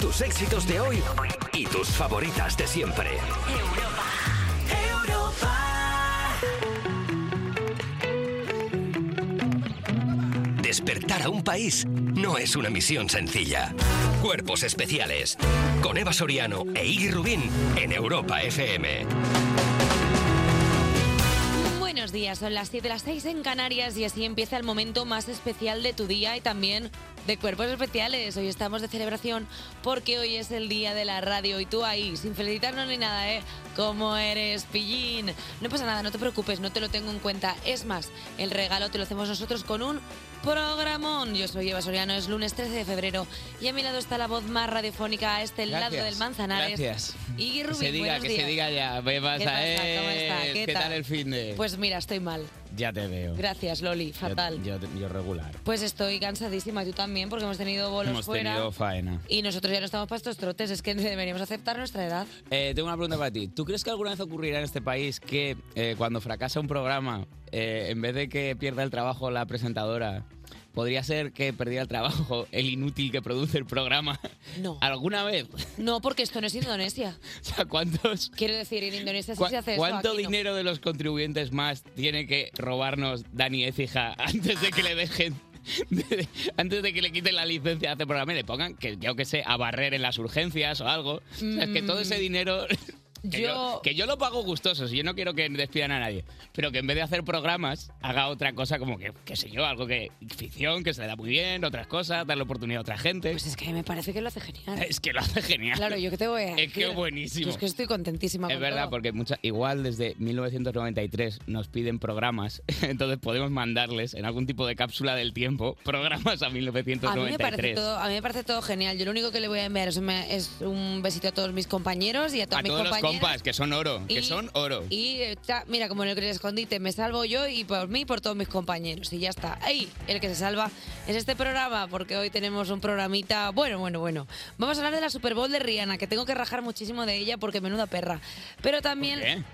tus éxitos de hoy y tus favoritas de siempre. Despertar a un país no es una misión sencilla. Cuerpos especiales. Con Eva Soriano e Iggy Rubín en Europa FM. Buenos días, son las 7 de las 6 en Canarias y así empieza el momento más especial de tu día y también de cuerpos especiales. Hoy estamos de celebración porque hoy es el día de la radio y tú ahí, sin felicitarnos ni nada, ¿eh? ¿Cómo eres, pillín? No pasa nada, no te preocupes, no te lo tengo en cuenta. Es más, el regalo te lo hacemos nosotros con un programón. Yo soy Eva Soriano, es lunes 13 de febrero y a mi lado está la voz más radiofónica a este lado Gracias, del Manzanares. gracias. Iggy Que Rubín, se diga, buenos que días. se diga ya. Me pasa, ¿Qué pasa? eh, ¿Cómo está? ¿Qué tal? tal el fin de? Pues mira, estoy mal. ya te veo. Gracias, Loli, Yo- fatal. Yo, yo regular. Pues estoy cansadísima, y tú también, porque hemos tenido bolos Hemos fuera. tenido faena. Y nosotros ya no estamos para estos trotes, es que deberíamos aceptar nuestra edad. Eh, tengo una pregunta para ti. ¿Tú crees que alguna vez ocurrirá en este país que eh, cuando fracasa un programa, eh, en vez de que pierda el trabajo la presentadora, podría ser que perdiera el trabajo el inútil que produce el programa? No. ¿Alguna vez? No, porque esto no es Indonesia. O sea, ¿cuántos, Quiero decir, en Indonesia sí cua- se hace eso. ¿Cuánto aquí no. dinero de los contribuyentes más tiene que robarnos Dani Ecija antes de que le dejen... Antes de que le quiten la licencia de hacer programa y le pongan, que yo que sé, a barrer en las urgencias o algo. O sea, es que todo Mm. ese dinero Que yo... que yo lo pago gustoso, si yo no quiero que despidan a nadie. Pero que en vez de hacer programas, haga otra cosa como que, qué sé yo, algo que ficción, que se le da muy bien, otras cosas, darle oportunidad a otra gente. Pues es que me parece que lo hace genial. Es que lo hace genial. Claro, yo que te voy a Es que decir. buenísimo. Yo es que estoy contentísima Es con verdad, todo. porque mucha, igual desde 1993 nos piden programas, entonces podemos mandarles en algún tipo de cápsula del tiempo programas a A mí, me parece 1993. todo, a mí me parece todo genial. Yo lo único que le voy a enviar es un, es un besito a todos mis compañeros y a todas a mis todos los compañeras. compas, que son oro, que Y- son oro. Y eh, ta- mira, como en el que escondite, me salvo yo y por mí y por todos mis compañeros. Y ya está. ¡Ey! El que se salva es este programa, porque hoy tenemos un programita. Bueno, bueno, bueno. Vamos a hablar de la Super Bowl de Rihanna, que tengo que rajar muchísimo de ella porque menuda perra. Pero también.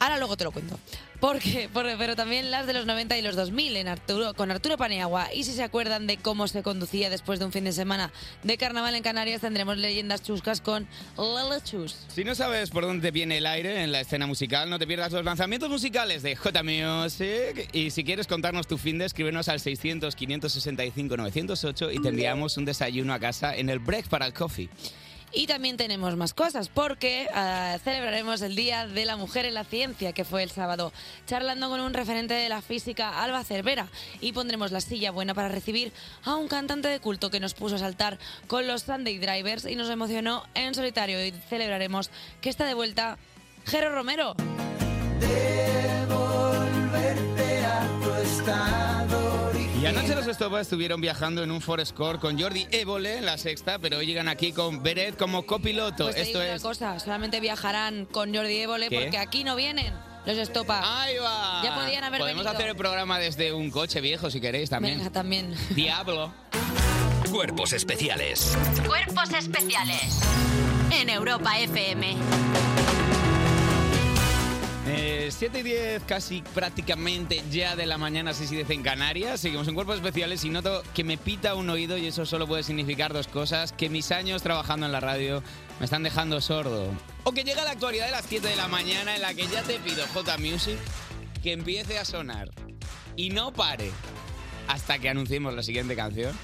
Ahora luego te lo cuento. Porque, porque, pero también las de los 90 y los 2000 en Arturo, con Arturo Paneagua. Y si se acuerdan de cómo se conducía después de un fin de semana de carnaval en Canarias, tendremos leyendas chuscas con Lala Chus. Si no sabes por dónde viene el aire en la escena musical, no te pierdas los lanzamientos musicales de J Music. Y si quieres contarnos tu fin de, escríbenos al 600-565-908 y te enviamos un desayuno a casa en el Break para el Coffee. Y también tenemos más cosas porque ah, celebraremos el Día de la Mujer en la Ciencia, que fue el sábado, charlando con un referente de la física, Alba Cervera, y pondremos la silla buena para recibir a un cantante de culto que nos puso a saltar con los Sunday Drivers y nos emocionó en solitario. Y celebraremos que está de vuelta Jero Romero. Y anoche los Estopa estuvieron viajando en un Forest Core con Jordi Évole en la sexta, pero hoy llegan aquí con Beret como copiloto. Pues te digo Esto una es cosa, solamente viajarán con Jordi Évole ¿Qué? porque aquí no vienen los estopa. ¡Ahí va! Ya podían haber ah, Podemos venido. hacer el programa desde un coche viejo si queréis también. Venga, también. Diablo. Cuerpos especiales. Cuerpos especiales en Europa FM. Eh, 7 y 10, casi prácticamente ya de la mañana, 6 y 10 en Canarias. Seguimos en cuerpos especiales y noto que me pita un oído y eso solo puede significar dos cosas. Que mis años trabajando en la radio me están dejando sordo. O que llega la actualidad de las 7 de la mañana en la que ya te pido J Music que empiece a sonar y no pare hasta que anunciemos la siguiente canción.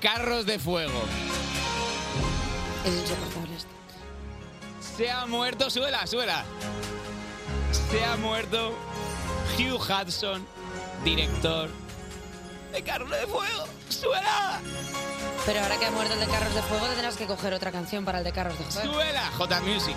Carros de Fuego. Es insoportable esto. Se ha muerto, suela, suela. Se ha muerto Hugh Hudson, director de Carros de Fuego. ¡Suela! Pero ahora que ha muerto el de Carros de Fuego, tendrás que coger otra canción para el de Carros de Fuego. ¡Suela! J Music.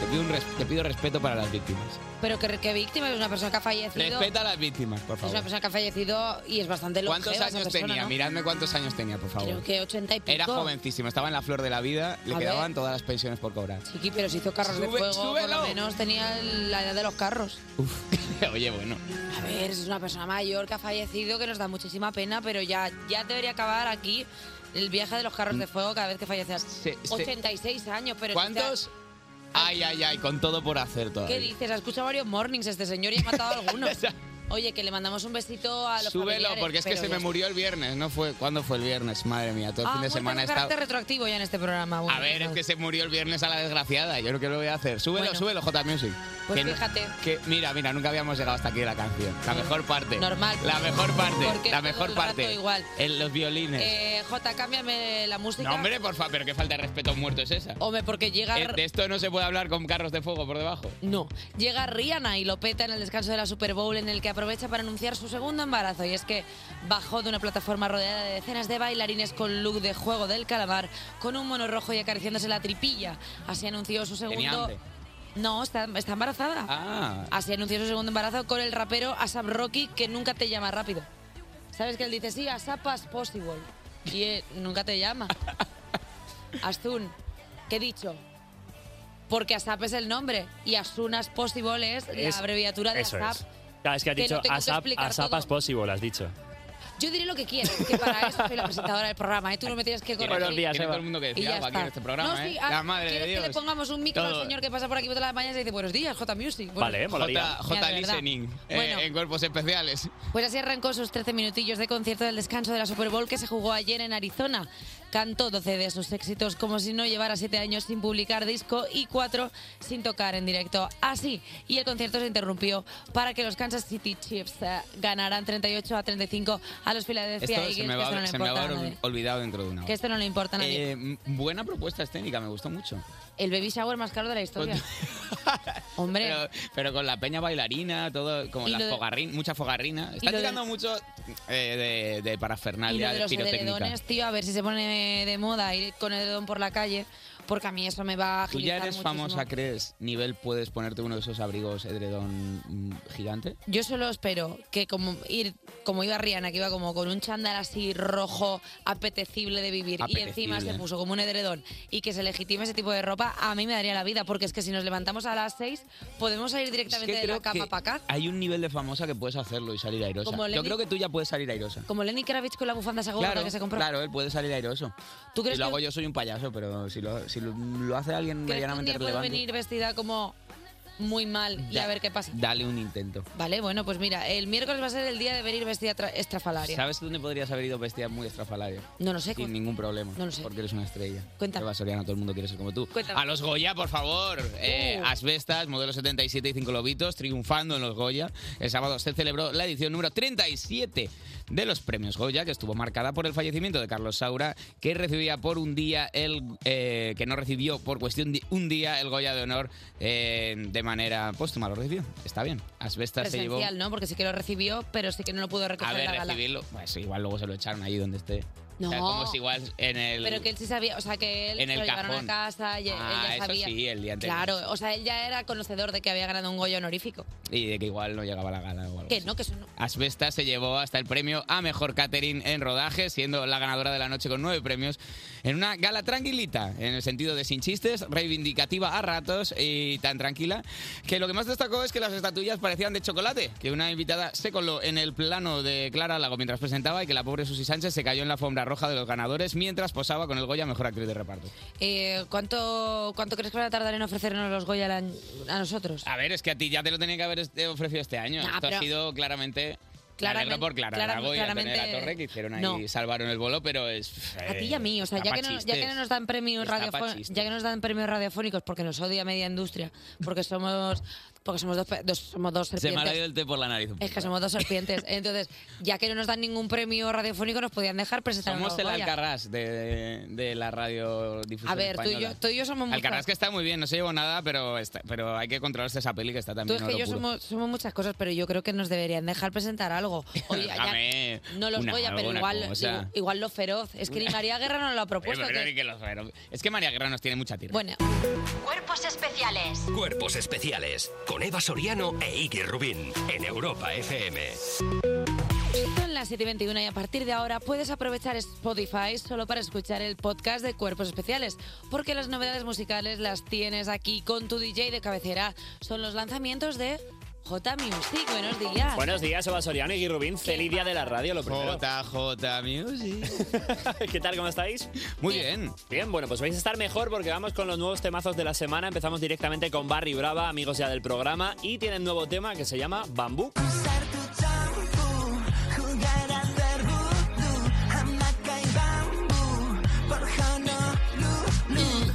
Te pido, un res- te pido respeto para las víctimas. Pero que, que víctima es una persona que ha fallecido. Respeta a las víctimas, por Es una favor. persona que ha fallecido y es bastante longeva ¿Cuántos esa años persona, tenía? ¿no? Miradme cuántos años tenía, por favor. Creo que 80 y pico. Era jovencísimo, estaba en la flor de la vida, le A ver. quedaban todas las pensiones por cobrar. Chiqui, pero si hizo Carros de Sube- Fuego, por súbelo. lo menos tenía la edad de los carros. Oye, bueno. A ver, es una persona mayor que ha fallecido, que nos da muchísima pena, pero ya, ya debería acabar aquí el viaje de los Carros de Fuego cada vez que falleces. Mm. se- 86 años, pero... ¿Cuántos? Ay, ay, ay, con todo por hacer ¿Qué todavía. dices? Ha escuchado varios mornings este señor y ha matado a algunos. Oye, que le mandamos un besito a los Súbelo, familiares, porque es que pero se ya me murió el viernes, ¿no fue? ¿Cuándo fue el viernes? Madre mía, todo el Ah, fin de bueno, semana he tengo carácter estado... retroactivo ya en este programa. bueno, A ver, es perdón. que se murió el viernes a la desgraciada. Yo no que lo voy a hacer. Súbelo, Bueno. súbelo, J Music. Pues Que no- fíjate. que- mira, mira, nunca habíamos llegado hasta aquí la canción. La mejor parte. Normal. La mejor Porque parte. La todo mejor el rato parte. igual. En los violines. Eh, Jota, cámbiame la música. no, hombre, por favor, pero qué falta de respeto a un muerto es esa. Hombre, porque llega, Eh, de esto no se puede hablar con carros de fuego por debajo. No. llega Rihanna y lo peta en el descanso de la Super Bowl en el que aprovecha para anunciar su segundo embarazo. Y es que bajó de una plataforma rodeada de decenas de bailarines con look de juego del calamar, con un mono rojo y acariciándose la tripilla. Así anunció su Tenía segundo... hambre. No, está, está embarazada. Ah. Así anunció su segundo embarazo con el rapero Asap Rocky, que nunca te llama rápido. ¿Sabes que él dice? Sí, Asap as possible. Y él nunca te llama. Astun, ¿qué he dicho? Porque Asap es el nombre y Asuna as possible es, la Es- abreviatura de eso Asap. es. Claro, es que Que lo has dicho tengo que ASAP, explicar ASAP todo. as possible, has dicho. Yo diré lo que quiero, que para eso soy la presentadora del programa. ¿eh? Tú no me tienes que correr. Buenos días, Tiene Eva. todo el mundo que Y decir ya algo aquí está. en este programa, no, sí, ¿eh? ah, La madre de ¿Quieres Dios. que le pongamos un micro Todo. al señor que pasa por aquí por todas las mañanas y dice buenos días, J Music? Buenos eh, Vale, días. molaría. J, J Ya, de verdad. Listening. eh, Bueno. en cuerpos especiales. Pues así arrancó sus 13 minutillos de concierto del descanso de la Super Bowl que se jugó ayer en Arizona. Cantó 12 de sus éxitos como si no llevara 7 años sin publicar disco y 4 sin tocar en directo. Así, y el concierto se interrumpió para que los Kansas City Chiefs eh, ganaran 38 a 35 a los Philadelphia Esto Eagles, se me que va, esto no le se me va importa a a haber nadie. olvidado dentro de una Que hora. esto no le importa a nadie. Eh, m- buena propuesta escénica, me gustó mucho. el baby shower más caro de la historia. pues, Hombre. Pero, pero con la peña bailarina, todo, como Y lo las de- fogarrinas, mucha fogarrina. Está lo de- tirando mucho eh, de, de Y parafernalia, lo de de los pirotécnica. edredones, tío, a ver si se pone de moda ir con el edredón por la calle, porque a mí eso me va a ¿Tú ya agilizar eres muchísimo. famosa, crees? ¿Nivel puedes ponerte uno de esos abrigos edredón mm, gigante? Yo solo espero que como ir como iba Rihanna, que iba como con un chándal así rojo, apetecible de vivir, y encima Apetecible. se puso como un edredón y que se legitime ese tipo de ropa, a mí me daría la vida, porque es que si nos levantamos a las 6, podemos salir directamente de la creo cama que para acá. Hay un nivel de famosa que puedes hacerlo y salir airosa. Como Yo Lenny- creo que tú ya puedes salir airosa. Como Lenny Kravitz con la bufanda esa gorda Claro, que se compró. claro, él puede salir airoso. ¿Tú crees si lo que- hago yo soy un payaso, pero si lo, si lo, lo hace alguien ¿Crees que un medianamente día puede relevante, venir vestida como muy mal y da- a ver qué pasa? dale un intento. Vale, bueno, pues mira, el miércoles va a ser el día de venir vestida tra- estrafalaria. ¿Sabes dónde podrías haber ido vestida muy estrafalaria? No lo sé, Sin cu- ningún problema. no lo sé. Porque eres una estrella. Cuéntame. Eva Soriano, todo el mundo quiere ser como tú. Cuéntame. A los Goya, por favor. Eh, Uh. Asbestas, modelo 77 y 5 lobitos, triunfando en los Goya. El sábado se celebró la edición número 37 de los premios Goya, que estuvo marcada por el fallecimiento de Carlos Saura, que recibía por un día el. eh, que no recibió por cuestión de un día el Goya de honor eh, de manera póstuma. Lo recibió. Está bien. Asbestas se llevó. Presencial, ¿no? Porque sí que lo recibió, pero sí que no lo pudo recoger A ver, en la gala. recibirlo. Pues igual luego se lo echaron ahí donde esté. No. O sea, como si igual en el. Pero que él sí sabía, o sea, que él En se el lo llevaron cajón. a casa y él Ah, ya eso sabía. sí, el día anterior. Claro, o sea, él ya era conocedor de que había ganado un Goya honorífico. Y de que igual no llegaba la gala o algo Que así. no, que eso no. Asbestas se llevó hasta el premio a mejor catering en rodaje, siendo la ganadora de la noche con nueve premios, en una gala tranquilita, en el sentido de sin chistes, reivindicativa a ratos y tan tranquila, que lo que más destacó es que las estatuillas parecían de chocolate, que una invitada se coló en el plano de Clara Lago mientras presentaba y que la pobre Susi Sánchez se cayó en la alfombra roja de los ganadores mientras posaba con el Goya Mejor Actriz de Reparto. Eh, ¿cuánto, ¿Cuánto crees que van a tardar en ofrecernos los Goya al año- a nosotros? A ver, es que a ti ya te lo tenía que haber este- ofrecido este año. Nah, Esto Ah, pero- ha sido claramente. Claramente- Claramente, por Clara claram- Lago y claramente- Antonio de la Torre que hicieron ahí, no. salvaron el bolo, pero es. eh, A ti y a mí, o sea, ya que, no, ya que no nos dan premios radiofónicos, ya que nos dan premios radiofónicos porque nos odia media industria, porque somos porque somos dos, pe- dos- somos dos Se me ha ido serpientes. el té por la nariz. un Es que poco. somos dos serpientes. Entonces, ya que no nos dan ningún premio radiofónico, nos podían dejar presentar Somos los el Goya. Alcarrás de, de la radio difusión A ver, tú y española. yo- tú y yo somos muchas. Alcarrás que está muy bien, no se llevó nada, pero, está- pero hay que controlarse esa peli que está Tú también. es que oro yo puro. somos, somos muchas cosas, pero yo creo que nos deberían dejar presentar algo. Oye, ya- Déjame no los una- Goya, pero una igual, cosa. digo, igual lo feroz. Es que ni María Guerra no lo ha Oye, propuesto. pero que- ni que los- pero- Es que María Guerra nos tiene mucha tira. Bueno, Cuerpos especiales Cuerpos especiales con Eva Soriano e Iggy Rubín en Europa FM. son las 7 y 21 y a partir de ahora puedes aprovechar Spotify solo para escuchar el podcast de Cuerpos Especiales, porque las novedades musicales las tienes aquí con tu DJ de cabecera. Son los lanzamientos de J Music. Buenos días. Buenos días, Eva Soriano y Rubín. Feliz día de la radio, lo primero. JJ Music. ¿Qué tal, cómo estáis? Muy bien. Bien, bueno, pues vais a estar mejor porque vamos con los nuevos temazos de la semana. Empezamos directamente con Barry Brava, amigos ya del programa, y tienen nuevo tema que se llama Bambú. usar tu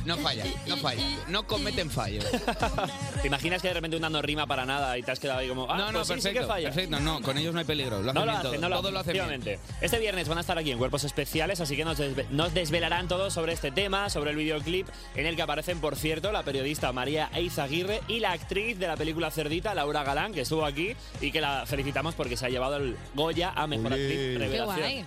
no falla, no falla. No cometen fallos. ¿Te imaginas que de repente una no rima para nada y te has quedado ahí como, ah, no, no, pues sí, sí perfecto. que falla? Perfecto, no, con ellos no hay peligro. Lo hacen no lo bien hacen, todo. no lo todo lo hacen bien. efectivamente. Este viernes van a estar aquí en Cuerpos Especiales, así que nos, desve- nos desvelarán todo sobre este tema, sobre el videoclip en el que aparecen, por cierto, la periodista María Eizaguirre y la actriz de la película Cerdita, Laura Galán, que estuvo aquí y que la felicitamos porque se ha llevado el Goya a Mejor Olé. Actriz Qué Revelación. guay.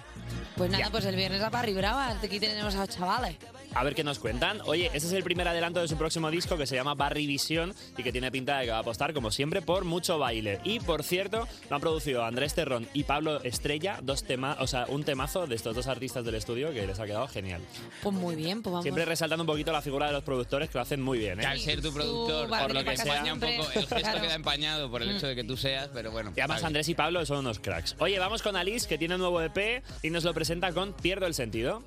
Pues nada, Ya. pues el viernes a Parry Brava. Aquí tenemos a los chavales. A ver qué nos cuentan. Oye, ese es el primer adelanto de su próximo disco que se llama Barry Vision y que tiene pinta de que va a apostar, como siempre, por mucho baile. Y por cierto, lo han producido Andrés Terrón y Pablo Estrella, dos temas, o sea, un temazo de estos dos artistas del estudio que les ha quedado genial. Pues muy bien, pues vamos. Siempre resaltando un poquito la figura de los productores que lo hacen muy bien, Que ¿eh? al ser tu Tú, productor, por barrio lo para que casa sea, un siempre. poco el gesto Claro. queda empañado por el hecho de que tú seas, pero bueno. Y además está bien. Andrés y Pablo son unos cracks. Oye, vamos con Alice, que tiene un nuevo EP y nos lo presenta con Pierdo el sentido.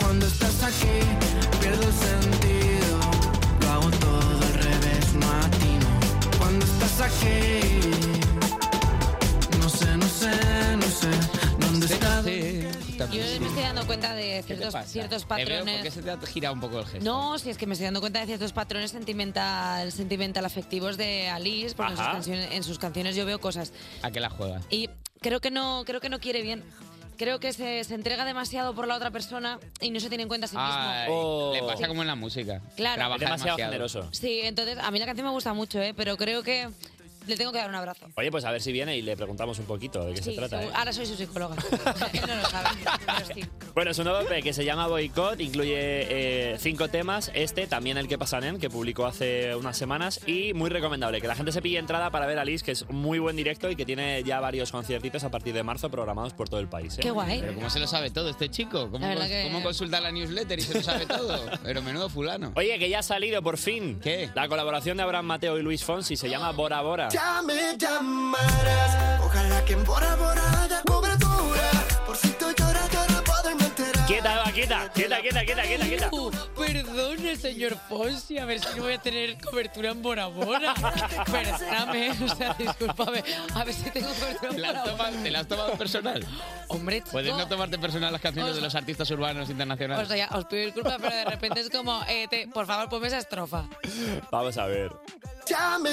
Cuando estás aquí, pierdo el sentido. Lo hago todo al revés, no atino. Cuando estás aquí, no sé, no sé, no sé. ¿Dónde estás? Yo me estoy dando cuenta de ¿Qué te ciertos, pasa? ciertos Te veo porque patrones. se te ha girado un poco el gesto. No, si es que me estoy dando cuenta de ciertos patrones sentimental, sentimental afectivos de Alice, porque en sus, Ajá. canciones, en sus canciones yo veo cosas. ¿A qué la juegas? Y creo que no, creo que no quiere bien. Creo que se, se entrega demasiado por la otra persona y no se tiene en cuenta a sí mismo. Ay, Oh. Le pasa como en la música. Claro. Trabaja Es demasiado generoso. Sí, entonces a mí la canción me gusta mucho, ¿eh? pero creo que le tengo que dar un abrazo. Oye, pues a ver si viene y le preguntamos un poquito de qué se Sí, trata. seguro- ¿eh? Ahora soy su psicóloga. Él no lo sabe, pero sí. Bueno, su nuevo EP que se llama Boycott incluye eh, cinco temas, este, también el que pasan en, que publicó hace unas semanas, y muy recomendable, que la gente se pille entrada para ver a Liz, que es muy buen directo y que tiene ya varios conciertitos a partir de marzo programados por todo el país. ¿eh? Qué guay. Pero ¿cómo se lo sabe todo este chico? ¿Cómo, La verdad cons- que- cómo consulta la newsletter y se lo sabe todo? Pero menudo fulano. Oye, que ya ha salido por fin. ¿Qué? La colaboración de Abraham Mateo y Luis Fonsi se llama Bora Bora. Ya me llamarás. Ojalá que en Bora Bora haya cobertura. Por si tú lloras, yo no poderme enterar. Quieta, Eva, quieta, quieta, quieta, quieta, quieta, quieta. Uh, perdone, señor Fonsi, a ver si no voy a tener cobertura en Bora Bora. Perdóname, o sea, discúlpame, a ver si tengo cobertura ¿Te en Bora las, Bora. tomas- te las has tomado personal? Hombre, chico, Puedes no tomarte personal las canciones Os- de los artistas urbanos o internacionales. sea, ya, os pido disculpas, pero de repente es como, eh, te- por favor, ponme esa estrofa. Vamos a ver. Ya me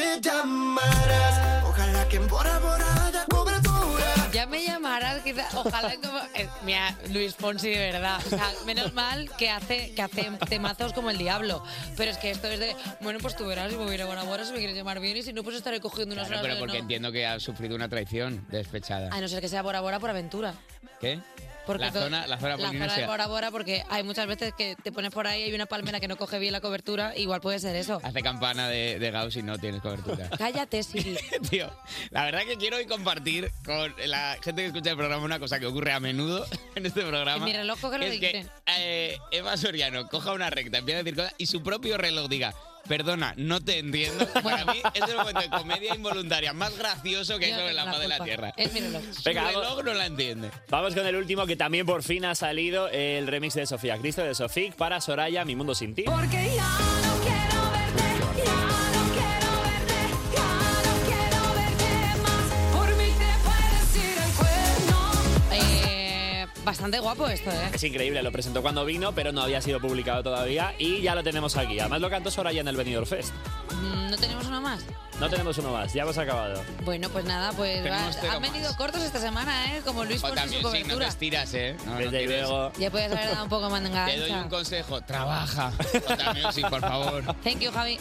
llamarás. Ojalá que en Bora Bora haya cobertura. Ya me llamarás, quizá, ojalá como... eh, mira, Luis Fonsi, de verdad. O sea, menos mal que hace, que hace temazos como el diablo. Pero es que esto es de, bueno, pues tú verás si me voy a ir a Bora Bora, si me quieres llamar bien, y si no, pues estaré cogiendo unas horas Claro, pero de- porque no. entiendo que has sufrido una traición despechada. Ah, A no ser que sea Bora Bora por aventura. ¿Qué? Porque la, todo- zona, la zona la zona de polinesia. Bora Bora, porque hay muchas veces que te pones por ahí y hay una palmera que no coge bien la cobertura, igual puede ser eso. Hace campana de, de Gauss y no tienes cobertura. Cállate, Siri. Tío, la verdad que quiero hoy compartir con la gente que escucha el programa una cosa que ocurre a menudo en este programa. En mi reloj coge lo que es que dice. eh, Eva Soriano coja una recta, empieza a decir cosas y su propio reloj diga, perdona, no te entiendo. Para mí este es el momento de comedia involuntaria más gracioso que hay Yo no sobre tengo la faz de la culpa. Tierra. Es mi reloj. Venga, su vamos. reloj no la entiende. Vamos con el último que también por fin ha salido el remix de Sofía Cristo de Sofic para Soraya Mi Mundo Sin Ti. Porque ya no quiero verte, ya no quiero verte, ya no quiero verte más. Por mí te puedes ir al cuerno. Eh, bastante guapo esto, ¿eh? Es increíble, lo presentó cuando vino, pero no había sido publicado todavía y ya lo tenemos aquí. Además lo cantó Soraya en el Benidorm Fest. Mm, ¿No tenemos uno más? No tenemos uno más, ya hemos acabado. Bueno, pues nada, pues va- Tenemos cero han venido más. cortos esta semana, ¿eh? Como Luis O por también, su sí, no te cobertura. estiras, ¿eh? No, no Desde tires. luego. ya puedes haber dado un poco más de Te doy un engancha. consejo, trabaja. O también, sí, por favor. Thank you, Javi.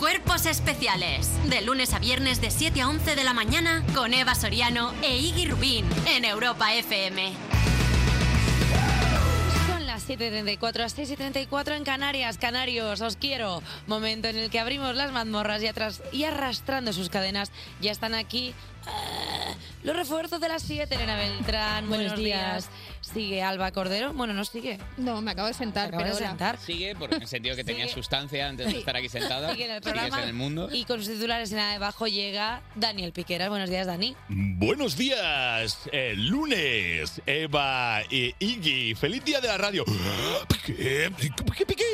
Cuerpos especiales. De lunes a viernes de 7 a 11 de la mañana con Eva Soriano e Iggy Rubín en Europa FM. Son las 7.34, las 6.34 en Canarias. Canarios, os quiero. Momento en el que abrimos las mazmorras y, atras- y arrastrando sus cadenas ya están aquí ah, los refuerzos de las 7. Elena Beltrán, buenos, Buenos días. días. Sigue Alba Cordero. Bueno, no sigue. No, me acabo de sentar, Acaba de pero hola. sentar. Sigue, porque en el sentido que tenía Sigue. sustancia antes de estar aquí sentada. Sigue en el Sigues programa. en el mundo. Y con sus titulares en abajo llega Daniel Piqueras. Buenos días, Dani. Buenos días, eh, lunes, Eva e Iggy. Feliz día de la radio. ¿Qué? ¿Qué? ¿Qué? ¿Qué?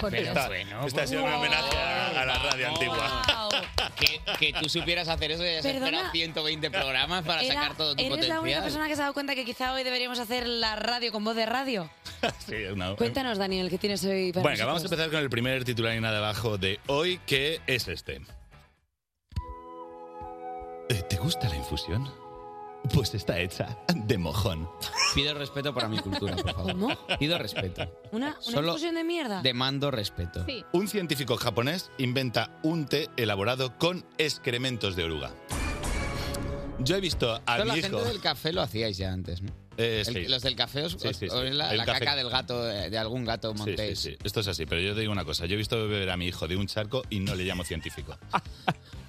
Pero Pero bueno, Esta ha sido una por homenaje favor, a, a la radio vamos. antigua. Que, que tú supieras hacer eso ya se Perdona. esperan 120 programas para Era- sacar todo tu eres potencial. la única persona que se ha dado cuenta que quizá hoy deberíamos hacer la radio con voz de radio. Sí, es una- Cuéntanos, Daniel, ¿qué tienes hoy para Bueno, vamos a nosotros? empezar con el primer titular y nada abajo de hoy, que es este. Eh, ¿Te gusta la infusión? Pues está hecha de mojón. Pido respeto para mi cultura, por favor. ¿Cómo? Pido respeto. ¿Una, una Solo infusión de mierda? Demando respeto. Ah. Sí. Un científico japonés inventa un té elaborado con excrementos de oruga. Yo he visto a Pero mi la hijo. gente del café lo hacíais ya antes, ¿no? Eh, El- sí. Los del café os, Sí, sí, os- sí. os la, El la café. caca del gato, eh, de algún gato Sí, sí, montés. sí. Esto es así, pero yo te digo una cosa. Yo he visto beber a mi hijo de un charco y no le llamo científico.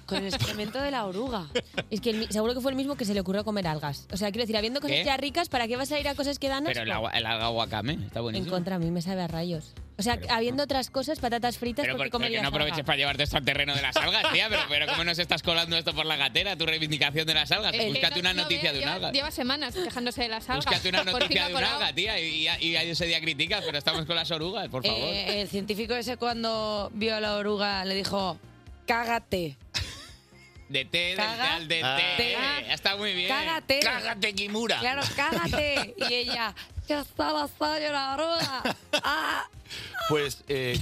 Con el excremento de la oruga. Es que el mi- seguro que fue el mismo que se le ocurrió comer algas. O sea, quiero decir, habiendo cosas ¿Qué? ya ricas, ¿para qué vas a ir a cosas que dan Pero el, asco? agua, el alga wakame está En buenísimo. contra, a mí me sabe a rayos. O sea, habiendo otras cosas, patatas fritas, porque Pero, por- pero que comerías no alga? aproveches para llevarte esto al terreno de las algas, tía. Pero, pero ¿cómo nos estás colando esto por la gatera, tu reivindicación de las algas? Eh, Es que Búscate no- una no noticia vea, de un lleva, alga. Lleva semanas quejándose de las algas. Búscate una Por fin noticia ha de un colado. alga, tía. Y, y, y ahí ese día criticas, pero estamos con las orugas, por favor. Eh, el científico ese cuando vio a la oruga le dijo, cágate. De té, del caga- tal, de Ah. té. Te- Está muy bien. Cágate. Cágate, Kimura. Claro, cágate. Y ella, ya está basado la oruga. Pues eh,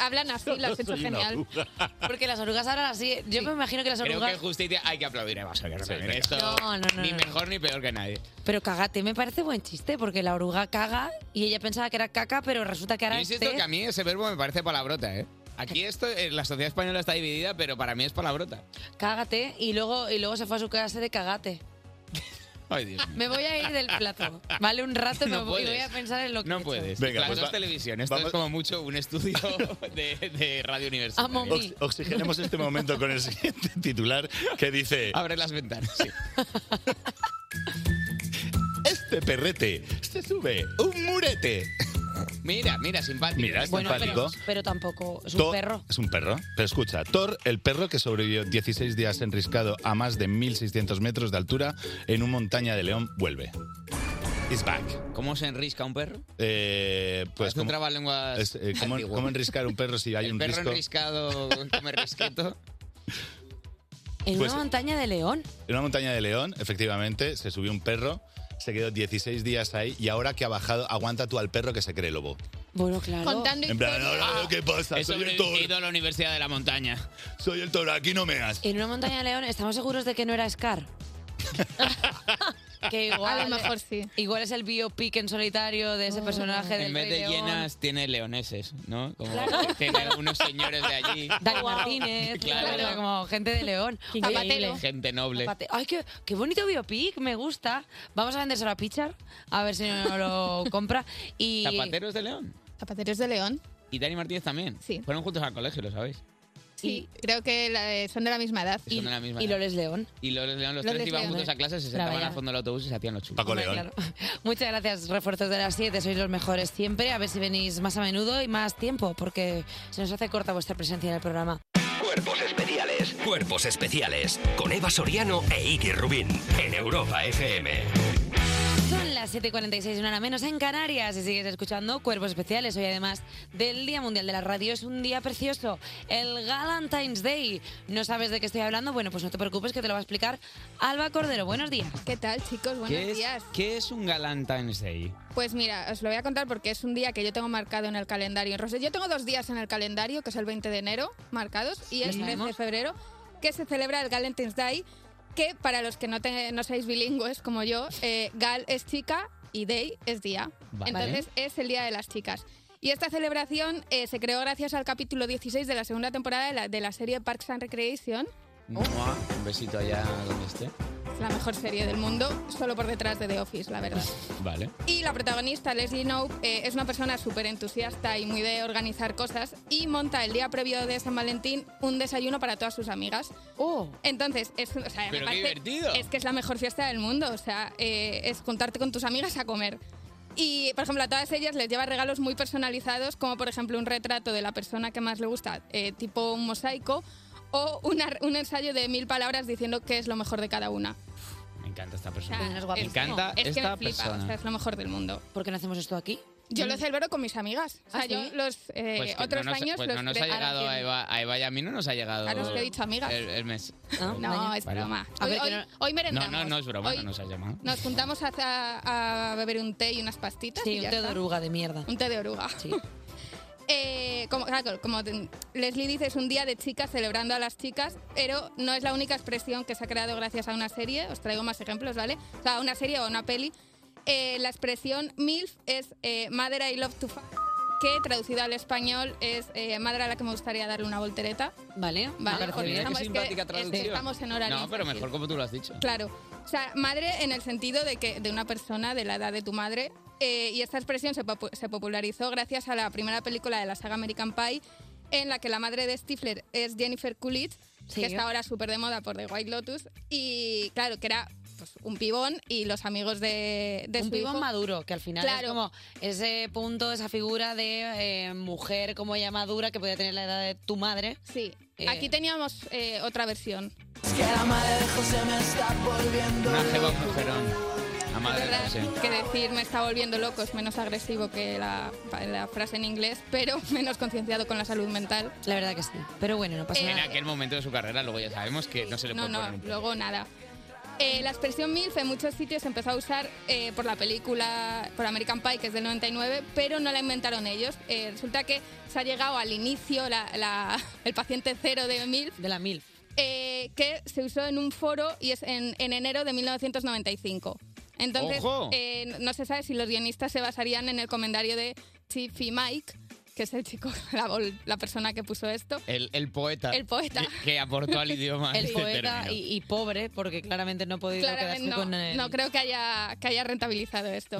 Hablan así, yo soy una oruga. Porque las orugas hablan así. Yo me imagino que las Creo que orugas... justicia hay que aplaudir a Basar Carmen. venga. Esto No, no, no, ni no. mejor ni peor que nadie. Pero cágate me parece buen chiste, porque la oruga caga y ella pensaba que era caca, pero resulta que Yo ahora es insisto té. que a mí ese verbo me parece palabrota, ¿eh? Aquí esto, eh, la sociedad española está dividida, pero para mí es palabrota. Cágate y luego, y luego se fue a su clase de cagate. Ay, Dios mío. Me voy a ir del plato. Vale, un rato y me No voy- y voy puedes. a pensar en lo que he No hecho. puedes. Venga, Las pues dos va- televisiones. Esto vamos- es como mucho un estudio de, de radio universitaria. Among Ox- Oxigenemos este momento con el siguiente titular que dice... Abre las ventanas. Este perrete se sube un murete. Mira, mira, simpático. Mira, es Bueno, pero, simpático. pero tampoco es un Thor- perro. Es un perro. Pero escucha, Thor, el perro que sobrevivió 16 días enriscado a más de 1.600 metros de altura en una montaña de león, vuelve. Is back. ¿Cómo se enrisca un perro? Eh, pues Hace un como- trabalenguas es, eh, ¿cómo, antiguo. cómo enriscar un perro si hay El un perro risco? enriscado come risqueto. En Pues- una montaña de león. En una montaña de león, efectivamente, se subió un perro, se quedó 16 días ahí y ahora que ha bajado, aguanta tú al perro que se cree lobo. Bueno, claro. Contando Em- En plan, historias. ahora veo qué pasa, He soy el Thor, sobrevivido a la Universidad de la Montaña. soy el Thor, aquí no me has. En una montaña de león, ¿estamos seguros de que no era Scar? que igual, A lo mejor Ah. sí. Igual es el biopic en solitario de ese personaje del En vez Rey de León. llenas, tiene leoneses, ¿no? Como tiene algunos señores de allí. Dani Martínez, Claro. claro, como gente de León. Zapatero. Gente noble. Zapate- Ay, qué, qué bonito biopic, me gusta. Vamos a vendérselo a Pichar, a ver si no lo compra. Y Zapateros de León. Zapateros de León. Y Dani Martínez también. Sí. Fueron juntos al colegio, lo sabéis. Sí, creo que la- eh, son de la misma edad. Son de la misma y edad. Loles León. Y los, León, los Los tres de iban León. juntos a clases, se Trabajaba. sentaban al fondo del autobús y se hacían los chulos. Paco León. Claro. Muchas gracias, refuerzos de las 7. Sois los mejores siempre. A ver si venís más a menudo y más tiempo, porque se nos hace corta vuestra presencia en el programa. Cuerpos especiales. Cuerpos especiales. Con Eva Soriano e Iggy Rubín. En Europa FM. Son las 7.46, una hora menos en Canarias y sigues escuchando Cuerpos Especiales. Hoy además del Día Mundial de la Radio es un día precioso, el Galentine's Day. ¿No sabes de qué estoy hablando? Bueno, pues no te preocupes que te lo va a explicar Alba Cordero. Buenos días. ¿Qué tal, chicos? Buenos ¿Qué es, días. ¿Qué es un Galentine's Day? Pues mira, os lo voy a contar porque es un día que yo tengo marcado en el calendario. en rosa. Yo tengo dos días en el calendario, que es el 20 de enero, marcados, y el Sí. 13 de febrero, que se celebra el Galentine's Day, que para los que no, te- no seáis bilingües como yo, eh, Gal es chica y Day es día. Vale. Entonces es el Día de las Chicas. Y esta celebración eh, se creó gracias al capítulo 16 de la segunda temporada de la, de la serie Parks and Recreation, Mua. Un besito allá donde esté. Es la mejor serie del mundo, solo por detrás de The Office, la verdad. Vale. Y la protagonista, Leslie Knope, eh, es una persona súper entusiasta y muy de organizar cosas y monta el día previo de San Valentín un desayuno para todas sus amigas. Oh. Entonces, es, o sea, me Pero qué parece- divertido. es que es la mejor fiesta del mundo, o sea, eh, es juntarte con tus amigas a comer. Y, por ejemplo, a todas ellas les lleva regalos muy personalizados, como por ejemplo un retrato de la persona que más le gusta, eh, tipo un mosaico, o una- un ensayo de mil palabras diciendo qué es lo mejor de cada una. Me encanta esta O sea, persona. Ah, es me guapísimo. encanta Es que esta me flipa, o persona. sea, es lo mejor del mundo. ¿Por qué no hacemos esto aquí? Mm. Yo lo celebro con mis amigas. O sea, ¿Ah, yo sí? los eh, Pues que otros no nos, años pues los no nos pre- ha llegado a Eva, a Eva y a mí no nos ha llegado. Ahora os lo he dicho, amigas. El, el mes. No, Vale. es broma. A Hoy, ver, hoy- que no- hoy No, merendamos. no, no es broma, Hoy no nos ha llamado. Nos juntamos a, a- a beber un té y unas pastitas. Sí, y un ya té de está. oruga de mierda. Un té de oruga. Eh, como, claro, como te- Leslie dice, es un día de chicas celebrando a las chicas, pero no es la única expresión que se ha creado gracias a una serie. Os traigo más ejemplos, ¿vale? O sea, una serie o una peli. Eh, la expresión MILF es eh, Mother I Love to Fuck, que traducido al español es eh, Madre a la que me gustaría darle una voltereta. Vale, vale. porque Mira estamos- qué es que- simpática es que traducción. estamos en horario No, pero infantil. mejor como tú lo has dicho. Claro. O sea, madre en el sentido de que de una persona de la edad de tu madre. Eh, y esta expresión se, popu- se popularizó gracias a la primera película de la saga American Pie, en la que la madre de Stifler es Jennifer Coolidge, Sí. que está ahora súper de moda por The White Lotus. Y claro, que era pues, un pibón y los amigos de, de un su pibón hijo- maduro, que al final es Claro. como ese punto, esa figura de eh, mujer como ya madura que podía tener la edad de tu madre. Sí. Aquí teníamos eh, otra versión. Una jeva un mujerón. A madre ¿Verdad? no sé. Que decir me está volviendo loco es menos agresivo que la, la frase en inglés, pero menos concienciado con la salud mental. La verdad que sí. Pero bueno, no pasa En nada. aquel momento de su carrera, luego ya sabemos que no se le eh, No, puede no, poner un luego nada. Eh, la expresión MILF en muchos sitios se empezó a usar eh, por la película, por American Pie, que es del 99, pero no la inventaron ellos. Eh, resulta que se ha llegado al inicio la- la- el paciente cero de MILF. De la MILF. que se usó en un foro y es en, en enero de 1995. Entonces, ¡Ojo! eh, no se sabe si los guionistas se basarían en el comentario de Chiffy Mike, que es el chico, la, la persona que puso esto. El, el poeta. El poeta. Que, que aportó al idioma. El este poeta término. y, y pobre, porque claramente no he podido Claramente quedarse no, con el... no creo que haya, que haya rentabilizado esto.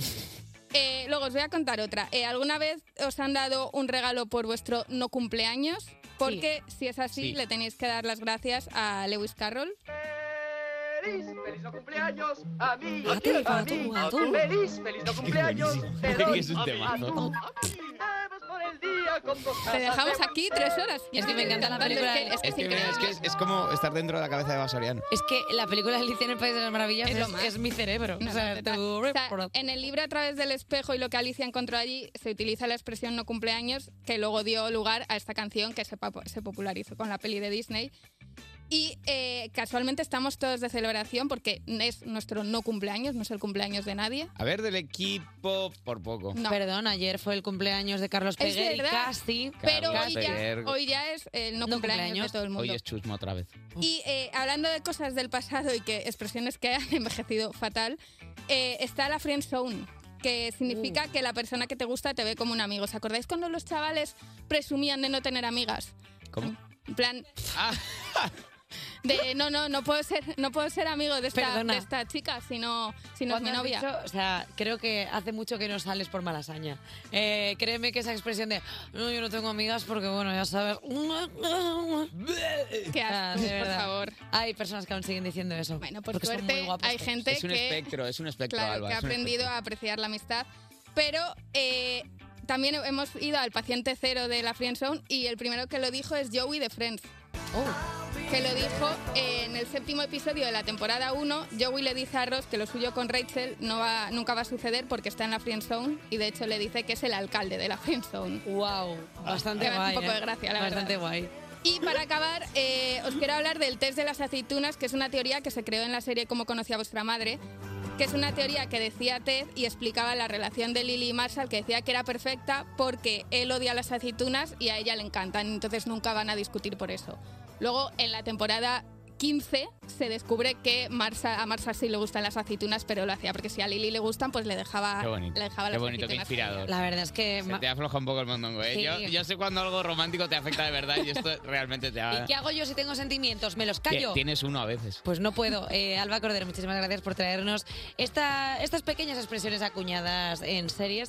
Eh, luego os voy a contar otra. Eh, ¿Alguna vez os han dado un regalo por vuestro no cumpleaños? Porque si es así, Sí. le tenéis que dar las gracias a Lewis Carroll. ¡Feliz, feliz no cumpleaños a mí! Ah, A ti, a a mí, tú, a tú. ¡Feliz, feliz no cumpleaños! Te buenísimo. doy Es un a mí, temazo. a tú, a mí. Vamos por el día con dos tazas Te dejamos de aquí whisky. tres horas. Es que me encanta la película. Es que, Es que, mira, es, que es, es como estar dentro de la cabeza de Basoriano. Es que la película de Alicia en el País de las Maravillas es, Es lo más. Ah, es mi cerebro. O sea, tú- O sea, en el libro A través del espejo y lo que Alicia encontró allí se utiliza la expresión no cumpleaños que luego dio lugar a esta canción que se, papo- se popularizó con la peli de Disney. Y eh, casualmente estamos todos de celebración porque es nuestro no cumpleaños, no es el cumpleaños de nadie. A ver, del equipo, por poco. Perdón, ayer fue el cumpleaños de Carlos Es Peguer y verdad, casi... Pero Carlos hoy ya, Peguer. hoy ya es el no, cumpleaños, de todo el mundo. Hoy es chusma otra vez. Y eh, hablando de cosas del pasado y que expresiones que han envejecido fatal, eh, está la friend zone, que Uh. significa que la persona que te gusta te ve como un amigo. ¿Os acordáis cuando los chavales presumían de no tener amigas? ¿Cómo? En plan. Ah, De no, no, no puedo ser, no puedo ser amigo de esta, Perdona. de esta chica si no, si no es Cuando mi has novia. dicho- o sea, creo que hace mucho que no sales por malasaña. Eh, créeme que esa expresión de no, yo no tengo amigas porque, bueno, ya sabes. Qué Ah, asco, de por verdad. favor. Hay personas que aún siguen diciendo eso. Bueno, por suerte, hay gente Es un que- espectro, es un espectro, Claro, Alba, que ha es un aprendido a apreciar la amistad. Pero eh, también hemos ido al paciente cero de la Friendzone y el primero que lo dijo es Joey de Friends. Que lo dijo eh, en el séptimo episodio de la temporada 1. Joey le dice a Ross que lo suyo con Rachel no va, nunca va a suceder porque está en la Friendzone y de hecho le dice que es el alcalde de la Friendzone. ¡Wow! Bastante guay. Un poco ¿eh? de gracia, la verdad. Bastante guay. Y para acabar, eh, os quiero hablar del test de las aceitunas, que es una teoría que se creó en la serie Como conocía vuestra madre, que es una teoría que decía Ted y explicaba la relación de Lily y Marshall, que decía que era perfecta porque él odia las aceitunas y a ella le encantan, entonces nunca van a discutir por eso. Luego, en la temporada 15 se descubre que Marshall- a Marshall sí le gustan las aceitunas, pero lo hacía porque si a Lily le gustan, pues le dejaba, Qué bonito. le dejaba Qué las bonito, qué aceitunas. inspirador. La verdad es que. Se te afloja un poco el mondongo, ¿eh? Sí. Yo, yo sé cuando algo romántico te afecta de verdad y esto realmente te ha... ¿Y qué hago yo si tengo sentimientos? ¿Me los Ah. Ti- callo? Tienes uno a veces. Pues no puedo. Eh, Alba Cordero, muchísimas gracias por traernos esta- estas pequeñas expresiones acuñadas en series.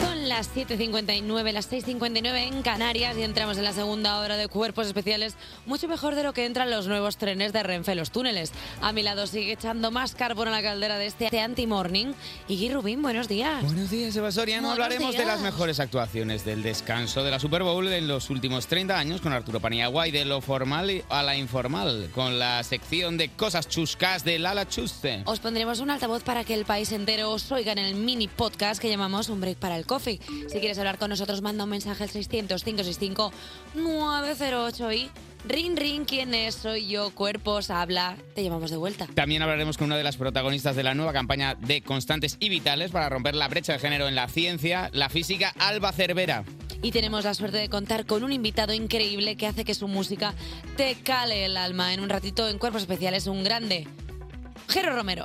Son las 7.59, las 6.59 en Canarias y entramos en la segunda hora de Cuerpos Especiales, mucho mejor de lo que entran los nuevos trenes de Renfe, los túneles. A mi lado sigue echando más carbón a la caldera de este anti-morning. Y Rubín, buenos días. Buenos días, Eva Soriano. Buenos Hablaremos de las días. mejores actuaciones del descanso de la Super Bowl en los últimos 30 años con Arturo Paniagua y de lo formal a la informal con la sección de cosas chuscas de Lala Chuste. Os pondremos un altavoz para que el país entero os oiga en el mini podcast que llamamos Un Break para el Coffee. Si quieres hablar con nosotros, manda un mensaje al 600-565-908 y ring ring, ¿quién es? Soy yo, cuerpos, habla, te llamamos de vuelta. También hablaremos con una de las protagonistas de la nueva campaña de Constantes y Vitales para romper la brecha de género en la ciencia, la física, Alba Cervera. Y tenemos la suerte de contar con un invitado increíble que hace que su música te cale el alma. En un ratito, en Cuerpos Especiales, un grande. Jero Romero.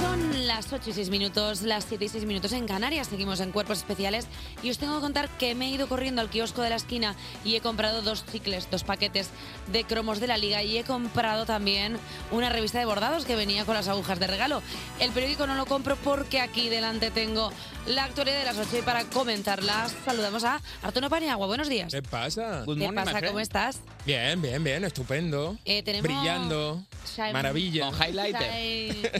Son las 8 y 6 minutos, las 7 y 6 minutos en Canarias. Seguimos en Cuerpos Especiales y os tengo que contar que me he ido corriendo al kiosco de la esquina y he comprado dos chicles, dos paquetes de cromos de la liga y he comprado también una revista de bordados que venía con las agujas de regalo. El periódico no lo compro porque aquí delante tengo la actualidad de las 8 y para comentarla saludamos a Arturo Paniagua. Buenos días. ¿Qué pasa? ¿Qué pasa? ¿Cómo estás? Bien, bien, bien, estupendo. Eh, tenemos Brillando. Shine- Maravilla. Shine-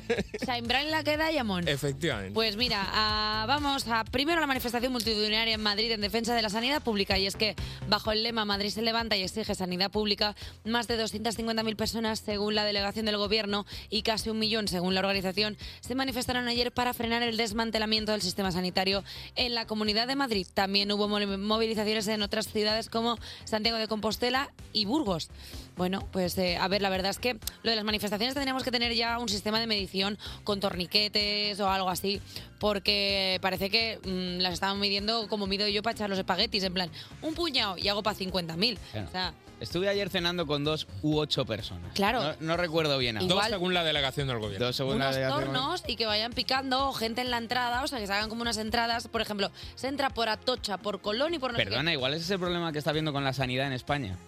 Shine Bright la queda Diamond. Efectivamente. Pues mira, ah, vamos a primero a la manifestación multitudinaria en Madrid en defensa de la sanidad pública. Y es que, bajo el lema Madrid se levanta y exige sanidad pública, más de 250.000 personas, según la delegación del gobierno, y casi un millón, según la organización, se manifestaron ayer para frenar el desmantelamiento del sistema sanitario en la comunidad de Madrid. También hubo mol- movilizaciones en otras ciudades como Santiago de Compostela y Burgos. Bueno, pues eh, a ver, la verdad es que lo de las manifestaciones tendríamos que tener ya un sistema de medición con torniquetes o algo así, porque parece que mm, las estaban midiendo como mido yo para echar los espaguetis, en plan, un puñado y hago para 50.000. Claro. O sea, Estuve ayer cenando con dos u ocho personas. Claro. No, no recuerdo bien. ahora. Igual- Dos según la delegación del gobierno. Dos según la unos delegación. tornos y que vayan picando o gente en la entrada, o sea, que se hagan como unas entradas, por ejemplo, se entra por Atocha, por Colón y por no sé qué. Perdona, igual ese es el problema que está habiendo con la sanidad en España.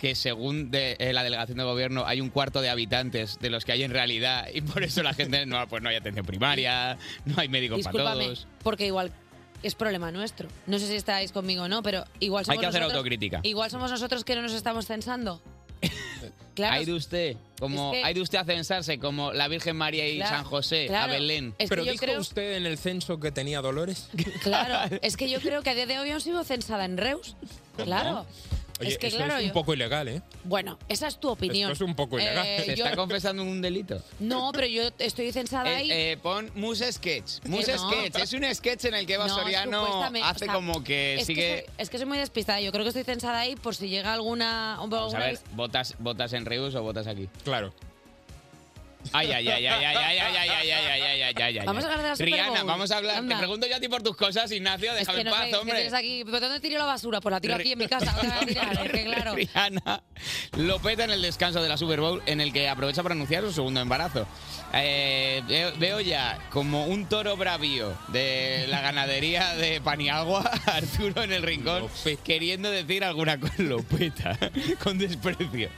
Que según de- eh, la delegación de gobierno hay un cuarto de habitantes de los que hay en realidad y por eso la gente no, pues no hay atención primaria, no hay médicos para Discúlpame, todos. porque igual es problema nuestro. No sé si estáis conmigo o no, pero igual somos Hay que hacer nosotros- autocrítica. Igual somos nosotros que no nos estamos censando. Claro. Hay de usted, como Es que- hay de usted a censarse, como la Virgen María y Claro, San José, claro. a Belén. Es que Pero yo dijo creo- ¿Usted en el censo que tenía dolores? Claro, es que yo creo que a día de hoy aún sigo censada en Reus. Claro. Oye, es que eso claro, es un yo- poco ilegal, ¿eh? Bueno, esa es tu opinión. Esto es un poco Eh, ilegal. Se yo- está confesando un delito. No, pero yo estoy censada Eh, ahí. eh, pon Muse Sketch. Muse Que no. Sketch. Es un sketch en el que Eva No, Soriano supuestamente, hace o sea, como que es sigue. soy- es que soy muy despistada. Yo creo que estoy censada ahí por si llega alguna. Vamos Pues a alguna ver, ¿votas, ¿votas en Reus o votas aquí? Claro. Ay, ay, ay, ay, ay, ay, ay, ay, ay, ay, ay, ay, ay, ay. Vamos a hablar de la Super Rihanna, Bowl. vamos a hablar. Anda. Te pregunto yo a ti por tus cosas, Ignacio. Es Déjame que no en sé, paz, ¿qué hombre. tienes aquí? ¿Pero dónde tiro la basura? Pues la tiro aquí en mi casa. ¿dónde la voy a tirar? Es que claro. Rihanna lo peta en el descanso de la Super Bowl, en el que aprovecha para anunciar su segundo embarazo. Eh, veo, veo ya como un toro bravío de la ganadería de Paniagua, Arturo en el rincón, queriendo decir alguna cosa. Lo peta, con desprecio.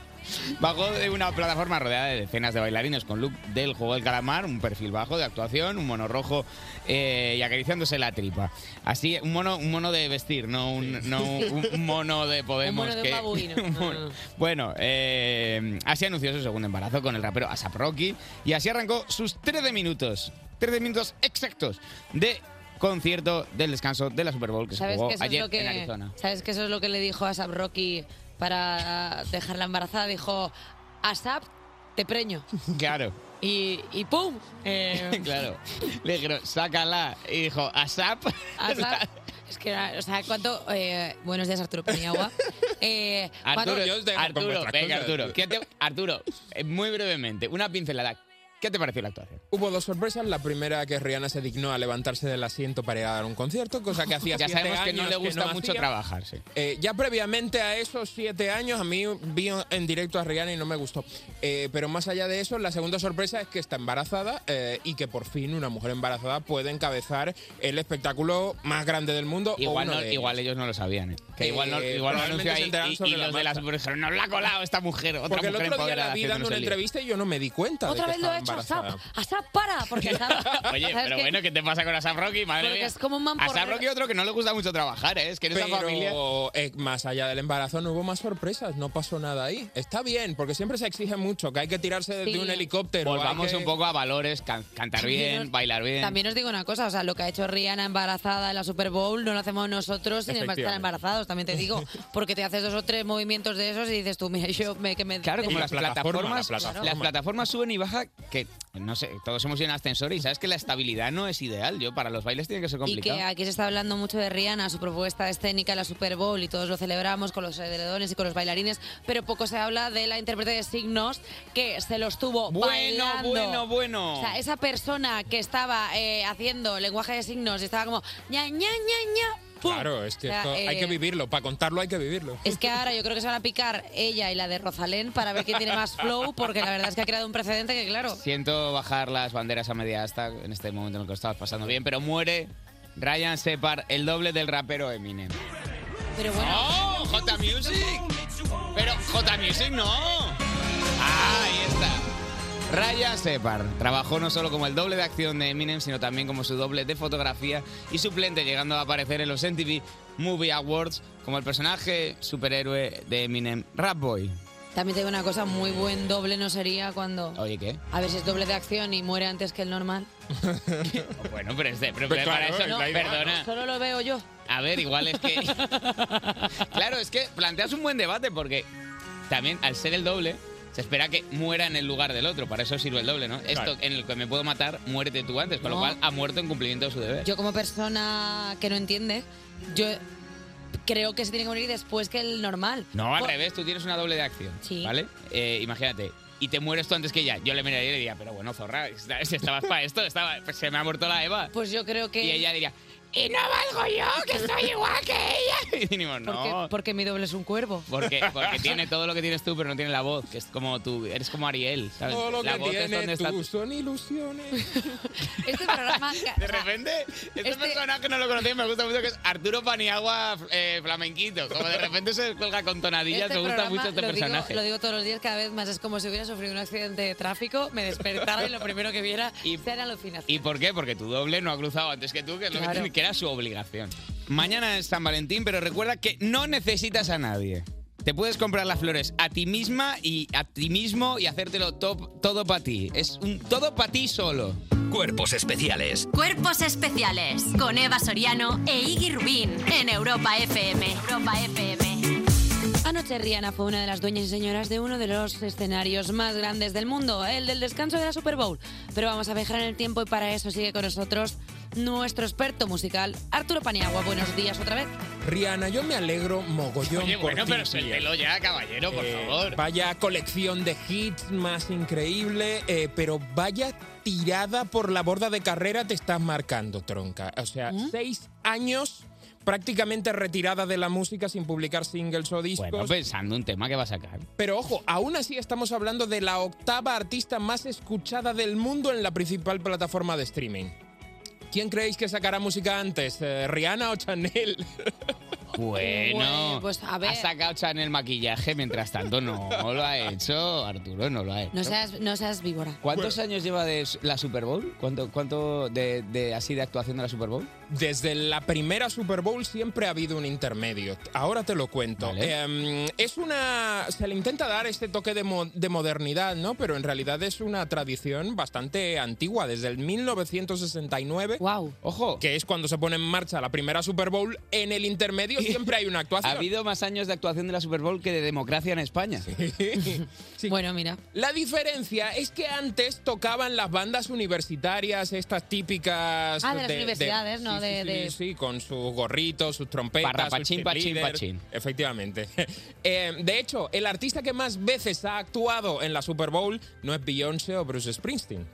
Bajó de una plataforma rodeada de decenas de bailarines con look del juego del calamar, un perfil bajo de actuación, un mono rojo eh, y acariciándose la tripa. Así, un mono, un mono de vestir, no un, no un- un mono de Podemos. Un mono de un que, babuino. Ah. un mono. Bueno, eh, así anunció su segundo embarazo con el rapero Asap Rocky y así arrancó sus 13 minutos, 13 minutos exactos de concierto del descanso de la Super Bowl que se ¿Sabes jugó que, eso ayer es lo que, en Arizona. ¿Sabes que eso es lo que le dijo a Asap Rocky para dejarla embarazada? Dijo, Asap, te preño. Claro. Y, y ¡pum! Eh, claro. Le dijeron, sácala. Y dijo, ASAP. Asap, es que, era- o sea, ¿cuánto...? eh, buenos días, Arturo Paniagua. Eh, ¿cuánto- Arturo, Arturo, venga, Arturo. ¿qué te- Arturo, eh, muy brevemente, una pincelada. ¿Qué te pareció la actuación? Hubo dos sorpresas. La primera, que Rihanna se dignó a levantarse del asiento para ir a dar un concierto, cosa que hacía Ya siete sabemos que no años le gusta no mucho hacía. trabajar, sí. Eh, ya previamente a esos siete años, a mí vi en directo a Rihanna y no me gustó. Eh, pero más allá de eso, la segunda sorpresa es que está embarazada eh, y que por fin una mujer embarazada puede encabezar el espectáculo más grande del mundo. o Igual, uno no- de ellos. igual ellos no lo sabían, ¿eh? Que Eh, igual no, igual lo probablemente anunció se ahí enteran y, sobre y la los de las marcha. mujeres dijeron, nos la ha colado esta mujer, otra Porque el mujer otro día la empoderada vi dando haciéndose una el lío". entrevista y yo no me di cuenta. de Otra que vez lo estaba ha hecho Asap. embarazada. Asap, para, porque Asap... Oye, ¿sabes pero qué? bueno, ¿qué te pasa con Asap Rocky? Madre Porque mía. es como un Asap mamporrero. Rocky otro que no le gusta mucho trabajar, ¿eh? Es que en esa Pero familia... eh, más allá del embarazo no hubo más sorpresas, no pasó nada ahí. Está bien, porque siempre se exige mucho, que hay que tirarse desde Sí. un helicóptero. Volvamos un poco a valores, can- cantar bien, También- bailar bien. También os digo una cosa, o sea, lo que ha hecho Rihanna embarazada en la Super Bowl no lo hacemos nosotros sin embar- estar Efectivamente. embarazados, también te digo, porque te haces dos o tres movimientos de esos y dices tú, mira, yo me... Que me Claro, como me- las plataformas, las plataformas suben y bajan, que no sé, todos hemos ido en ascensor y sabes que la estabilidad no es ideal. Yo para los bailes tiene que ser Y complicado. que aquí se está hablando mucho de Rihanna, su propuesta escénica en la Super Bowl y todos lo celebramos con los edredones y con los bailarines, pero poco se habla de la intérprete de signos que se los tuvo Bueno, bailando. bueno, bueno. O sea, esa persona que estaba eh, haciendo lenguaje de signos y estaba como ña, ña, ña, ña, ¡pum! Claro, es que O sea, esto hay eh, que vivirlo, para contarlo hay que vivirlo. Es que ahora yo creo que se van a picar ella y la de Rosalén para ver quién tiene más flow, porque la verdad es que ha creado un precedente que, claro, Siento bajar las banderas a media asta en este momento en el que lo estabas pasando bien, pero muere Ryan Separ, el doble del rapero Eminem. Pero bueno. ¡Oh! ¡J Music! Pero J Music no. Ah, ahí está. Ryan Separ trabajó no solo como el doble de acción de Eminem, sino también como su doble de fotografía y suplente, llegando a aparecer en los MTV Movie Awards como el personaje superhéroe de Eminem, Rap Boy. también tengo una cosa, muy buen doble no sería cuando... Oye, ¿qué? A ver si es doble de acción y muere antes que el normal. Bueno, pero, este, pero Pues para claro, eso, da igual, perdona. Solo lo veo yo. A ver, igual es que. claro, es que planteas un buen debate porque también al ser el doble. Se espera que muera en el lugar del otro, para eso sirve el doble, ¿no? Esto en el que me puedo matar, muérete tú antes, con lo No. cual ha muerto en cumplimiento de su deber. Yo como persona que no entiende, yo creo que se tiene que morir después que el normal. No, al Por- revés, tú tienes una doble de acción, Sí. ¿vale? Eh, imagínate, y te mueres tú antes que ella. Yo le miraría y le diría, pero bueno, zorra, esta- si estabas para esto, estaba, pues se me ha muerto la Eva. Pues yo creo que... Y ella diría, ¡y no valgo yo, que soy igual que ella! Y decimos, no. Porque, porque mi doble es un cuervo. Porque, porque tiene todo lo que tienes tú, pero no tiene la voz, que es como tú, eres como Ariel, ¿sabes? Todo lo la que voz es donde tiene está tú tu- son ilusiones. Este programa... De repente, este, personaje no lo conocía, me gusta mucho, que es Arturo Paniagua eh, flamenquito. Como de repente se cuelga con tonadillas, Este me gusta programa, mucho este lo digo- personaje. lo digo todos los días, cada vez más. Es como si hubiera sufrido un accidente de tráfico, me despertara y lo primero que viera sean alucinaciones. ¿Y por qué? Porque tu doble no ha cruzado antes que tú, que, es lo que Claro. tiene- que era su obligación. Mañana es San Valentín, pero recuerda que no necesitas a nadie. Te puedes comprar las flores a ti misma y a ti mismo y hacértelo to- todo para ti. Es un todo para ti solo. Cuerpos especiales. Cuerpos especiales con Eva Soriano e Iggy Rubín en Europa FM. Europa FM. Anoche Rihanna fue una de las dueñas y señoras de uno de los escenarios más grandes del mundo, el del descanso de la Super Bowl. Pero vamos a viajar en el tiempo y para eso sigue con nosotros nuestro experto musical, Arturo Paniagua. Buenos días otra vez. Rihanna, yo me alegro mogollón Oye, por bueno, ti, pero tía. suéltelo ya, caballero, por Eh, favor. Vaya colección de hits más increíble, eh, pero vaya tirada por la borda de carrera te estás marcando, tronca. O sea, ¿Mm? seis años prácticamente retirada de la música sin publicar singles o discos. Bueno, pues, pensando un tema que va a sacar. Pero ojo, aún así estamos hablando de la octava artista más escuchada del mundo en la principal plataforma de streaming. ¿Quién creéis que sacará música antes, eh, Rihanna o Chanel? Bueno, Bueno, pues, a ver. ha sacado Chanel maquillaje, mientras tanto no lo ha hecho, Arturo, no lo ha hecho. No seas, no seas víbora. ¿Cuántos años lleva de s- la Super Bowl? ¿Cuánto, cuánto de, de- así de actuación de la Super Bowl? Desde la primera Super Bowl siempre ha habido un intermedio. Ahora te lo cuento. Eh, es una. Se le intenta dar este toque de, mo- de modernidad, ¿no? Pero en realidad es una tradición bastante antigua, desde el 1969. ¡Wow! Ojo. Que es cuando se pone en marcha la primera Super Bowl. En el intermedio siempre hay una actuación. Ha habido más años de actuación de la Super Bowl que de democracia en España. Bueno, mira. La diferencia es que antes tocaban las bandas universitarias, estas típicas. Ah, de las universidades, ¿no? sí, sí, De- sí, de- sí, con sus gorritos, sus trompetas. sus Parrapachín, pachín, cheerleaders. pachín. Efectivamente. Eh, de hecho, el artista que más veces ha actuado en la Super Bowl no es Beyoncé o Bruce Springsteen.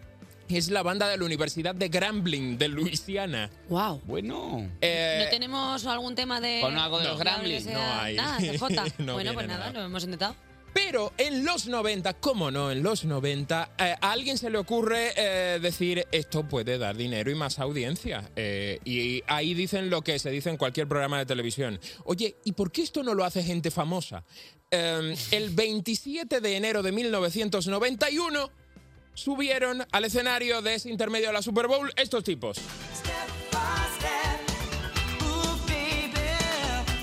Es la banda de la Universidad de Grambling, de Luisiana. Eh, ¡Wow! Bueno. ¿No tenemos algún tema de. Con algo de los de la Gremlins? universidad? No hay. Nada, CJ. No bueno, viene pues nada, nada. lo hemos intentado. Pero en los 90, cómo no, en los 90, eh, a alguien se le ocurre eh, decir esto puede dar dinero y más audiencia. Eh, y ahí dicen lo que se dice en cualquier programa de televisión. Oye, ¿y por qué esto no lo hace gente famosa? Eh, el 27 de enero de 1991 subieron al escenario de ese intermedio de la Super Bowl estos tipos.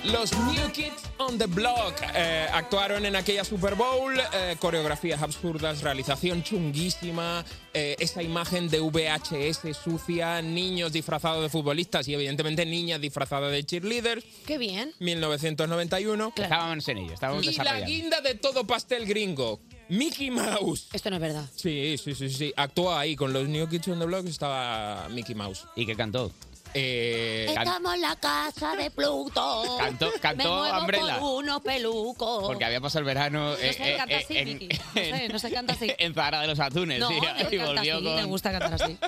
Los New Kids on the Block eh, actuaron en aquella Super Bowl, eh, coreografías absurdas, realización chunguísima, eh, esa imagen de VHS sucia, niños disfrazados de futbolistas y evidentemente niñas disfrazadas de cheerleaders. ¡Qué bien! 1991. Estábamos en ello, estábamos Y la desarrollando. guinda de todo pastel gringo, Mickey Mouse. Esto no es verdad. Sí, sí, sí, sí. Actuó ahí con los New Kids on the Block, estaba Mickey Mouse. ¿Y qué cantó? Eh, Estamos en la casa de Pluto. Cantó- cantó Me muevo Umbrella. por unos pelucos. Porque había pasado el verano No se canta así, eh, en, Miki. No sé, no se canta así. en Zahara de los Atunes. No, sí, no y canta volvió así, con- le gusta cantar así.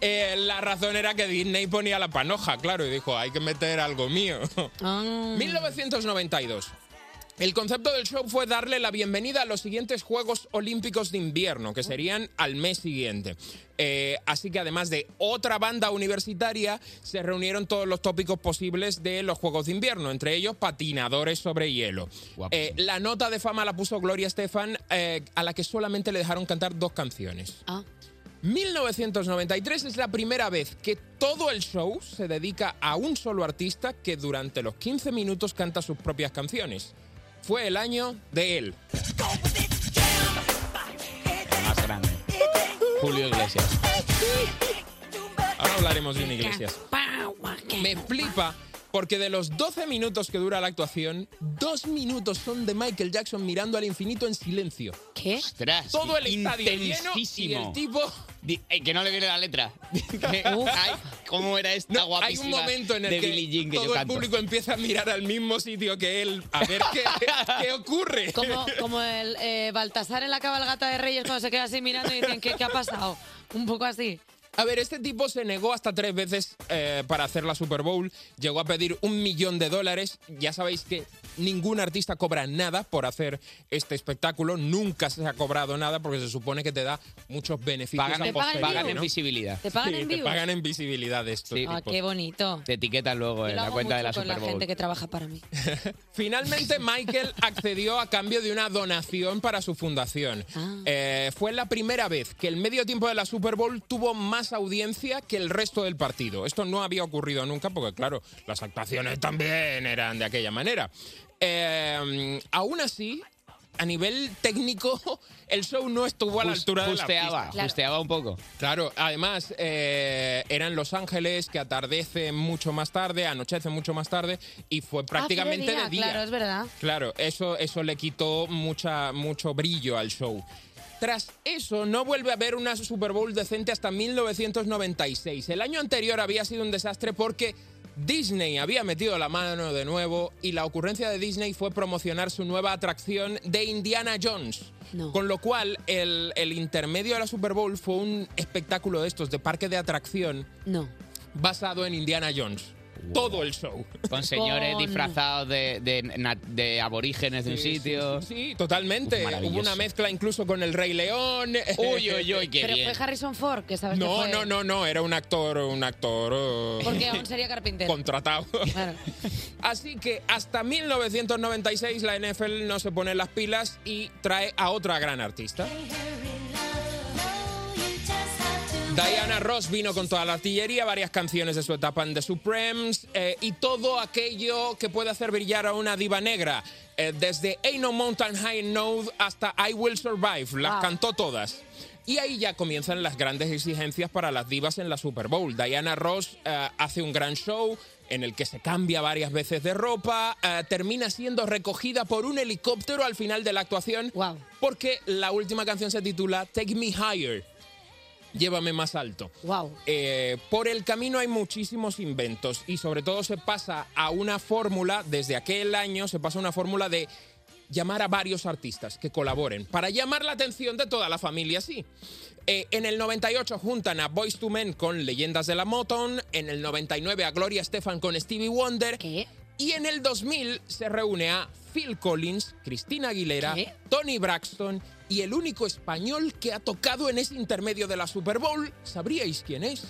Eh, la razón era que Disney ponía la panoja, claro, y dijo, hay que meter algo mío. Mm. Mm. 1992. El concepto del show fue darle la bienvenida a los siguientes Juegos Olímpicos de Invierno, que serían al mes siguiente. Eh, así que además de otra banda universitaria, se reunieron todos los tópicos posibles de los Juegos de Invierno, entre ellos patinadores sobre hielo. Eh, la nota de fama la puso Gloria Estefan, eh, a la que solamente le dejaron cantar dos canciones. 1993 es la primera vez que todo el show se dedica a un solo artista que durante los 15 minutos canta sus propias canciones. Fue el año de él. Más grande. Julio Iglesias. Ahora hablaremos de una Iglesias. Me flipa porque de los 12 minutos que dura la actuación, dos minutos son de Michael Jackson mirando al infinito en silencio. ¿Qué? Todo el estadio lleno y intensísimo. el tipo Di- eh, que no le viene la letra. Ay, ¿Cómo era esta Hay un guapísima momento en el de que, Billie Jean que todo yo el canto? público empieza a mirar al mismo sitio que él, a ver qué, qué ocurre. Como, como el eh, Baltasar en la cabalgata de Reyes cuando se queda así mirando y dicen, ¿qué, qué ha pasado? Un poco así. A ver, este tipo se negó hasta tres veces eh, para hacer la Super Bowl. Llegó a pedir un millón de dólares. Ya sabéis que ningún artista cobra nada por hacer este espectáculo. Nunca se ha cobrado nada porque se supone que te da muchos beneficios. Pagan a en- pagan en posteriori, vivo. ¿no? visibilidad. ¿Te pagan Sí, en te vivo? pagan en visibilidad estos Ah, tipos. qué bonito. Te etiquetan luego pues, Yo lo en la hago cuenta de mucho con la Super la Bowl. gente que trabaja para mí. Finalmente, Michael accedió a cambio de una donación para su fundación. Eh, fue la primera vez que el medio tiempo de la Super Bowl tuvo más audiencia que el resto del partido. Esto no había ocurrido nunca porque, claro, las actuaciones también eran de aquella manera. Eh, aún así, a nivel técnico, el show no estuvo a la Jus- altura de la justeaba, pista. Claro. justeaba un poco. Claro, además eh, era en Los Ángeles, que atardece mucho más tarde, anochece mucho más tarde, y fue prácticamente Ah, fue de día. Claro, es verdad. Claro, eso, eso le quitó mucha, mucho brillo al show. Tras eso, no vuelve a haber una Super Bowl decente hasta 1996. El año anterior había sido un desastre porque Disney había metido la mano de nuevo y la ocurrencia de Disney fue promocionar su nueva atracción de Indiana Jones. Con lo cual, el, el intermedio de la Super Bowl fue un espectáculo de estos, de parque de atracción, No. basado en Indiana Jones. Todo el show. Con señores Con- disfrazados de, de na- de aborígenes de un Sí, sí, sitio. sí, sí, totalmente. Uf, Hubo maravilloso. una mezcla incluso con el Rey León. Uy, uy, uy, Pero fue Harrison Ford, que sabes que No, fue. no, no, no, era un actor, un actor eh, Porque aún sería carpintero. contratado. Así que hasta 1996 la NFL no se pone las pilas y trae a otra gran artista. Diana Ross vino con toda la artillería, varias canciones de su etapa en The Supremes eh, y todo aquello que puede hacer brillar a una diva negra. Eh, desde Ain't No Mountain High Note hasta I Will Survive, las Wow. cantó todas. Y ahí ya comienzan las grandes exigencias para las divas en la Super Bowl. Diana Ross eh, hace un gran show, en el que se cambia varias veces de ropa, eh, termina siendo recogida por un helicóptero al final de la actuación, porque la última canción se titula Take Me Higher. Llévame más alto. Eh, Wow. por el camino hay muchísimos inventos y sobre todo se pasa a una fórmula, desde aquel año se pasa a una fórmula de llamar a varios artistas que colaboren para llamar la atención de toda la familia, sí. Eh, en el 98 juntan a Boys to Men con Leyendas de la Motown, en el 99 a Gloria Estefan con Stevie Wonder y en el 2000 se reúne a Phil Collins, Cristina Aguilera, Tony Braxton y el único español que ha tocado en ese intermedio de la Super Bowl, ¿sabríais quién es?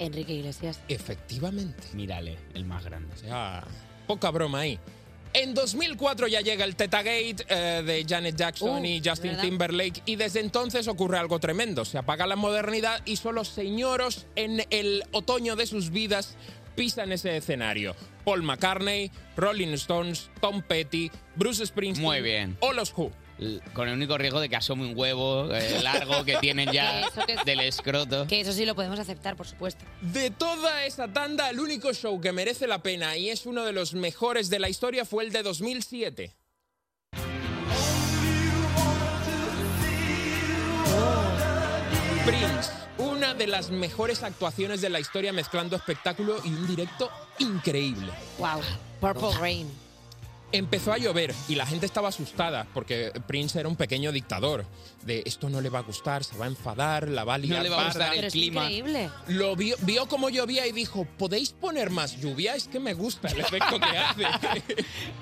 Enrique Iglesias. Efectivamente. Mírale, el más grande. O sea, poca broma ahí. En 2004 ya llega el Teta Gate eh, de Janet Jackson Uh, y Justin ¿verdad? Timberlake y desde entonces ocurre algo tremendo. Se apaga la modernidad y solo señoros en el otoño de sus vidas pisan ese escenario. Paul McCartney, Rolling Stones, Tom Petty, Bruce Springsteen Muy bien. o los Who. L- Con el único riesgo de que asome un huevo eh, largo que tienen ya Eso que- del escroto. Que eso sí lo podemos aceptar, por supuesto. De toda esa tanda, el único show que merece la pena y es uno de los mejores de la historia fue el de 2007. Prince, una de las mejores actuaciones de la historia mezclando espectáculo y un directo increíble. Wow, Purple Rain. Empezó a llover y la gente estaba asustada porque Prince era un pequeño dictador. De esto no le va a gustar, se va a enfadar, la va a liar le va a parda". gustar el Pero es clima. increíble. Lo vio, vio como llovía y dijo, ¿podéis poner más lluvia? Es que me gusta el efecto que hace.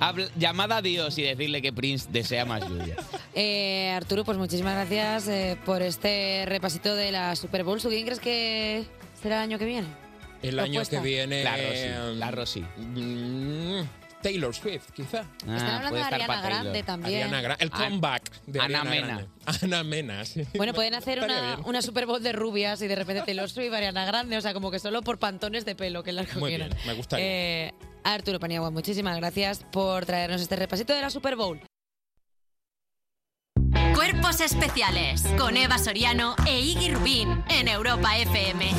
Habla- llamad a Dios y decirle que Prince desea más lluvia. Eh, Arturo, pues muchísimas gracias eh, por este repasito de la Super Bowl. ¿Tú quién crees que será el año que viene? El año que Propuesta. viene... em, La Rosy, la Rosy. mm, Taylor Swift, quizá. Ah, Están hablando de Ariana Grande también. Ariana Gra- el An- comeback de Ana Ariana Mena. Grande. Ana Mena, sí. Bueno, pueden hacer Estaría una, bien. una Super Bowl de rubias y de repente Taylor Swift y Ariana Grande, o sea, como que solo por pantones de pelo que las Muy cogieron. bien, me gustaría. Eh, Arturo Paniagua, muchísimas gracias por traernos este repasito de la Super Bowl. Cuerpos especiales con Eva Soriano e Iggy Rubín en Europa FM.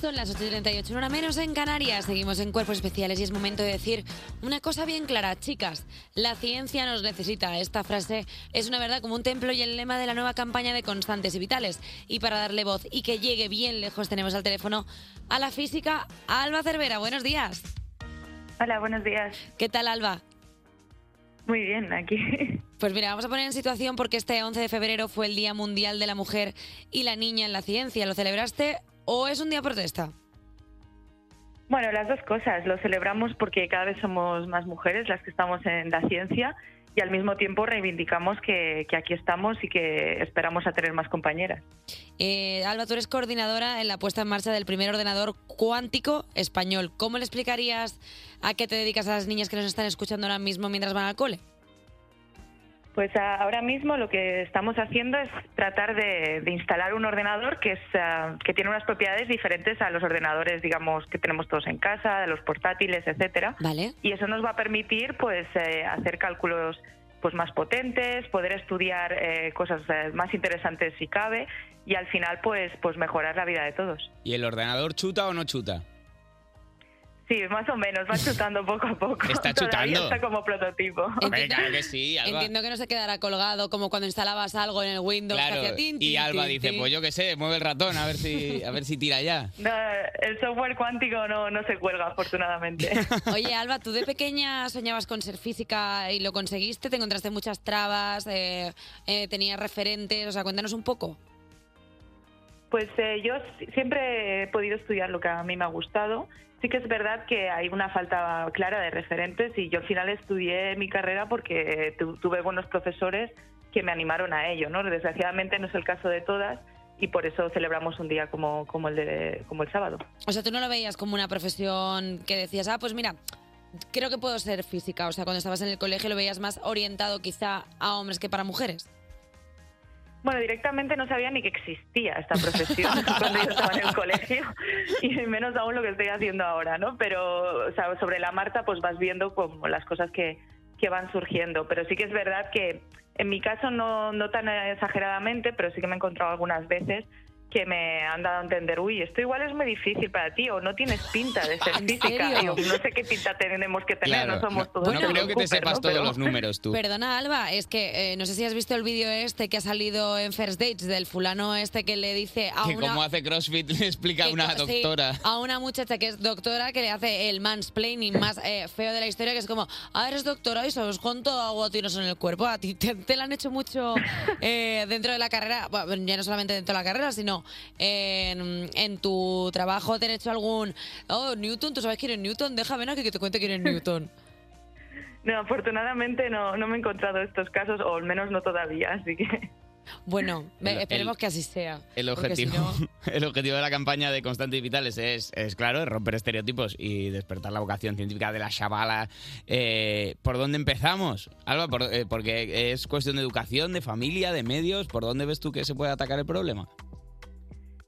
Son las 8.38, una hora menos en Canarias. Seguimos en Cuerpos Especiales y es momento de decir una cosa bien clara, chicas. La ciencia nos necesita. Esta frase es una verdad como un templo y el lema de la nueva campaña de Constantes y Vitales. Y para darle voz y que llegue bien lejos, tenemos al teléfono a la física Alba Cervera. Buenos días. Hola, buenos días. ¿Qué tal, Alba? Muy bien, aquí. Pues mira, vamos a poner en situación porque este 11 de febrero fue el Día Mundial de la Mujer y la Niña en la Ciencia. ¿Lo celebraste o es un día protesta? Bueno, las dos cosas. Lo celebramos porque cada vez somos más mujeres las que estamos en la ciencia y al mismo tiempo reivindicamos que, que aquí estamos y que esperamos a tener más compañeras. Eh, Alba, tú eres coordinadora en la puesta en marcha del primer ordenador cuántico español. ¿Cómo le explicarías a qué te dedicas a las niñas que nos están escuchando ahora mismo mientras van al cole? Pues a- ahora mismo lo que estamos haciendo es tratar de, de instalar un ordenador que, es, ah, que tiene unas propiedades diferentes a los ordenadores, digamos, que tenemos todos en casa, de los portátiles, etcétera. Vale. Y eso nos va a permitir, pues, eh, hacer cálculos pues más potentes, poder estudiar eh, cosas eh, más interesantes si cabe y al final, pues, pues mejorar la vida de todos. ¿Y el ordenador chuta o no chuta? Sí, más o menos, va chutando poco a poco. Está Todavía chutando. está como prototipo. Hombre, claro que Pues sí, Alba. Entiendo que no se quedará colgado como cuando instalabas algo en el Windows. que hacía Claro. tin, Y tin, Alba tin, dice, tin. pues yo qué sé, mueve el ratón a ver si, a ver si tira ya. No, el software cuántico no, no se cuelga, afortunadamente. Oye, Alba, tú de pequeña soñabas con ser física y lo conseguiste, te encontraste muchas trabas, eh, eh, tenías referentes, o sea, cuéntanos un poco. Pues eh, yo si- siempre he podido estudiar lo que a mí me ha gustado. Sí que es verdad que hay una falta clara de referentes y yo al final estudié mi carrera porque eh, tu- tuve buenos profesores que me animaron a ello, ¿no? Desgraciadamente no es el caso de todas y por eso celebramos un día como, como, el, de, como el sábado. O sea, tú no lo veías como una profesión que decías, ah, pues mira, creo que puedo ser física. O sea, cuando estabas en el colegio lo veías más orientado quizá a hombres que para mujeres. Bueno, directamente no sabía ni que existía esta profesión cuando yo estaba en el colegio y menos aún lo que estoy haciendo ahora, ¿no? Pero o sea, sobre la Marta pues vas viendo como las cosas que, que van surgiendo. Pero sí que es verdad que en mi caso no, no tan exageradamente, pero sí que me he encontrado algunas veces que me han dado a entender, uy, esto igual es muy difícil para ti o no tienes pinta de ser física. serio? Digo, no sé qué pinta tenemos que tener, Claro, no somos no- todos. no creo que te Cooper, sepas ¿eh? ¿no? todos Pero- los números tú. Perdona, Alba, es que eh, no sé si has visto el vídeo este que ha salido en First Dates del fulano este que le dice a que una... como hace CrossFit le explica a que una co- sí, Ah, doctora. a una muchacha que es doctora que le hace el mansplaining más eh, feo de la historia, que es como, ah, eres doctora y sabes cuánto agua tienes en el cuerpo. A ti te, te la han hecho mucho eh, dentro de la carrera, bueno, ya no solamente dentro de la carrera, sino en, en tu trabajo te han hecho algún, oh, Newton, tú sabes quién es Newton, déjame ¿no? que, que te cuente quién es Newton. No, afortunadamente no, no me he encontrado estos casos, o al menos no todavía, así que... Bueno, eh, ve- El- esperemos el- que así sea. El objetivo, el objetivo de la campaña de Constantes y Vitales es, es, claro, romper estereotipos y despertar la vocación científica de la chavala. Eh, ¿Por dónde empezamos, Alba? por- eh, porque es cuestión de educación, de familia, de medios. ¿Por dónde ves tú que se puede atacar el problema?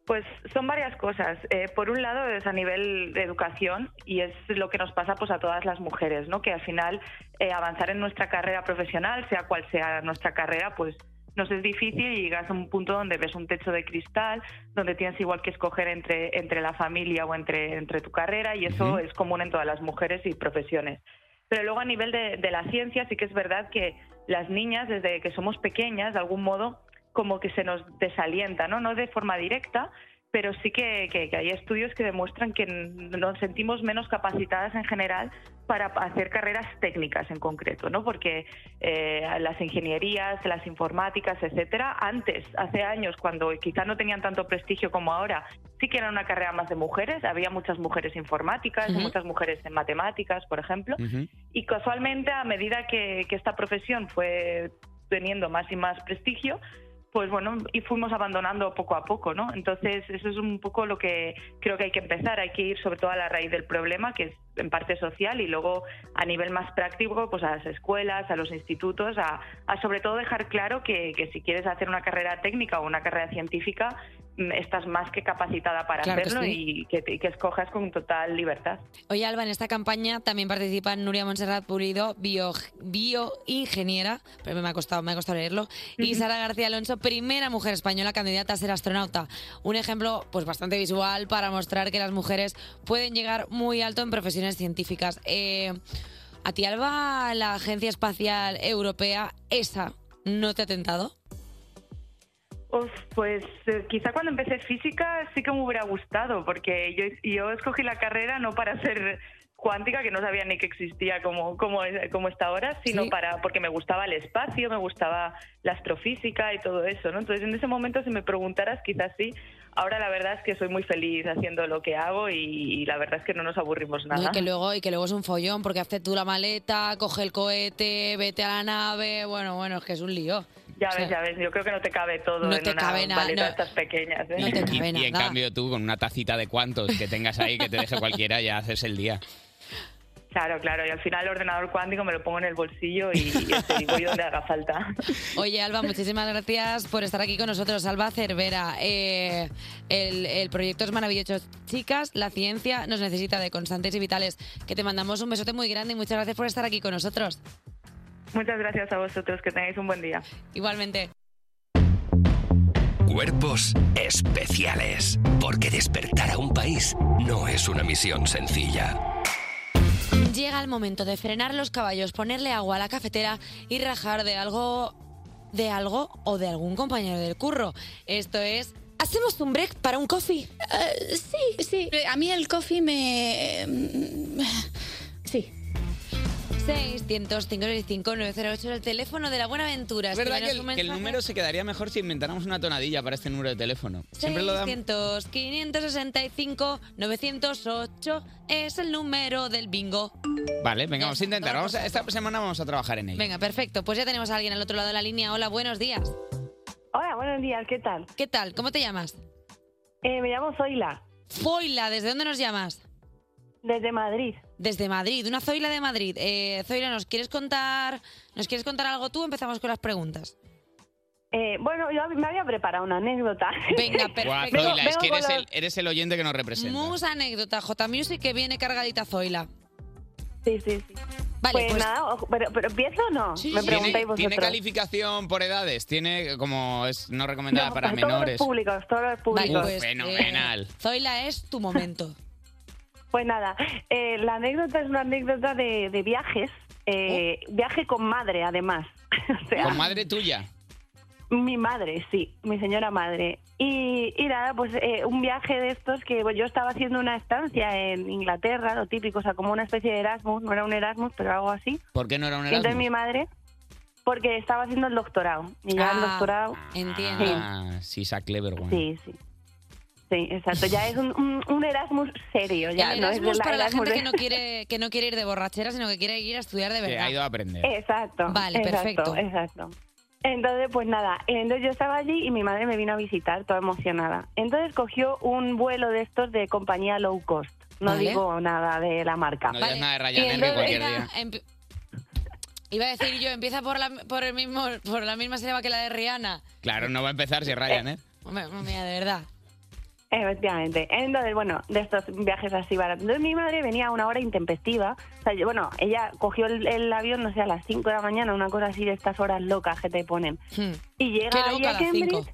Pues son varias cosas. Eh, por un lado es a nivel de educación y es lo que nos pasa pues a todas las mujeres, ¿no? Que al final eh, avanzar en nuestra carrera profesional, sea cual sea nuestra carrera, pues nos es difícil y llegas a un punto donde ves un techo de cristal, donde tienes igual que escoger entre, entre la familia o entre, entre tu carrera y eso Ujú. es común en todas las mujeres y profesiones. Pero luego a nivel de, de la ciencia sí que es verdad que las niñas desde que somos pequeñas de algún modo como que se nos desalienta, ¿no? No de forma directa, pero sí que, que- que hay estudios que demuestran que n- nos sentimos menos capacitadas en general para hacer carreras técnicas en concreto, ¿no? Porque eh, las ingenierías, las informáticas, etcétera, antes, hace años, cuando quizá no tenían tanto prestigio como ahora, sí que era una carrera más de mujeres, había muchas mujeres informáticas, Ujú. muchas mujeres en matemáticas, por ejemplo, y casualmente, a medida que, que esta profesión fue teniendo más y más prestigio, pues bueno, y fuimos abandonando poco a poco, ¿no? Entonces, eso es un poco lo que creo que hay que empezar. Hay que ir sobre todo a la raíz del problema, que es en parte social, y luego a nivel más práctico, pues a las escuelas, a los institutos, a, a sobre todo dejar claro que, que si quieres hacer una carrera técnica o una carrera científica, mm, estás más que capacitada para Claro que hacerlo sí. y que, y que escojas con total libertad. Oye, Alba, en esta campaña también participa Nuria Montserrat Pulido, bio- bioingeniera, pero me ha costado, me ha costado leerlo, y Sara García Alonso, primera mujer española candidata a ser astronauta. Un ejemplo pues bastante visual para mostrar que las mujeres pueden llegar muy alto en profesiones científicas. Eh, a ti, Alba, la Agencia Espacial Europea, esa, ¿no te ha tentado? Uf, pues eh, quizá cuando empecé física sí que me hubiera gustado, porque yo, yo escogí la carrera no para ser cuántica, que no sabía ni que existía como, como, como está ahora, sino para porque me gustaba el espacio, me gustaba la astrofísica y todo eso, ¿no? Entonces en ese momento si me preguntaras quizás sí, ahora la verdad es que soy muy feliz haciendo lo que hago y, y la verdad es que no nos aburrimos No, nada. y que luego y que luego es un follón porque hace tú la maleta, coge el cohete, vete a la nave, bueno, bueno, es que es un lío. Ya O sea, ves, ya ves, yo creo que no te cabe todo No en te una cabe nada, maleta no. de estas pequeñas. ¿eh? No te Y, cabe y en nada. cambio tú con una tacita de cuantos que tengas ahí que te deje cualquiera ya haces el día. Claro, claro, y al final el ordenador cuántico me lo pongo en el bolsillo y, este, y voy donde haga falta. Oye, Alba, muchísimas gracias por estar aquí con nosotros. Alba Cervera, eh, el, el proyecto es maravilloso. Chicas, la ciencia nos necesita de constantes y vitales. Que te mandamos un besote muy grande y muchas gracias por estar aquí con nosotros. Muchas gracias a vosotros, que tengáis un buen día. Igualmente. Cuerpos especiales. Porque despertar a un país no es una misión sencilla. Llega el momento de frenar los caballos, ponerle agua a la cafetera y rajar de algo, de algo o de algún compañero del curro. Esto es, hacemos un break para un coffee. Eh, sí, sí. A mí el coffee me... mm, Sí. 605-908 es el teléfono de la buena aventura. Es verdad que el, que el número se quedaría mejor si inventáramos una tonadilla para este número de teléfono. Siempre lo dan 600, 565, 908 es el número del bingo. Vale, venga, vamos a intentar. Vamos a- esta semana vamos a trabajar en ello. Venga, perfecto. Pues ya tenemos a alguien al otro lado de la línea. Hola, buenos días. Hola, buenos días, ¿qué tal? ¿Qué tal? ¿Cómo te llamas? Eh, me llamo Zoila. Zoila, ¿desde dónde nos llamas? Desde Madrid. Desde Madrid, una Zoila de Madrid. Eh, Zoila, ¿nos quieres contar nos quieres contar algo tú? Empezamos con las preguntas. Eh, bueno, yo me había preparado una anécdota. Venga, Guau, perfecto. Zoila, es que eres el, eres el oyente que nos representa. Mus anécdota, J Music que viene cargadita Zoila. Sí, sí, sí. Vale, pues, pues- nada, o- pero, pero ¿empiezo o no? Me preguntáis ¿Tiene, vosotros. tiene calificación por edades? ¿Tiene como es no recomendada No, para para todos los menores? pues, eh, públicos, todos los públicos. Uf, fenomenal. Zoila, es tu momento. Pues nada, eh, la anécdota es una anécdota de, de viajes, eh, viaje con madre además. O sea, Con madre tuya. Mi madre, sí, mi señora madre. Y, y nada, pues eh, un viaje de estos que bueno, yo estaba haciendo una estancia en Inglaterra, lo típico, o sea, como una especie de Erasmus, no era un Erasmus, pero algo así. ¿Por qué no era un Y entonces Erasmus? mi madre, porque estaba haciendo el doctorado. Y ya el Ah, doctorado. Entiendo. Sí. Ah, sí, esa clever one. Sí, sí. Sí, exacto. Ya es un, un- un Erasmus serio. Ya, El no Erasmus es de para la Erasmus gente de- que no quiere que no quiere ir de borrachera, sino que quiere ir a estudiar de Que verdad. ha ido a aprender. Exacto. Vale, exacto, perfecto. Exacto. Entonces, pues nada, entonces yo estaba allí y mi madre me vino a visitar, toda emocionada. Entonces cogió un vuelo de estos de compañía low cost. No Vale. digo nada de la marca. No digas nada de Y Ryanair que entonces cualquier era- día. empe- Iba a decir yo, empieza por la, por el mismo, por la misma sílaba que la de Rihanna. Claro, no va a empezar si es Eh, Ryanair. Hombre, mira, de verdad. Efectivamente. Entonces, bueno, de estos viajes así baratos. Entonces, mi madre venía a una hora intempestiva. O sea, yo- bueno, ella cogió el, el avión, no sé, a las 5 de la mañana, una cosa así de estas horas locas que te ponen. Y llega Hmm. Qué allí loca a las Cambridge. cinco.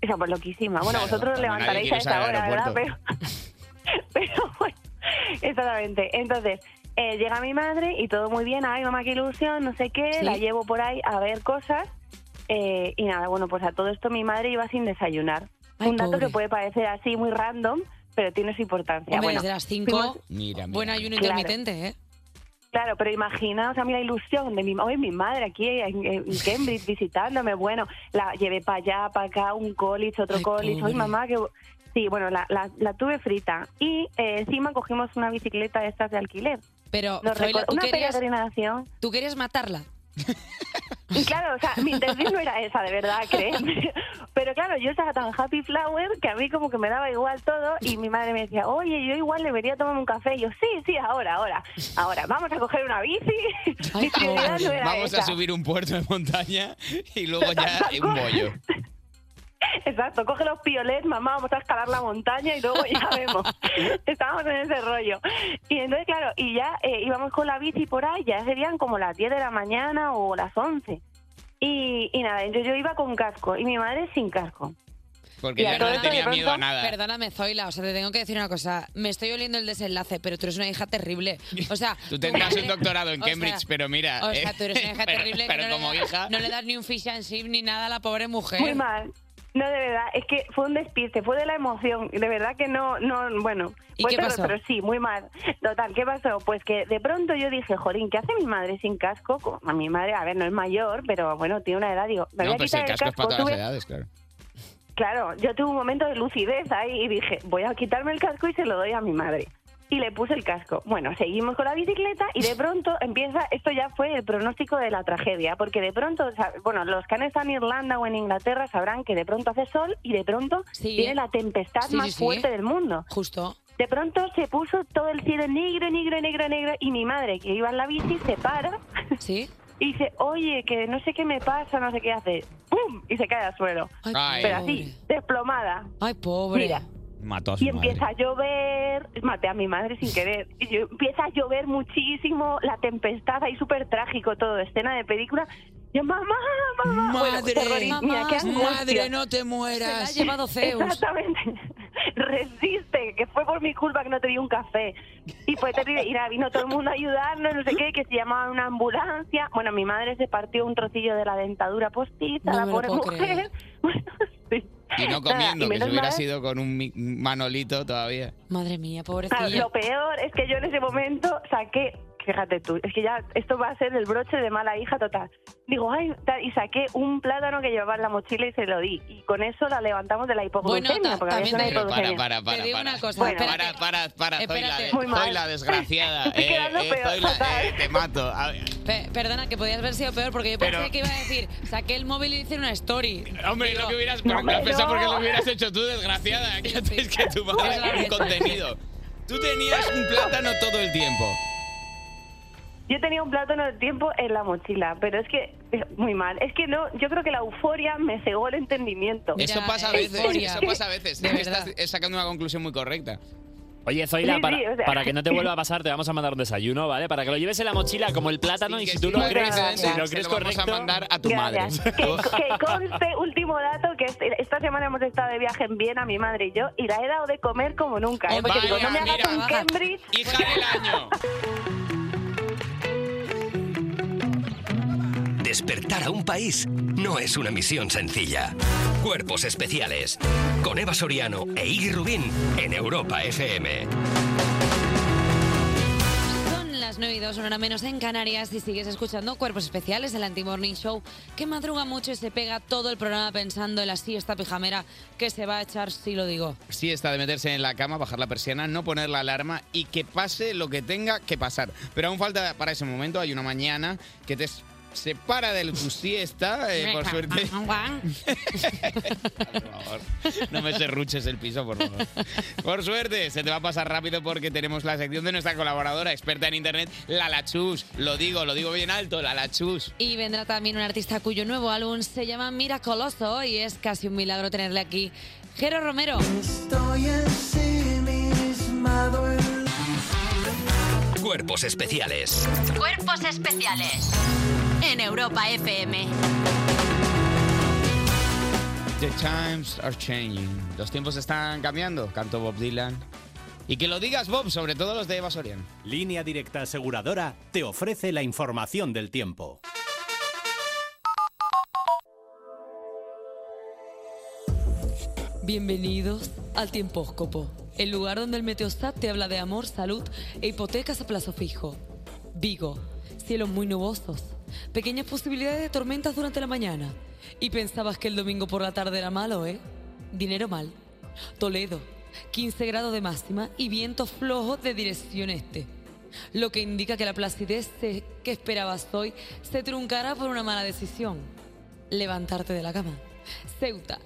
Esa, pues loquísima. Bueno, Claro, vosotros cuando os nadie levantaréis quiere a usar esa el hora, ¿verdad? Pero, aeropuerto. pero bueno, exactamente. Entonces, eh, llega mi madre y todo muy bien. Ay, mamá, qué ilusión, no sé qué. Sí. La llevo por ahí a ver cosas. Eh, y nada, bueno, pues a todo esto mi madre iba sin desayunar. Un dato que puede parecer así muy random, pero tiene su importancia. Hombre, bueno, desde las cinco, Mira, buen ayuno Claro. intermitente, ¿eh? Claro, pero imagina, o sea, mira, la ilusión de mi, oye, mi madre aquí en, en Cambridge visitándome, bueno, la llevé para allá, para acá, un college, otro college, oye, mamá, que... Sí, bueno, la, la, la tuve frita y eh, encima cogimos una bicicleta de estas de alquiler. Pero, Nos Zoila, reco- ¿tú una querías- peregrinación. ¿Tú querías matarla? Y claro, o sea, mi intención no era esa, de verdad, créeme. Pero claro, yo estaba tan happy flower que a mí como que me daba igual todo y mi madre me decía, oye, yo igual debería tomarme un café. Y yo, sí, sí, ahora, ahora, ahora, vamos a coger una bici. Mi prioridad no era Vamos a esa. subir un puerto de montaña y luego ya un bollo. Exacto, coge los piolets, mamá, vamos a escalar la montaña y luego ya vemos. Estábamos en ese rollo. Y entonces, claro, y ya eh, íbamos con la bici por ahí, ya serían como las 10 de la mañana o las 11. Y, y nada, yo, yo iba con casco y mi madre sin casco. Porque Y a ya no todo le esto de tenía miedo a pronto- nada. Perdóname, Zoila, o sea, te tengo que decir una cosa. Me estoy oliendo el desenlace, pero tú eres una hija terrible. O sea, Tú tu tendrás un madre- doctorado en o sea, Cambridge, pero mira. O sea, eh, tú eres una hija pero- terrible Pero que no, como le da- hija. no le das ni un fish and chip ni nada a la pobre mujer. Muy mal. No, de verdad, es que fue un despiste, fue de la emoción. De verdad que no, no bueno. ¿Y fue qué terror, pasó? Pero sí, muy mal. Total, ¿qué pasó? Pues que de pronto yo dije, Jorín, ¿qué hace mi madre sin casco? Como A mi madre, a ver, no es mayor, pero bueno, tiene una edad. Digo, me voy No, a pero si quitar el casco es para todas tuve- las edades, claro. Claro, yo tuve un momento de lucidez ahí y dije, voy a quitarme el casco y se lo doy a mi madre. Y le puse el casco. Bueno, seguimos con la bicicleta y de pronto empieza, esto ya fue el pronóstico de la tragedia, porque de pronto, o sea, bueno, los que han estado en Irlanda o en Inglaterra sabrán que de pronto hace sol y de pronto viene la tempestad ¿eh? Sí, ¿eh? más sí, sí. fuerte del mundo. Justo. De pronto se puso todo el cielo negro, negro, negro, negro y mi madre, que iba en la bici, se para ¿Sí? y dice, oye, que no sé qué me pasa, no sé qué hace. ¡Pum! Y se cae al suelo. Ay, Pero pobre. así, desplomada. Ay, pobre. Mira, Mató a su y madre. empieza a llover, maté a mi madre sin querer, y yo- empieza a llover muchísimo, la tempestad ahí súper trágico todo, escena de película. Yo, mamá, mamá, Bueno, terrori- mira, qué angustia. te Se la ha llevado Zeus. Exactamente. Resiste, que fue por mi culpa que no te di un café. Y fue terrible. Y nada, vino todo el mundo a ayudarnos, no sé qué, que se llamaba una ambulancia. Bueno, mi madre se partió un trocillo de la dentadura postiza, No la me lo pobre puedo mujer. creer. Y no Nada, comiendo, y que menos se hubiera mal- sido con un mi- manolito todavía. Madre mía, Claro, pobrecilla. Ah, lo peor es que yo en ese momento saqué, fíjate tú, es que ya esto va a ser el broche de mala hija total. Digo, ay, tal, y saqué un plátano que llevaba en la mochila y se lo di. Y con eso la levantamos de la hipoglucemia. ta- porque había también una te- Pero para, hipoglucemia. para, para. Te digo para. una cosa, Bueno, espérate. para, para, para, Zoila, Espérate. eh, Muy mal. Zoila, desgraciada. Estoy eh, quedando eh, peor, Zoila, total. eh, te mato. A ver, Pe- perdona, que podías haber sido peor porque yo pensé Pero- que iba a decir, saqué el móvil y hice una story. Hombre, Digo, lo que hubieras. no, la hombre, pesa no. porque lo hubieras hecho tú, desgraciada. que Es que tu Es la madre es un verdad. contenido. Tú tenías un plátano todo el tiempo. Yo tenía un plátano de tiempo en la mochila, pero es que es muy mal. Es que no, yo creo que la euforia me cegó el entendimiento. ¿eh? Eso pasa a veces. Eso pasa a veces. Es que estás eh, sacando una conclusión muy correcta. Oye, Zoila, Sí, para, sí, o sea- para que no te vuelva a pasar, te vamos a mandar un desayuno, ¿vale? Para que lo lleves en la mochila como el plátano y si tú lo sí, crees, gracias. si lo Se crees lo vamos a correcto, mandar a tu Gracias. Que, que conste, último dato, que este- esta semana hemos estado de viaje en Viena, mi madre y yo, y la he dado de comer como nunca. Oh, ¿eh? Porque digo, no me hagas un Cambridge. Despertar a un país no es una misión sencilla. Cuerpos especiales. Con Eva Soriano e Iggy Rubín en Europa FM. Son las 9 y 2, una hora menos en Canarias y sigues escuchando Cuerpos Especiales, el Anti-Morning Show, que madruga mucho y se pega todo el programa pensando en la siesta pijamera que se va a echar si lo digo. Sí, está de meterse en la cama, bajar la persiana, no poner la alarma y que pase lo que tenga que pasar. Pero aún falta para ese momento, hay una mañana que te separa de tu siesta, eh, por suerte. No me serruches el piso, por favor. Por suerte, se te va a pasar rápido porque tenemos la sección de nuestra colaboradora, experta en internet, Lala Chus. Lo digo, lo digo bien alto, Lala Chus. Y vendrá también un artista cuyo nuevo álbum se llama Miracoloso y es casi un milagro tenerle aquí. Jero Romero. Estoy ensimismado en Cuerpos especiales. Cuerpos especiales en Europa FM. The times are changing. Los tiempos están cambiando, cantó Bob Dylan. Y que lo digas, Bob, sobre todo los de Eva Soriano. Línea Directa Aseguradora te ofrece la información del tiempo. Bienvenidos al Tiempóscopo, el lugar donde el Meteostat te habla de amor, salud e hipotecas a plazo fijo. Vigo, cielos muy nubosos, pequeñas posibilidades de tormentas durante la mañana. Y pensabas que el domingo por la tarde era malo, ¿eh? Dinero mal. Toledo, 15 grados de máxima y vientos flojos de dirección este. Lo que indica que la placidez de- que esperabas hoy se truncará por una mala decisión. Levantarte de la cama. Ceuta,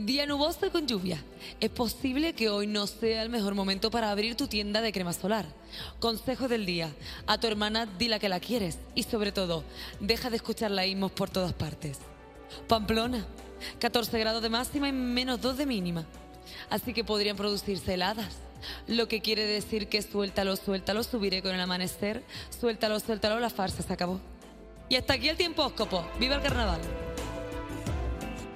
Día nuboso y con lluvia. Es posible que hoy no sea el mejor momento para abrir tu tienda de crema solar. Consejo del día. A tu hermana dila que la quieres y sobre todo, deja de escuchar la IMOS por todas partes. Pamplona, 14 grados de máxima y menos 2 de mínima. Así que podrían producirse heladas. Lo que quiere decir que suéltalo, suéltalo, subiré con el amanecer. Suéltalo, suéltalo, la farsa se acabó. Y hasta aquí el tiempóscopo. ¡Viva el carnaval!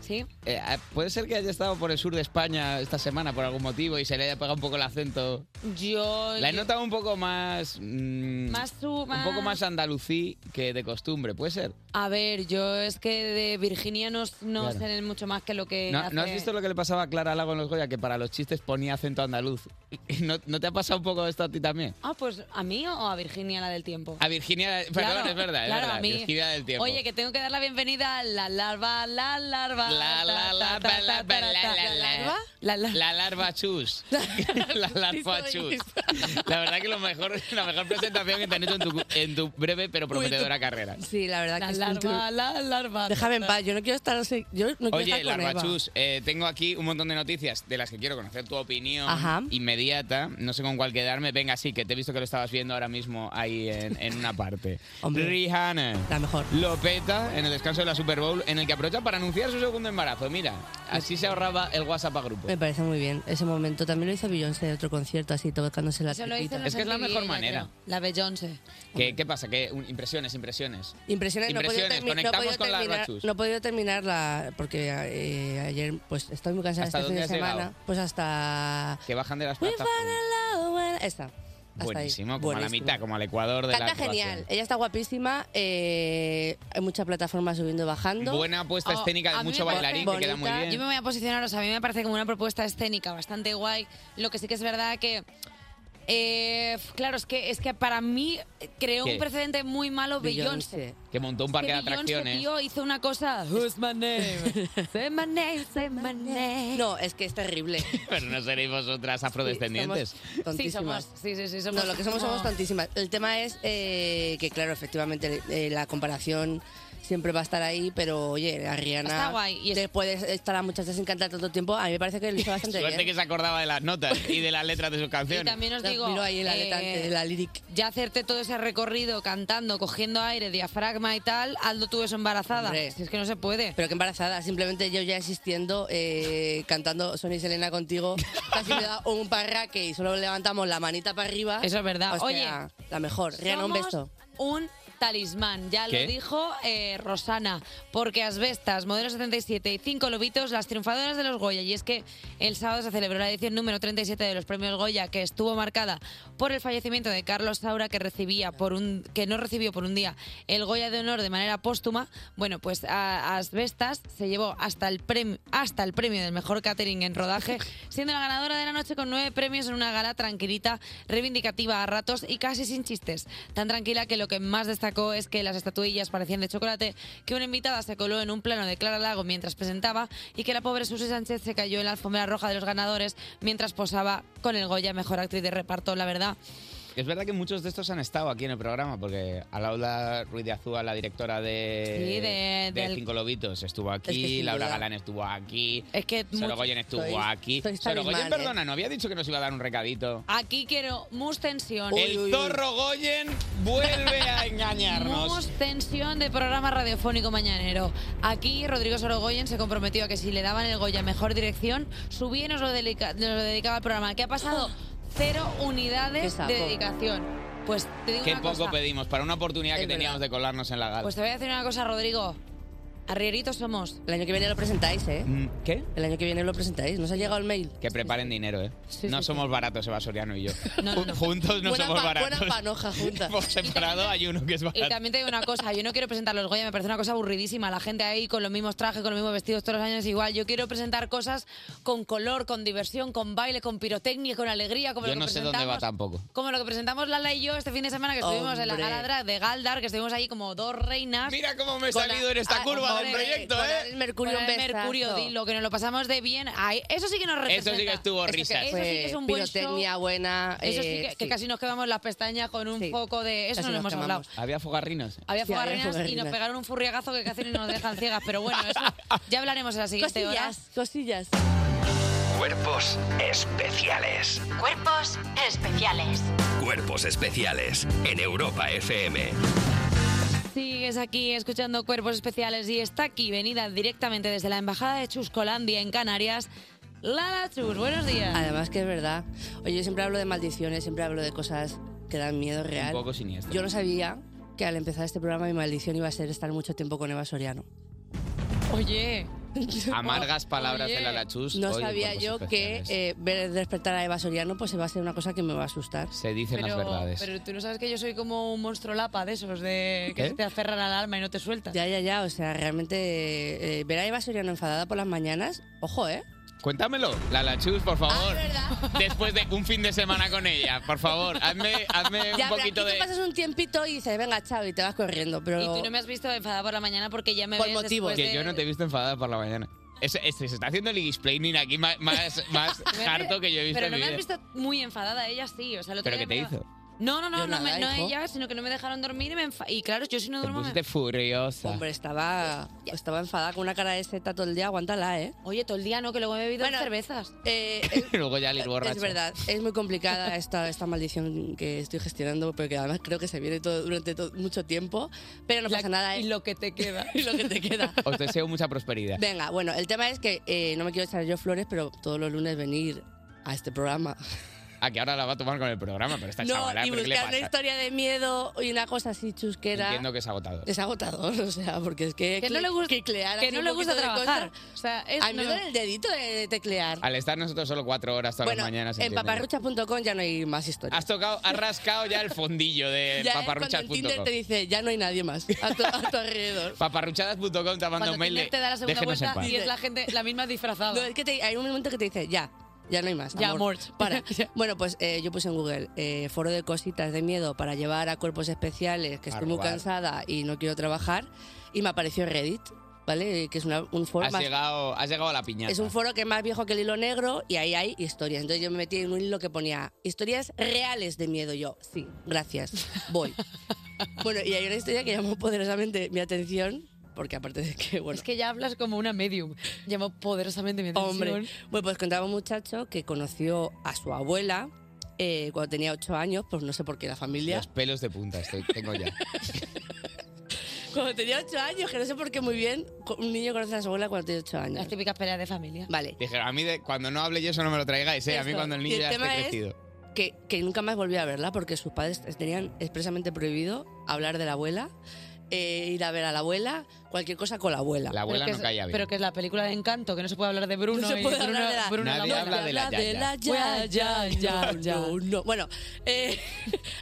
Sí. eh, puede ser que haya estado por el sur de España esta semana por algún motivo y se le haya pegado un poco el acento. Yo... La he notado un poco más. mm, Más tú, Un más- poco más andalucí que de costumbre, puede ser. A ver, yo es que de Virginia no, no Claro. sé mucho más que lo que ¿No, hace- no has visto lo que le pasaba a Clara Lago en los Goya? Que para los chistes ponía acento andaluz. ¿No, no te ha pasado un poco esto a ti también? Ah, pues a mí o a Virginia la del tiempo. A Virginia, perdón, Claro, es verdad, es claro, verdad, a mí. Virginia del tiempo. Oye, que tengo que dar la bienvenida a la larva, la larva. La, la, la, ta, ta, la, ta, ta, la, ta, la, ta, la. La, larva chus. la larva chus. La verdad que lo mejor, la mejor presentación que te han hecho en tu, en tu breve pero prometedora carrera. Sí, la verdad que es larva, cultura- la larva. Déjame en paz, yo no quiero estar así- yo no quiero Oye, estar con Eva. Larbachus, eh, tengo aquí un montón de noticias de las que quiero conocer tu opinión Ajá. inmediata. No sé con cuál quedarme. Venga, sí, que te he visto que lo estabas viendo ahora mismo ahí en, en una parte. Rihanna. La mejor. Lo peta en el descanso de la Super Bowl, en el que aprovecha para anunciar su segundo embarazo. Mira, así se ahorraba el WhatsApp a grupo. Me parece muy bien ese momento. También lo hizo Beyoncé de otro concierto, así tocándose la Eso lo hizo tripita. en los MTV, yo creo. La Beyoncé. ¿Qué, qué pasa? ¿Qué? Un- impresiones, impresiones. Impresiones, no he podido termi- no he Conectamos podido con terminar, Larbachus. no he podido terminarla porque eh, ayer pues estoy muy cansada ¿Hasta este fin de dónde has semana. llegado? Pues hasta... Que bajan de las We're plataformas. gonna love when- Esta. Hasta ahí. Buenísimo, como a la Buenísimo. mitad, como al Ecuador de la Canta actuación. genial, ella está guapísima, eh, hay mucha plataforma subiendo y bajando. Buena Oh, apuesta a escénica, mí mucho me parece bailarín, que queda muy bonita. bien. Yo me voy a posicionar, o sea, a mí me parece como una propuesta escénica bastante guay. Lo que sí que es verdad que. eh, claro, es que, es que para mí eh, creó ¿Qué? un precedente muy malo Beyoncé. Que montó Que un parque de Beyoncé, atracciones. tío, hizo una cosa. Who's my name? Say my name, say my name. No, es que es terrible. Pero no seréis vosotras afrodescendientes. Tontísimas. Sí, somos, sí, sí, sí, somos no, lo que somos como- somos tantísimas. El tema es eh, que, claro, efectivamente, eh, la comparación siempre va a estar ahí, pero oye, a Rihanna Está guay, después de estar a muchachas encantadas tanto tiempo, a mí me parece que lo hizo bastante bien. Suerte que se acordaba de las notas y de las letras de sus canciones. Y también os Las digo, eh, miro ahí en la letra antes, en la ya hacerte todo ese recorrido cantando, cogiendo aire, diafragma y tal, Aldo tú eso embarazada. Si es que no se puede. Pero qué embarazada, simplemente yo ya existiendo, eh, cantando Sony y Selena contigo, casi me da un parraque y solo levantamos la manita para arriba. Eso es verdad. O sea, Oye, la mejor. Rihanna, un Somos beso. Un talismán, ya ¿Qué? lo dijo eh, Rosana, porque Asbestas, Modelo 77 y Cinco Lobitos, las triunfadoras de los Goya. Y es que el sábado se celebró la edición número 37 de los premios Goya, que estuvo marcada por el fallecimiento de Carlos Saura, que, recibía por un, que no recibió por un día el Goya de Honor de manera póstuma. Bueno, pues a- Asbestas se llevó hasta el, prem- hasta el premio del mejor catering en rodaje, siendo la ganadora de la noche con nueve premios en una gala tranquilita, reivindicativa a ratos y casi sin chistes. Tan tranquila que lo que más destacó es que las estatuillas parecían de chocolate, que una invitada se coló en un plano de Clara Lago mientras presentaba y que la pobre Susi Sánchez se cayó en la alfombra roja de los ganadores mientras posaba con el Goya Mejor Actriz de Reparto, la verdad. Es verdad que muchos de estos han estado aquí en el programa, porque Alaula Ruiz de Azúa, la directora de, Sí, de- de del- Cinco Lobitos, estuvo aquí, Es que sin Laura duda. Galán estuvo aquí, Es que Sorogoyen muchos- estuvo sois- aquí. sois Sorogoyen, talismanes. perdona, no había dicho que nos iba a dar un recadito. Aquí quiero mus tensión. el zorro Goyen vuelve a engañarnos. Mus tensión de programa radiofónico mañanero. Aquí Rodrigo Sorogoyen se comprometió a que si le daban el Goya mejor dirección, su bien nos lo, delica- nos lo dedicaba al programa. ¿Qué ha pasado? Cero unidades saco. de dedicación. Pues te digo Qué una poco cosa. pedimos para una oportunidad que teníamos de colarnos en la gala. Pues te voy a decir una cosa, Rodrigo. Arrieritos somos. El año que viene lo presentáis, ¿eh? Mm, ¿Qué? El año que viene lo presentáis. ¿Nos ha llegado el mail? Que preparen dinero, ¿eh? no somos baratos, Eva Soriano y yo. Juntos no Buena somos pa- baratos. buena panoja juntas. Por separado hay uno que es Y barato. también te digo una cosa, yo no quiero presentar los Goya, me parece una cosa aburridísima, la gente ahí con los mismos trajes, con los mismos vestidos todos los años igual, yo quiero presentar cosas con color, con diversión, con baile, con pirotecnia, con alegría, como Yo lo que no sé dónde va presentamos- tampoco. Como lo que presentamos Lala y yo este fin de semana que estuvimos en la Hombre. gala drag de Galdar, que estuvimos ahí como dos reinas. Ah, Mira cómo me he salido en esta curva del proyecto, ¿eh? Mercurio, un besazo. Mercurio, dilo, que nos lo pasamos de bien. Ay, eso sí que nos representa. Eso sí que estuvo Eso que- risas. Eso sí que es un buen show. Pirotecnia buena. Eso sí eh, que, que casi nos quedamos las pestañas con un foco de... Eso Casi no lo nos hemos hablado. quemamos. Había fogarrinos. Había Sí, había fogarrinas y nos fogarrinas. pegaron un furriagazo que casi nos dejan ciegas, pero bueno, eso ya hablaremos en la siguiente Cosillas, cosillas. Cuerpos especiales. Cuerpos especiales. Cuerpos especiales en Europa FM. hora. Sigues aquí escuchando Cuerpos Especiales y está aquí, venida directamente desde la Embajada de Chuscolandia en Canarias, Lala Chus. Buenos días. Además que es verdad. Oye, yo siempre hablo de maldiciones, siempre hablo de cosas que dan miedo real. Un poco siniestro. Yo no sabía que al empezar este programa mi maldición iba a ser estar mucho tiempo con Eva Soriano. Oye. Amargas palabras de la Lachus. No hoy en sabía Cuerpos yo que Especiales. eh, ver despertar a Eva Soriano pues se va a ser una cosa que me va a asustar. Se dicen las verdades. Pero tú no sabes que yo soy como un monstruo lapa de esos, de que ¿Qué? se te aferran al alma y no te sueltas. Ya, ya, ya. O sea, realmente eh, ver a Eva Soriano enfadada por las mañanas, ojo, ¿eh? Cuéntamelo, la Lachus, por favor. Después de un fin de semana con ella, por favor, hazme, hazme ya, un pero poquito aquí de. te pasas un tiempito y dices, venga, chao, y te vas corriendo. Pero Y tú no me has visto enfadada por la mañana porque ya me Por ves después Que de- yo no te he visto enfadada por la mañana. Es- es- se está haciendo el explaining aquí más, más, más Me has- harto que yo he visto Pero en no mi me has vida. visto muy enfadada, ella sí. O sea, el otro ¿Pero día qué te me- hizo? No, no, no, Yo no, me- nada, no hijo. ella, sino que no me dejaron dormir y me enfa- Y claro, yo si no Te duermo me pusiste furiosa. Hombre, estaba, estaba enfadada con una cara de seta todo el día, aguántala, ¿eh? Oye, todo el día no, que luego me he bebido dos cervezas. Luego ya al ir borracho. Es verdad, es muy complicada esta, esta maldición que estoy gestionando, porque además creo que se viene todo, durante todo- mucho tiempo, pero no pasa nada. Y lo que te queda. y lo que te queda. Os deseo mucha prosperidad. Venga, bueno, el tema es que eh, no me quiero echar yo flores, pero todos los lunes venir a este programa. Ah, que ahora la va a tomar con el programa, pero está no, chavala, y ¿pero qué le buscar una pasa? historia de miedo y una cosa así chusquera. Entiendo que es agotador. Es agotador, o sea, porque es que... Que no le gusta, que teclear así no un le gusta poquito de trabajar. cosas- O sea, es, A mí me no- duele el dedito de, de teclear. Al estar nosotros solo cuatro horas todas Bueno, las mañanas. en entiendo. paparruchas.com ya no hay más historias. Has tocado, has rascado ya el fondillo de Ya es cuando el Tinder paparruchas.com. te dice, ya no hay nadie más a tu, a tu alrededor. Paparruchadas.com te manda Cuando un mail Tinder de te da la segunda "Déjenos en vuelta paz". y es la gente, la misma disfrazada. No, es que te- hay un momento que te dice, ya, ya no hay más. Ya, amor, amor. Para. Bueno, pues eh, yo puse en Google eh, foro de cositas de miedo para llevar a cuerpos especiales, que A estoy muy robar. cansada y no quiero trabajar, y me apareció Reddit, ¿vale? Que es una- un foro Has más... llegado, has llegado a la piñata. Es un foro que es más viejo que el hilo negro y ahí hay historias. Entonces yo me metí en un hilo que ponía historias reales de miedo. Yo, sí, gracias, voy. bueno, y hay una historia que llamó poderosamente mi atención, porque aparte de que, bueno... Es que ya hablas como una medium. Llamó poderosamente mi atención. Hombre, bueno, pues contaba un muchacho que conoció a su abuela eh, cuando tenía ocho años, pues no sé por qué la familia. Los pelos de punta estoy, tengo ya. Cuando tenía ocho años, que no sé por qué muy bien, co- un niño conoce a su abuela cuando tiene ocho años. Las típicas peleas de familia. Vale. Dije, a mí de- cuando no hable yo eso no me lo traigáis, ¿eh? A mí Eso. cuando el Y niño el ya esté tema es- crecido. que, que nunca más volví a verla porque sus padres tenían expresamente prohibido hablar de la abuela, eh, ir a ver a la abuela, cualquier cosa con la abuela. La abuela Pero que no es- caía bien. Pero que es la película de Encanto, que no se puede hablar de Bruno. No se y puede Bruno- hablar de la- Bruno Nadie la habla abuela. de la de la ya, ya, ya, ya. No, no. Bueno, eh,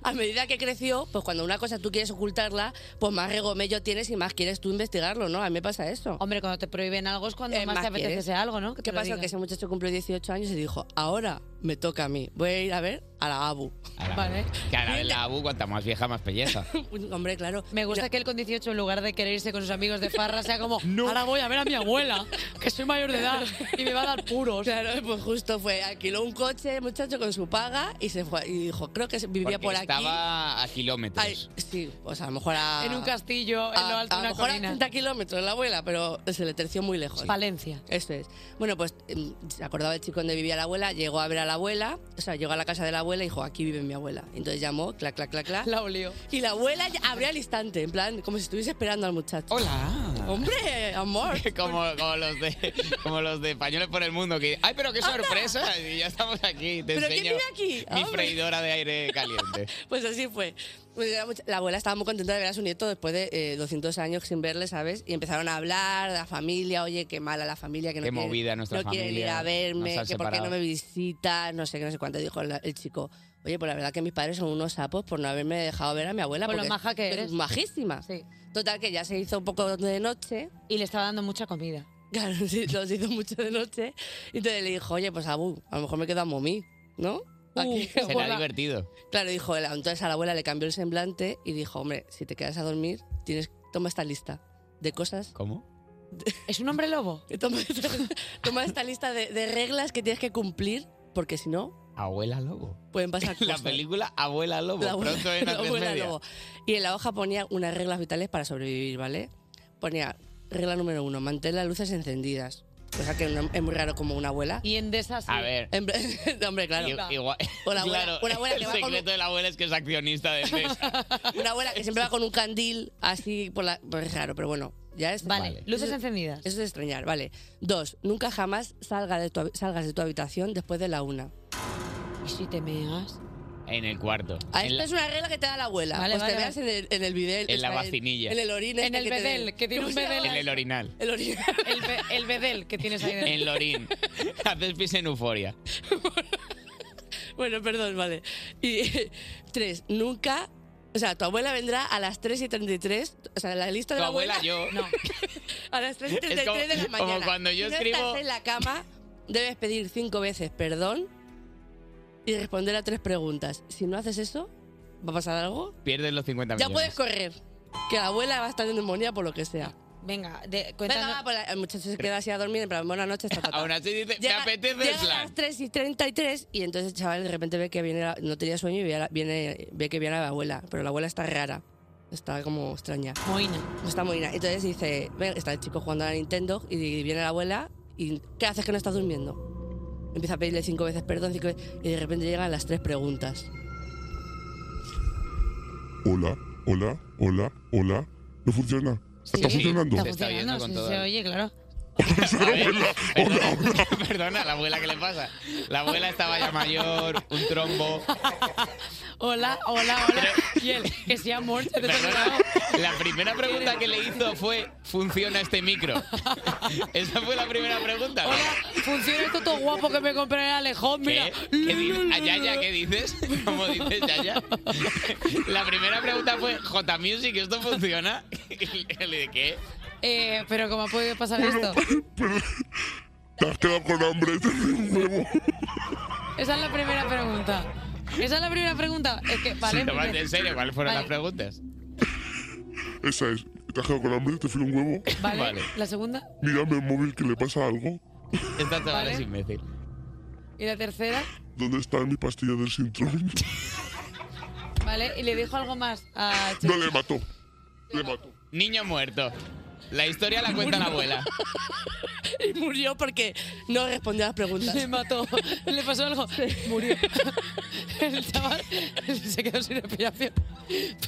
a medida que creció, pues cuando una cosa tú quieres ocultarla, pues más regomello tienes y más quieres tú investigarlo, ¿no? A mí me pasa eso. Hombre, cuando te prohíben algo es cuando más te apetece algo, ¿no? Que te ¿Qué lo pasó? digan. Que ese muchacho cumplió 18 años y dijo, ahora me toca a mí, voy a ir a ver a la ABU. Vale. Que a la vez la abu, cuanta más vieja, más belleza. Hombre, claro. Me gusta que él con 18, en lugar de querer irse con sus amigos de farra, sea como, ahora voy a ver a mi abuela, que soy mayor de edad y me va a dar puros. Claro, pues justo fue, alquiló un coche, muchacho, con su paga y se fue. Y dijo, creo que vivía Porque por aquí. estaba a kilómetros. Ay, sí, o sea, a lo mejor a... En un castillo, en lo alto a de una lo mejor colina. a 30 kilómetros la abuela, pero se le terció muy lejos. Valencia. Eso es. Bueno, pues em, se acordaba del chico donde vivía la abuela, llegó a ver a la abuela, o sea, llegó a la casa de la abuela y dijo, aquí vive mi abuela. Entonces llamó, clac, clac, clac, clac. La olió. Y la abuela ya abrió al instante, en plan, como si estuviese esperando al muchacho. ¡Hola! ¡Hombre, amor! como, como los de, como los de españoles por el mundo que ¡Ay, pero qué Anda. sorpresa! Y ya estamos aquí. Te ¿Pero quién enseño vive aquí? mi Hombre. freidora de aire caliente. Pues así fue. Pues era mucha- La abuela estaba muy contenta de ver a su nieto después de eh, 200 años sin verle, ¿sabes? Y empezaron a hablar de la familia, oye, qué mala la familia, que no Qué quiere- movida nuestra no quieren ir familia, a verme, nos han que por qué no separado. me visita, no sé qué, no sé cuánto. Dijo la- el chico, oye, pues la verdad que mis padres son unos sapos por no haberme dejado ver a mi abuela. Por lo porque maja que es eres. Majísima. Total, que ya se hizo un poco de noche. Y le estaba dando mucha comida. Claro, sí, nos hizo mucho de noche. Y entonces le dijo, oye, pues Abu, a lo mejor me queda momí, ¿no? Aquí, Será abuela. divertido. Claro, dijo él. Entonces a la abuela le cambió el semblante y dijo, hombre, si te quedas a dormir, tienes toma esta lista de cosas. ¿Cómo? ¿Es un hombre lobo? Toma, toma esta lista de, de reglas que tienes que cumplir, porque si no, Abuela Lobo. pueden pasar La cosas. película Abuela Lobo. La abuela- Pronto en la A3 abuela Media. lobo. Y en la hoja ponía unas reglas vitales para sobrevivir, ¿vale? Ponía regla número uno, mantén las luces encendidas. Cosa que no- es muy raro como una abuela. Y en desastre. A ver. En plan- hombre, claro. I- igual- Una abuela- claro, una abuela que el va con secreto de la abuela es que es accionista de este, Endesa. Una abuela que siempre va con un candil así por la. Pues es raro, pero bueno. Ya es, Vale, Vale. luces eso- encendidas. Eso es extrañar, vale. Dos, nunca jamás salga de tu hab- salgas de tu habitación después de la una. ¿Y si te meas? En el cuarto. Ah, En esta la- es una regla que te da la abuela. Vale, pues vale, te veas en el, en el bidel. En la está vacinilla. En el orín. En este el que te bedel, den. que tiene ¿Cómo un se llama? bedel. en el orinal. El orín. El, be- el bedel que tienes ahí dentro. En Lorín. Haces pis en euforia. Bueno, perdón, vale. Y tres, nunca. O sea, tu abuela vendrá a las 3 y 33. O sea, la lista de Tu la abuela, abuela. yo. A las 3 y Es 33 como- de la como mañana. cuando yo si no escribo- Estás en la cama, debes pedir cinco veces perdón y responder a tres preguntas. Si no haces eso, ¿va a pasar algo? Pierdes los 50 Ya millones. puedes correr. Que la abuela va a estar en neumonía por lo que sea. Venga, de, Venga, va, pues la- el muchacho se queda así a dormir, en plan, buenas noches, ta, ta, ta. Aún así dice, me apetece el Llega a flan. las 3 y 33 y entonces el chaval de repente ve que viene, la- no tenía sueño y ve, a la- viene, ve que viene a la abuela, pero la abuela está rara, está como extraña. Moina. Está moina. Entonces dice, ve, está el chico jugando a la Nintendo y viene la abuela y ¿qué haces que no estás durmiendo? Empieza a pedirle cinco veces perdón cinco veces, y de repente llegan las tres preguntas. Hola, hola, hola, hola. No funciona. Está Sí, funcionando. Está funcionando, sí, se oye, claro. Perdona, la abuela, ¿qué le pasa? La abuela estaba ya mayor, un trombo. Hola, hola, hola. Y él, que se ha muerto. te tengo Perdona, la primera pregunta que le hizo fue, ¿funciona este micro? Esa fue la primera pregunta. Funciona esto todo guapo que me compré en Oh, Alejón, mira. ¿Qué? ¿Qué dices? Yaya, ¿qué dices? ¿Cómo dices, Yaya? La primera pregunta fue, ¿J Music, esto funciona? Y le dije, ¿qué? Eh, pero ¿cómo ha podido pasar esto? Te has quedado con hambre. te doy un huevo. Esa es la primera pregunta. Esa es la primera pregunta. Es que, vale. Sí, Tomás, en serio, ¿cuáles fueron Vale. las preguntas? Esa es. Te has quedado con hambre, te filo un huevo. Vale. La segunda Mírame el móvil que le pasa algo. Esta chavala es imbécil. y la tercera, ¿Dónde está mi pastilla del cintrón? ¿vale? Y le dijo algo más a No le mató. Le mató. Niño muerto. La historia la cuenta la abuela. Y murió porque no respondió a las preguntas. Le mató. Le pasó algo. Murió. El chaval se quedó sin respiración.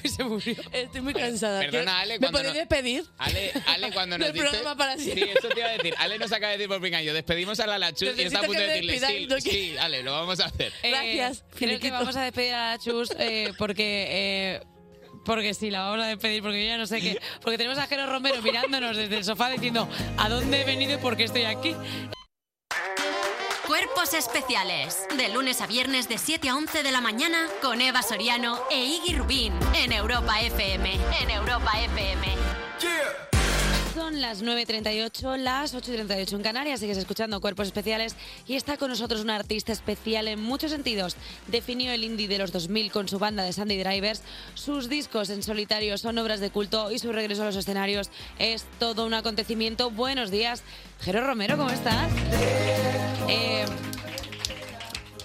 Pues se murió. Estoy muy cansada. Perdona, Ale, ¿Me cuando podéis no- despedir? Ale, Ale cuando nos Del dice... programa para siempre. Sí, eso te iba a decir. Ale nos acaba de decir por pingaño. Despedimos a la Lachu y Necesito está a que punto de me decirle despidáis, sí, ¿no? sí, Ale, lo vamos a hacer. Eh, Gracias, creo que finiquito. vamos a despedir a la Chus eh, porque. eh, porque sí, la vamos a despedir, porque yo ya no sé qué. Porque tenemos a Jero Romero mirándonos desde el sofá diciendo a dónde he venido y por qué estoy aquí. Cuerpos especiales. De lunes a viernes de 7 a 11 de la mañana con Eva Soriano e Iggy Rubín en Europa FM. En Europa FM. Son las 9.38, las 8.38 en Canarias, sigues escuchando Cuerpos Especiales y está con nosotros una artista especial en muchos sentidos. Definió el indie de los 2000 con su banda de Sandy Drivers, sus discos en solitario son obras de culto y su regreso a los escenarios es todo un acontecimiento. Buenos días, Jero Romero, ¿cómo estás? Eh,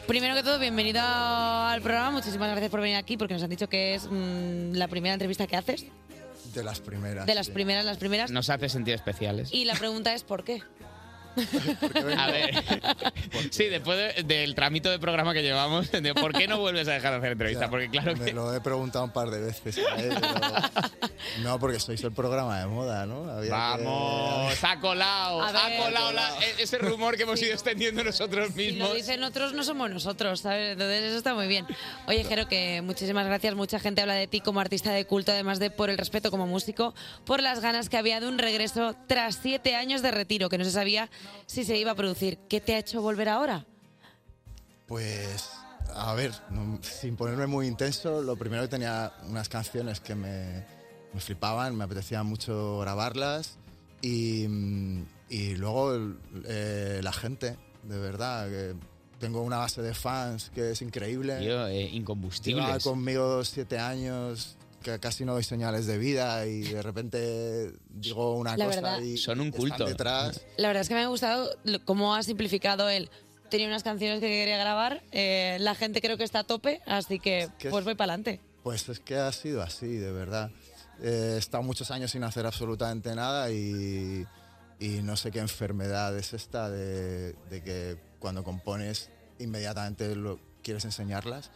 Primero que todo, bienvenido al programa. Muchísimas gracias por venir aquí porque nos han dicho que es mm, la primera entrevista que haces. De las primeras. De las primeras, las primeras. Nos hace sentir especiales. Y la pregunta es ¿por qué? A ver. Sí, después de- del tramito de programa que llevamos, de ¿por qué no vuelves a dejar de hacer entrevista? Ya, Porque claro me que... lo he preguntado un par de veces. a él, pero- No, porque sois el programa de moda, ¿no? Había que- Vamos, ha colado, A ha ver. colado la- e- ese rumor que hemos ido extendiendo nosotros Si lo mismos. dicen otros, no somos nosotros, ¿sabes? Entonces eso está muy bien. Oye, Jero, que muchísimas gracias. Mucha gente habla de ti como artista de culto, además de por el respeto como músico, por las ganas que había de un regreso tras siete años de retiro, que no se sabía si se iba a producir. ¿Qué te ha hecho volver ahora? Pues, a ver, no- sin ponerme muy intenso, lo primero que tenía unas canciones que me, me flipaban, me apetecía mucho grabarlas y, mm, y luego el- eh, la gente, de verdad, que tengo una base de fans que es increíble. Tío, Llevaba eh, incombustibles. conmigo siete años, que casi no doy señales de vida y de repente digo una La cosa verdad- y Son un están culto. detrás. La verdad es que me ha gustado lo- cómo ha simplificado él. Tenía unas canciones que quería grabar, eh, la gente creo que está a tope, así que que es- pues voy para adelante. Pues es que ha sido así, de verdad. Eh, he estado muchos años sin hacer absolutamente nada y, y no sé qué enfermedad es esta de, de que cuando compones inmediatamente lo, quieres enseñarlas.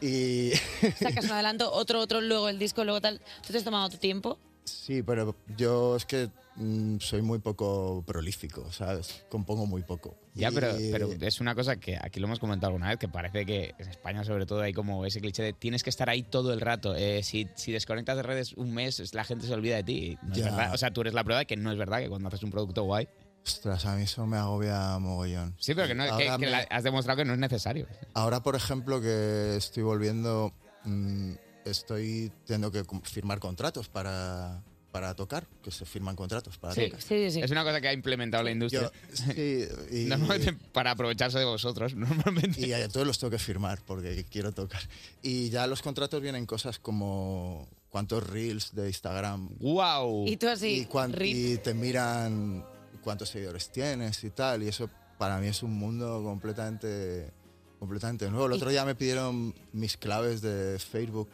Y Sacas un adelanto, otro, otro, luego el disco, luego tal. ¿Tú te has tomado tu tiempo? sí, pero yo es que mm, soy muy poco prolífico, ¿sabes? Compongo muy poco. Ya, pero, Y- pero es una cosa que aquí lo hemos comentado alguna vez, que parece que en España sobre todo hay como ese cliché de tienes que estar ahí todo el rato. Eh, si, si desconectas de redes un mes, es- la gente se olvida de ti. No es Ya. verdad. O sea, tú eres la prueba de que no es verdad que cuando haces un producto guay... Ostras, a mí eso me agobia mogollón. Sí, pero que, no, que- Ahora que me- la- has demostrado que no es necesario. Ahora, por ejemplo, que estoy volviendo, mm, estoy teniendo que com- firmar contratos para, para tocar, que se firman contratos para tocar. Es una cosa que ha implementado la industria. sí, y- Normalmente para aprovecharse de vosotros, normalmente. Y a todos los tengo que firmar porque quiero tocar. Y ya los contratos vienen cosas como cuántos reels de Instagram. ¡Wow! Y tú así, cuán- reel. y te miran cuántos seguidores tienes y tal. Y eso para mí es un mundo completamente, completamente nuevo. El Y- otro día me pidieron mis claves de Facebook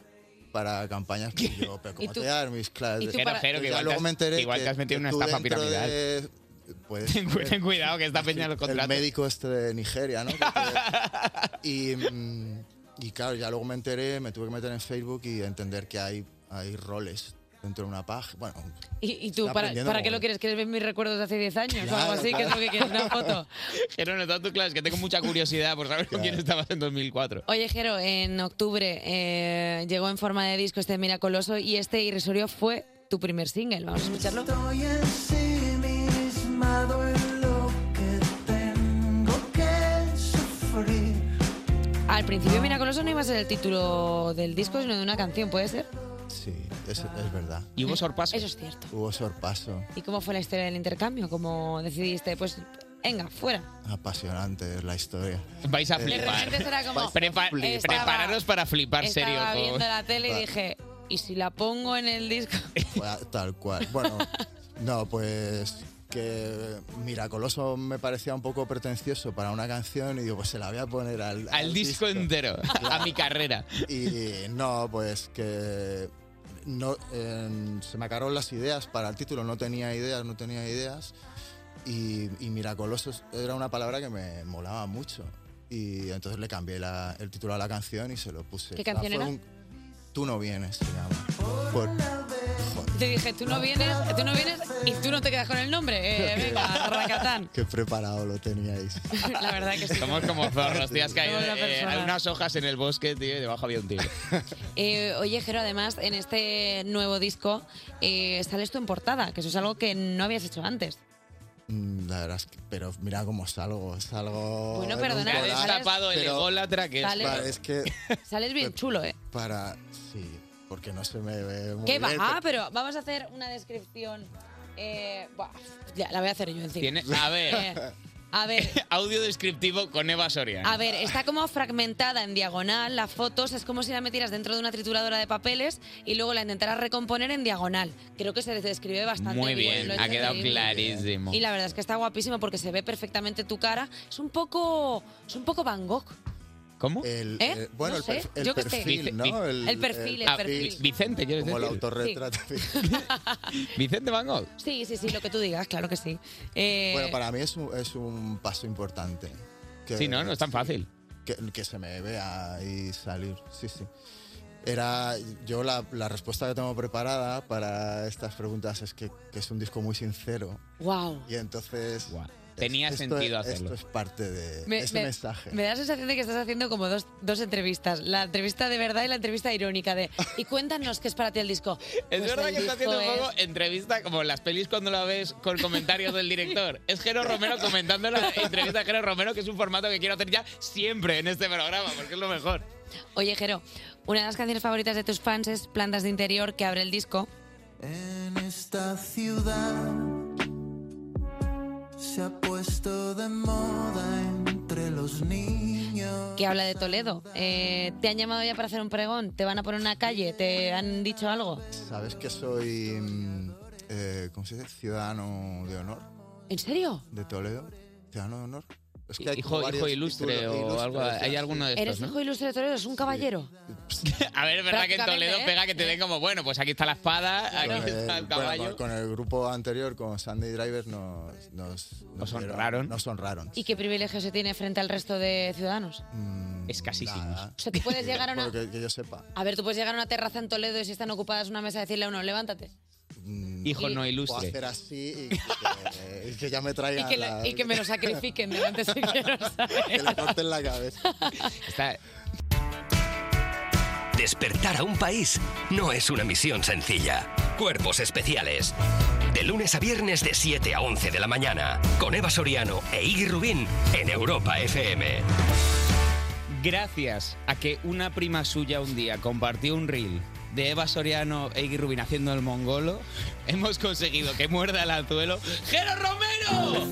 para campañas que yo, pero ¿Y ¿cómo tú- te voy a dar mis claves? y de- tú para- Pero, pero, Yo que ya igual te luego has- me enteré que igual te has metido en una tú estafa dentro piramidal. de- pues, Ten, cu- ten cuidado que está peña los el contratos. médico este de Nigeria, ¿no? Que te- y, mm, y claro, ya luego me enteré, me tuve que meter en Facebook y entender que hay, hay roles dentro de una página. Bueno, ¿Y, y tú Está para, aprendiendo para qué mogollón. lo quieres? ¿Quieres ver mis recuerdos de hace 10 años o algo Claro, así? ¿Qué es lo claro. que quieres? ¿Una foto? Pero no tanto, claro, es que tengo mucha curiosidad por saber con quién estabas en 2004. Oye, Jero, en octubre eh, llegó en forma de disco este Miracoloso y este Irrisorio fue tu primer single. Vamos a escucharlo. Estoy ensimismado en lo que tengo que sufrir. Al principio Miracoloso no iba a ser el título del disco, sino de una canción, ¿puede ser? sí, es, es verdad. ¿Y hubo sorpaso? Eso es cierto. Hubo sorpaso. ¿Y cómo fue la historia del intercambio? ¿Cómo decidiste? Pues, venga, fuera. Apasionante es la historia. Vais a Eh, flipar. repente será como- Prepa- eh, Estaba- prepararos para flipar, serio. Estaba por viendo favor. la tele y Va. dije, ¿y si la pongo en el disco? Fue Pues, ah, Tal cual. Bueno, no, pues que Miracoloso me parecía un poco pretencioso para una canción y digo, pues se la voy a poner al, Al disco entero, a mi carrera. Y no, pues que no, eh, se me acabaron las ideas para el título, no tenía ideas, no tenía ideas. Y, y miracolosos era una palabra que me molaba mucho. Y entonces le cambié la- el título a la canción y se lo puse. ¿Qué canción fue era? Tú no vienes, se llama. Por- Te dije, tú no vienes, tú no vienes y tú no te quedas con el nombre. Eh, venga, racatán. Qué preparado lo teníais. La verdad que sí. Somos como zorros, tío. Has caído Somos una eh, persona. hay unas hojas en el bosque, tío, y debajo había un tigre. Eh, oye, Jero, además, en este nuevo disco eh, sales tú en portada, que eso es algo que no habías hecho antes. Mm, La verdad es que, pero mira cómo salgo, salgo. Bueno, en un perdona, collar, Ha destapado el pero- ególatra que es. Sale- Pa- Es que Sales bien chulo, ¿eh? para. Sí, porque no se me ve muy ¿Qué va? bien, Ah, pero vamos a hacer una descripción. eh, buah, ya, la voy a hacer yo encima. Tiene- a ver. Eh, a ver, Audio descriptivo con Eva Soria. A ver, está como fragmentada en diagonal las fotos, es como si la metieras dentro de una trituradora de papeles y luego la intentaras recomponer en diagonal. Creo que se describe bastante Muy bien. bien, lo he ha hecho quedado increíble. clarísimo. Y la verdad es que está guapísimo porque se ve perfectamente tu cara. Es un poco, es un poco Van Gogh. ¿Cómo? El, ¿Eh? eh, bueno, No el, sé. perf- el Yo qué sé. perfil, Vic- ¿no? Vic- El perfil, el Ah, perfil. Vi- Vicente, ¿quieres Como decir? el autorretrato. Vicente Van Gogh. Sí, sí, sí, lo que tú digas, claro que sí. Eh, Bueno, para mí es un, es un paso importante. Que, Sí, no, no es tan fácil. Que, que se me vea y salir, sí, sí. Era, yo la, la respuesta que tengo preparada para estas preguntas es que, que es un disco muy sincero. Wow. Y entonces... Tenía sentido es- Esto hacerlo. es parte de me- ese me- este mensaje. me da la sensación de que estás haciendo como dos, dos entrevistas, la entrevista de verdad y la entrevista irónica de y cuéntanos qué es para ti el disco. Es Pues verdad el que está haciendo disco un poco es- entrevista como las pelis cuando la ves con comentarios del director. Es Jero Romero comentando la entrevista de Jero Romero, que es un formato que quiero hacer ya siempre en este programa, porque es lo mejor. Oye, Jero, una de las canciones favoritas de tus fans es Plantas de Interior, que abre el disco. En esta ciudad se ha puesto de moda entre los niños. que habla de Toledo. Eh, ¿Te han llamado ya para hacer un pregón? ¿Te van a poner una calle? ¿Te han dicho algo? ¿Sabes que soy, mm, eh, ¿cómo se dice? Ciudadano de honor ¿En serio? de Toledo. Ciudadano de honor. Es que hay Hijo- como hijo varios ilustre títulos- o ilustres, algo, hay sí. alguno de ¿Eres hijo ilustre de Toledo? ¿Es un caballero? A ver, es verdad que en Toledo Prácticamente, ¿eh? pega que te den como, bueno, pues aquí está la espada, aquí Con el, está el bueno, caballo. con- con el grupo anterior, con Sandy Drivers, nos, nos, nos dieron- Nos honraron. ¿Y qué privilegio se tiene frente al resto de ciudadanos? Es casi Mm, Nada. O sea, tú puedes llegar a una- Bueno, que, que yo sepa. A ver, tú puedes llegar a una terraza en Toledo y si están ocupadas una mesa decirle a uno, levántate. Hijo no Mm, Puedo ilustre. hacer así y que, y que ya me traigan. Y que, lo- la- y que me lo sacrifiquen delante si quiero, ¿sabes? que le corten la cabeza. Despertar a un país no es una misión sencilla. Cuerpos especiales. De lunes a viernes de 7 a 11 de la mañana. Con Eva Soriano e Iggy Rubín en Europa FM. Gracias a que una prima suya un día compartió un reel de Eva Soriano e Iggy Rubin haciendo el mongolo, hemos conseguido que muerda el anzuelo. ¡Jero Romero!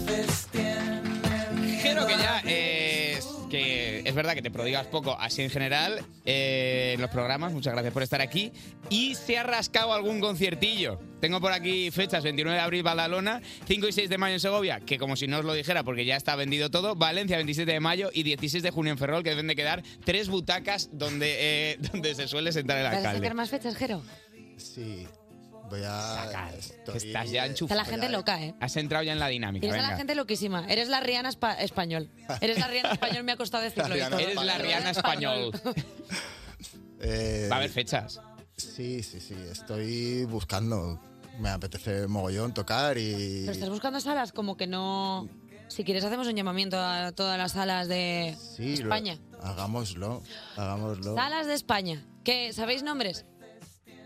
Jero, que ya eh, es, que es verdad que te prodigas poco así en general eh, en los programas. Muchas gracias por estar aquí. Y se ha rascado algún conciertillo. Tengo por aquí fechas: 29 de abril, Badalona, 5 y 6 de mayo en Segovia, que como si no os lo dijera porque ya está vendido todo. Valencia, 27 de mayo y 16 de junio en Ferrol, que deben de quedar tres butacas donde, eh, donde se suele sentar el ¿Vas a alcalde. sacar más fechas, Jero? Sí. Voy a. estoy- Que Estás ya Está enchufado. la gente loca, ¿eh? Has entrado ya en la dinámica. Tienes a la venga. gente loquísima. Eres la Rihanna espa- español. Eres la Rihanna español, me ha costado decirlo. y todo. Eres la Rihanna español. Va a haber fechas. Eh, Sí, sí, sí. Estoy buscando. Me apetece mogollón tocar y. Pero estás buscando salas como que no... Si quieres hacemos un llamamiento a todas las salas de Sí, lo- España. hagámoslo. Hagámoslo. Salas de España. ¿Qué? ¿Sabéis nombres?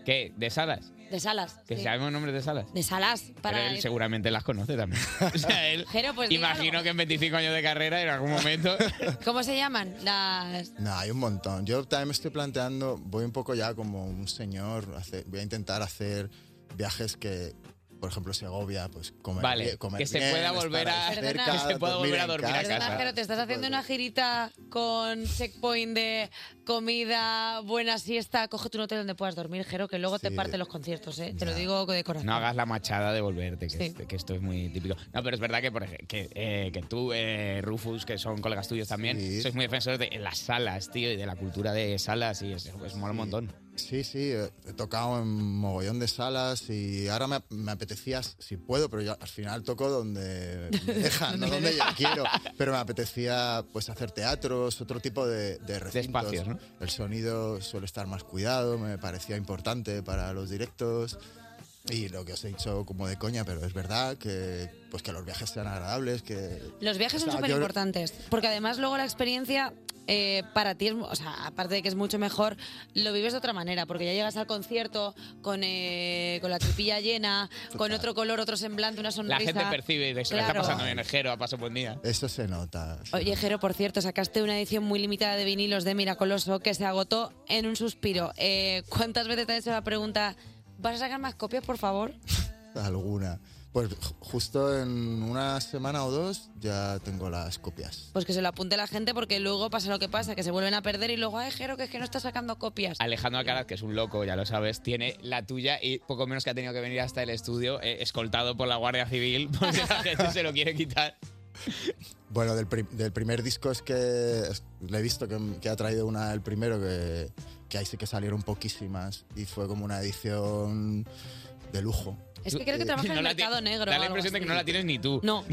¿Qué? ¿De salas? De salas. ¿Que sí. sabemos nombres de salas? De salas. Para Pero él ir- seguramente las conoce también. O sea, él Jero, pues dígalo. imagino que en 25 años de carrera en algún momento... ¿Cómo se llaman? Las... No, hay un montón. Yo también me estoy planteando, voy un poco ya como un señor, hace- voy a intentar hacer viajes que, por ejemplo, Segovia, pues comer, Vale, bien- comer que se bien, pueda estar volver a- ahí cerca, pues, que se pueda volver a en dormir a casa. Perdona, Jero, te estás haciendo una girita con checkpoint de comida, buena siesta. Cógete un hotel donde puedas dormir, Jero, que luego te Sí. parte los conciertos, ¿eh? Te lo digo de corazón. No hagas la machada de volverte, que, Sí. este- que esto es muy típico. No, pero es verdad que, por ej- que, eh, que tú, eh, Rufus, que son colegas tuyos también, sois muy defensores de las salas, tío, y de la cultura de salas, y es, es pues, mola un montón. Sí, sí, eh, he tocado en mogollón de salas y ahora me, me apetecía, si puedo, pero yo al final toco donde me dejan, no donde yo quiero. Pero me apetecía pues hacer teatros, otro tipo de, de recintos. espacios, ¿no? El sonido suele estar más cuidado, me parecía importante para los directos. Y lo que os he dicho como de coña, pero es verdad que, pues que los viajes sean agradables, que... Los viajes o sea, son súper yo- importantes, porque además luego la experiencia eh, para ti, es, mu- o sea, aparte de que es mucho mejor, lo vives de otra manera, porque ya llegas al concierto con, eh, con la tripilla llena, con otro color, otro semblante, una La sonrisa. gente percibe y dice, "Me está Claro. pasando bien el Jero, ha pasado buen día. Eso se nota. Oye, Jero, por cierto, sacaste una edición muy limitada de vinilos de Miracoloso que se agotó en un suspiro. Eh, ¿Cuántas veces te han hecho la pregunta, ¿vas a sacar más copias, por favor? Alguna. Pues ju- justo en una semana o dos ya tengo las copias. Pues que se lo apunte la gente porque luego pasa lo que pasa, que se vuelven a perder y luego, ay, Jero, que es que no está sacando copias. Alejandro Alcaraz, que es un loco, ya lo sabes, tiene la tuya y poco menos que ha tenido que venir hasta el estudio eh, escoltado por la Guardia Civil porque la gente se lo quiere quitar. Bueno, del, pri- del primer disco es que es- le he visto que, que ha traído una el primero, que, que ahí sí que salieron poquísimas y fue como una edición de lujo. Es que creo que trabaja en el Eh, la ti- mercado negro. Da o la algo impresión de que así. no la tienes ni tú. No.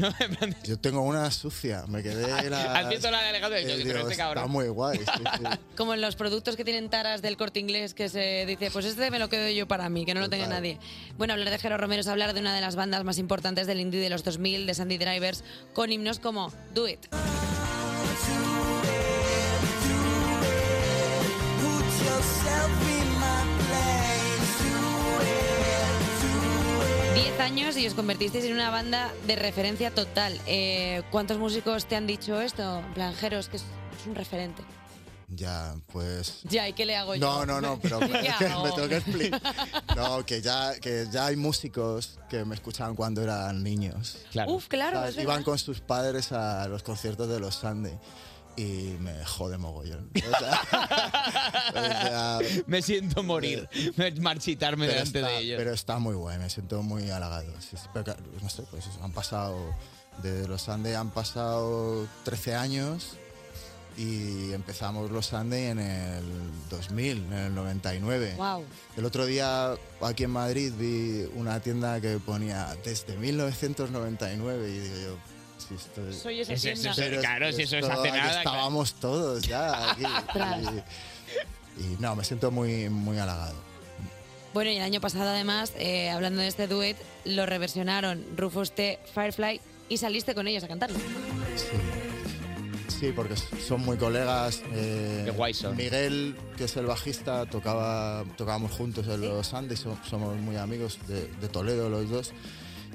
Yo tengo una sucia, me quedé la... Has visto la de Alejandro y yo, pero este cabrón. Está muy guay. sí, sí. Como en los productos que tienen taras del corte inglés que se dice, pues este me lo quedo yo para mí, que no lo tenga nadie. Bueno, hablar de Jero Romero es hablar de una de las bandas más importantes del indie de los 2000, de Sandy Drivers, con himnos como Do It. Put yourself in my place. Do it, do it. 10 años y os convertisteis en una banda de referencia total. Eh, ¿Cuántos músicos te han dicho esto? Blanjeros, que es, es un referente. Ya, pues... Ya, ¿y qué le hago yo? No, no, no, pero ¿Qué es que hago? me tengo que explicar. No, que ya, que ya hay músicos que me escuchaban cuando eran niños. Claro. Uf, claro, es verdad. Iban con sus padres a los conciertos de los Sunday y me jode mogollón. O sea, me siento morir, marchitarme pero delante está- de ellos. Pero está muy guay, me siento muy halagado. Sí, sí, pero claro, no sé, pues eso, han pasado, de los Sunday han pasado 13 años y empezamos los Sunday en el 2000, en el 99. Wow. El otro día aquí en Madrid vi una tienda que ponía desde 1999 y digo yo, si esto es... Soy esa Eso- eso- tienda. Pero claro, si eso es hace aquí nada, Estábamos todos ya aquí. Ostras. y, y no, me siento muy, muy halagado. Bueno, y el año pasado, además, eh, hablando de este duet, lo reversionaron Rufus T, Firefly y saliste con ellos a cantarlo. Sí, porque son muy colegas. eh, Qué guay son. Miguel, que es el bajista, tocaba, tocábamos juntos en los Andes, so- somos muy amigos de, de Toledo los dos.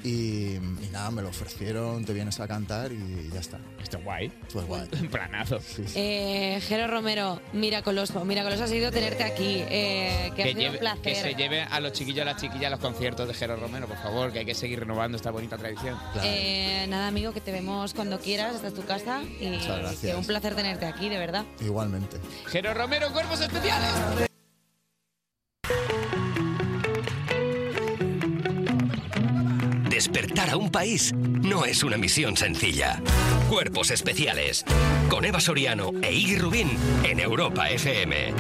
Y, y nada, me lo ofrecieron, te vienes a cantar y ya está. Esto es guay. Pues guay. Un planazo. Eh, Jero Romero, Miracoloso. Miracoloso ha sido tenerte aquí. eh, que, ha sido lleve- un placer. que se lleve a los chiquillos y a las chiquillas a los conciertos de Jero Romero, por favor, que hay que seguir renovando esta bonita tradición. Eh, nada, amigo, que te vemos cuando quieras. Esta es tu casa. Y Muchas gracias. que un placer tenerte aquí, de verdad. Igualmente. Jero Romero, cuerpos especiales. Despertar a un país no es una misión sencilla. Cuerpos especiales. Con Eva Soriano e Iggy Rubín en Europa FM.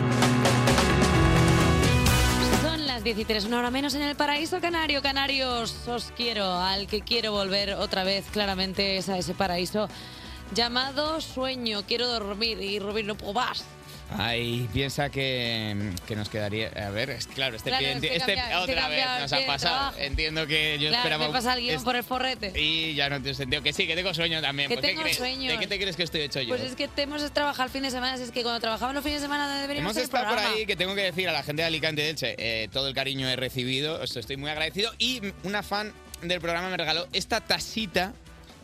Son las 13, una hora menos en el paraíso canario. Canarios, os quiero. Al que quiero volver otra vez, claramente, es a ese paraíso llamado sueño. Quiero dormir y Rubín, no puedo más. Ay, piensa que, que nos quedaría. A ver, es claro, este Claro, pie- es que este- cambia- es que otra vez cambia el nos pie ha de pasado. trabajo. Entiendo que yo Claro, esperaba. me pasa el un- guión es- por el forrete. Y ya no tiene sentido. Que sí, que tengo sueño también. Que pues, ¿qué tengo crees? sueños. ¿De qué te crees que estoy hecho yo? Pues es que te hemos trabajado el fin de semana, si es que cuando trabajamos los fines de semana deberíamos Hemos hacer el estado por programa. ahí que tengo que decir a la gente de Alicante y de Elche, eh, todo el cariño he recibido, os estoy muy agradecido. Y una fan del programa me regaló esta tasita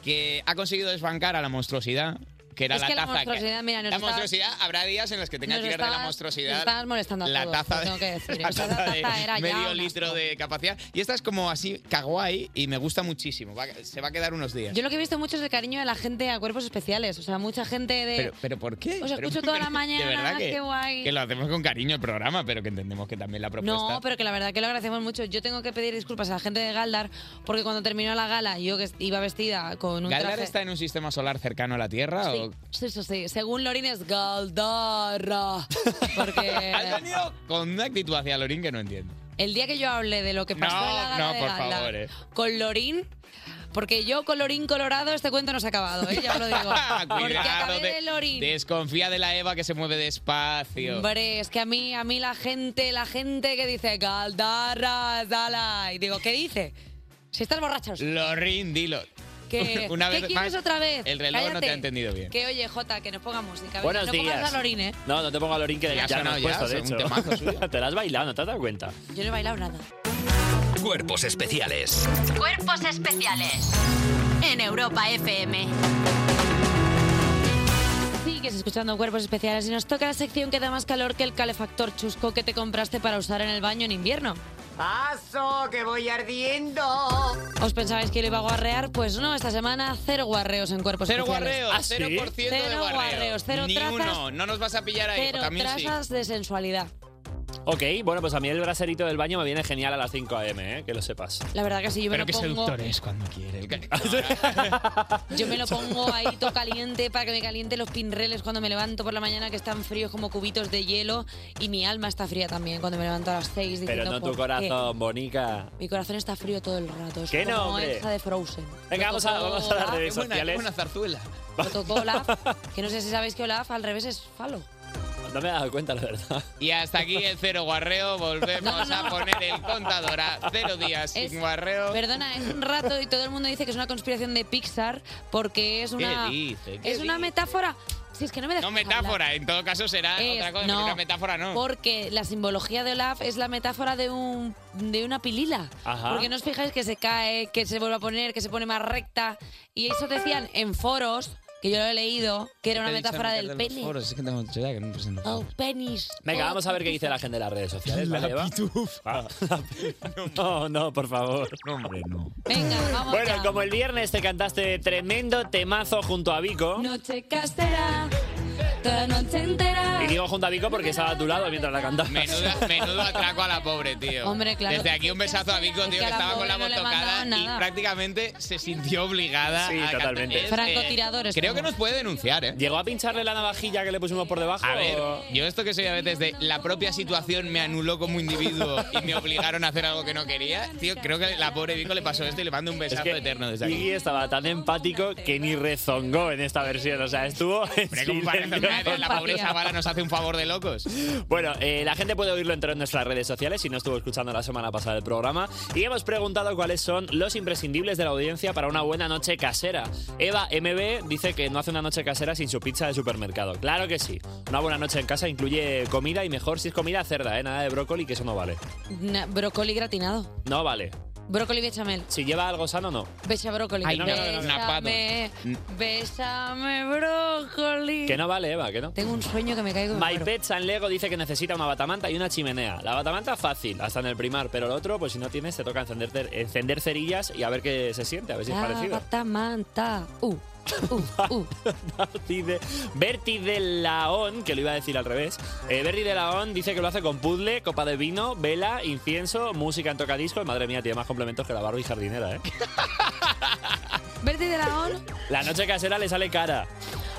que ha conseguido desbancar a la monstruosidad, que era es la que la taza. que- monstruosidad, mira, nos la estaba- monstruosidad, habrá días en los que tenga nos que ir de la estabas- nos monstruosidad. estabas molestando a la todos, taza lo de- tengo que decir. la O sea, esa taza de taza era ya medio un litro de capacidad. Y esta es como así kawaii y me gusta muchísimo. Va- se va a quedar unos días. Yo lo que he visto mucho es el cariño de la gente a cuerpos especiales. O sea, mucha gente de. Pero, pero ¿por qué? Os Pero- Pues escucho toda la de mañana, verdad que- qué guay. Que lo hacemos con cariño el programa, pero que entendemos que también la propuesta. no, pero que la verdad que lo agradecemos mucho. Yo tengo que pedir disculpas a la gente de Galdar porque cuando terminó la gala, yo que iba vestida con un Galdar traje. está en un sistema solar cercano a la Tierra Sí, pero Sí, sí, sí. Según Lorin es Galdarra. has Porque venido con una actitud hacia Lorín que no entiendo. el día que yo hable de lo que pasó en la No, gala no, de por Gala favor. eh. con Lorin, porque yo con Lorin Colorado este cuento no se ha acabado, ¿eh? ya os lo digo. Porque Ah, Cuidado, acabé de- de Lorin. desconfía de la Eva que se mueve despacio. Hombre, es que a mí, a mí la gente, la gente que dice Galdarra, Dala, y digo, ¿qué dice? Si estás borracho. Lorín, dilo. Que, Una ¿Qué vez quieres más, otra vez? El reloj no te ha Cállate. entendido bien. Que oye, Jota, que nos ponga música. venga, Buenos no días. pongas a Lorin, ¿eh? No, no te pongo a Lorín que Sí, ya, no ha sonado has ya, puesto, de es un hecho. te la has bailado, ¿te has dado cuenta? Yo no he bailado nada. Cuerpos especiales. Cuerpos especiales en Europa FM. Sigues escuchando Cuerpos Especiales y nos toca la sección que da más calor que el calefactor chusco que te compraste para usar en el baño en invierno. ¡Paso, que voy ardiendo! ¿Os pensabais que lo iba a guarrear? Pues no, esta semana cero guarreos en Cuerpos Cero Especiales. Ah, guarreos, 0% de Cero guarreo. guarreos, cero Ni trazas, uno, no nos vas a pillar ahí, pues cero también sí. trazas de sensualidad. Ok, bueno, pues a mí el braserito del baño me viene genial a las 5 a.m., ¿eh? que lo sepas. La verdad que sí, yo me Pero lo qué pongo. seductor es cuando quiere. Yo me lo pongo ahí todo caliente para que me caliente los pinreles cuando me levanto por la mañana que están fríos como cubitos de hielo y mi alma está fría también cuando me levanto a las 6 Pero no tu corazón, bonica. Mi corazón está frío todo el rato. Es ¿Qué no, como hombre? Elsa de Frozen. Venga, vamos a, vamos a las redes sociales. zarzuela. Tocó Olaf, que no sé si sabéis que Olaf al revés es falo. No me he dado cuenta, la verdad. Y hasta aquí el cero guarreo. Volvemos a poner el contador a cero días Es- sin guarreo. Perdona, es un rato y todo el mundo dice que es una conspiración de Pixar porque es ¿Qué una. dice? ¿Qué es una dice? metáfora. Si es que no me dejas No hablar. metáfora, en todo caso será Es- otra cosa, pero una metáfora no. Porque la simbología de Olaf es la metáfora de un de una pilila. Ajá. Porque no os fijáis que se cae, que se vuelve a poner, que se pone más recta. Y eso decían en foros, que yo lo he leído, que era una Te he dicho metáfora en del meter de los pene. foros, es que tengo mucha edad que no puse en los Oh, foros. penis. Venga, Oh, vamos a ver qué dice la gente en las redes sociales. ¿vale, Eva? Ah. No, no, por favor. No, hombre, no. Venga, vamos Bueno, ya. como el viernes te cantaste tremendo temazo junto a Vico. Noche casera, toda la noche entera. Y digo junto a Vico porque estaba a tu lado mientras la cantabas. Menudo, menudo atraco a la pobre, tío. Hombre, claro. Desde aquí un besazo a Vico, tío, que a la estaba con pobre la no voz le tocada mandaban y nada. prácticamente se sintió obligada Sí, a cantar. totalmente. Es, eh, Francotiradores, Creo como. que nos puede denunciar, ¿eh? ¿Llegó a pincharle la navajilla que le pusimos por debajo? A ver, o- yo esto que soy a veces de la propia situación me anuló como individuo y me obligaron a hacer algo que no quería, tío, creo que la pobre Vico le pasó esto y le mando un Es besazo que eterno desde aquí. Iggy estaba tan empático que ni rezongó en esta versión. O sea, estuvo. en como para silencio rezongar, la pobre total. chavala nos hace un favor de locos. Bueno, eh, la gente puede oírlo entero en nuestras redes sociales si no estuvo escuchando la semana pasada el programa. Y hemos preguntado cuáles son los imprescindibles de la audiencia para una buena noche casera. Eva MB dice que no hace una noche casera sin su pizza de supermercado. Claro que sí. Una buena noche en casa incluye comida y mejor si es comida cerda, ¿eh? Nada de brócoli, que eso no vale. Na- brócoli gratinado. No vale. Brócoli bechamel. Si lleva algo sano, no. Besa brócoli. Ay, no, no, no, no, no. Bésame, bésame brócoli. Que no vale, Eva, que no. Tengo un sueño que me caigo. My Pet San Lego dice que necesita una batamanta y una chimenea. La batamanta fácil, hasta en el primar, pero el otro, pues si no tienes, te toca encender, cer- encender cerillas y a ver qué se siente, a ver si es parecido. Batamanta. Uh. Dice Berti de Laón, que lo iba a decir al revés. Eh, Berti de Laón dice que lo hace con puzzle, copa de vino, vela, incienso, música en tocadiscos. Madre mía, tiene más complementos que la Barbie jardinera, ¿eh? Verde de la ON. La noche casera le sale cara.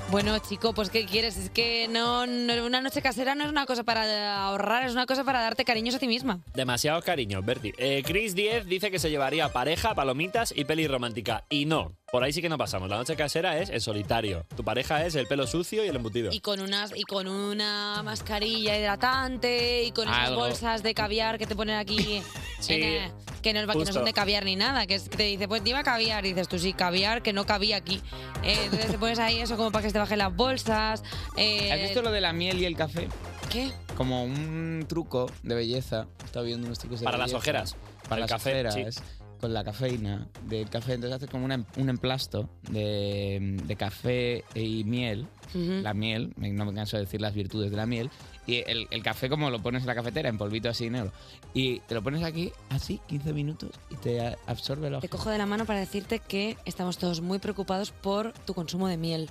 Bueno, chico, pues ¿qué quieres? Es que no, no- una noche casera no es una cosa para ahorrar, es una cosa para darte cariños a ti misma. Demasiados cariños, Berti. Eh, Chris 10 dice que se llevaría pareja, palomitas y peli romántica. Y no, por ahí sí que no pasamos. La noche casera es en solitario. Tu pareja es el pelo sucio y el embutido. Y con unas y con una mascarilla hidratante y con esas Algo. bolsas de caviar que te ponen aquí Sí, en, eh, que, no, que no justo. son de caviar ni nada, que, es- que te dice, pues lleva caviar, y dices tú sí, caviar que no cabía aquí. Eh, entonces te pones ahí eso como para que se te bajen las bolsas. eh, ¿Has visto lo de la miel y el café? ¿Qué? Como un truco de belleza. Estaba viendo unos trucos de Para las belleza. ojeras. Para El las café, ojeras. sí. Con la cafeína del café. Entonces haces como una em- un emplasto de, de café y miel. Ujú. La miel, me- no me canso de decir las virtudes de la miel. Y el, el café como lo pones en la cafetera, en polvito así negro. Y te lo pones aquí, así, 15 minutos, y te a- absorbe la Te cojo de la mano para decirte que estamos todos muy preocupados por tu consumo de miel.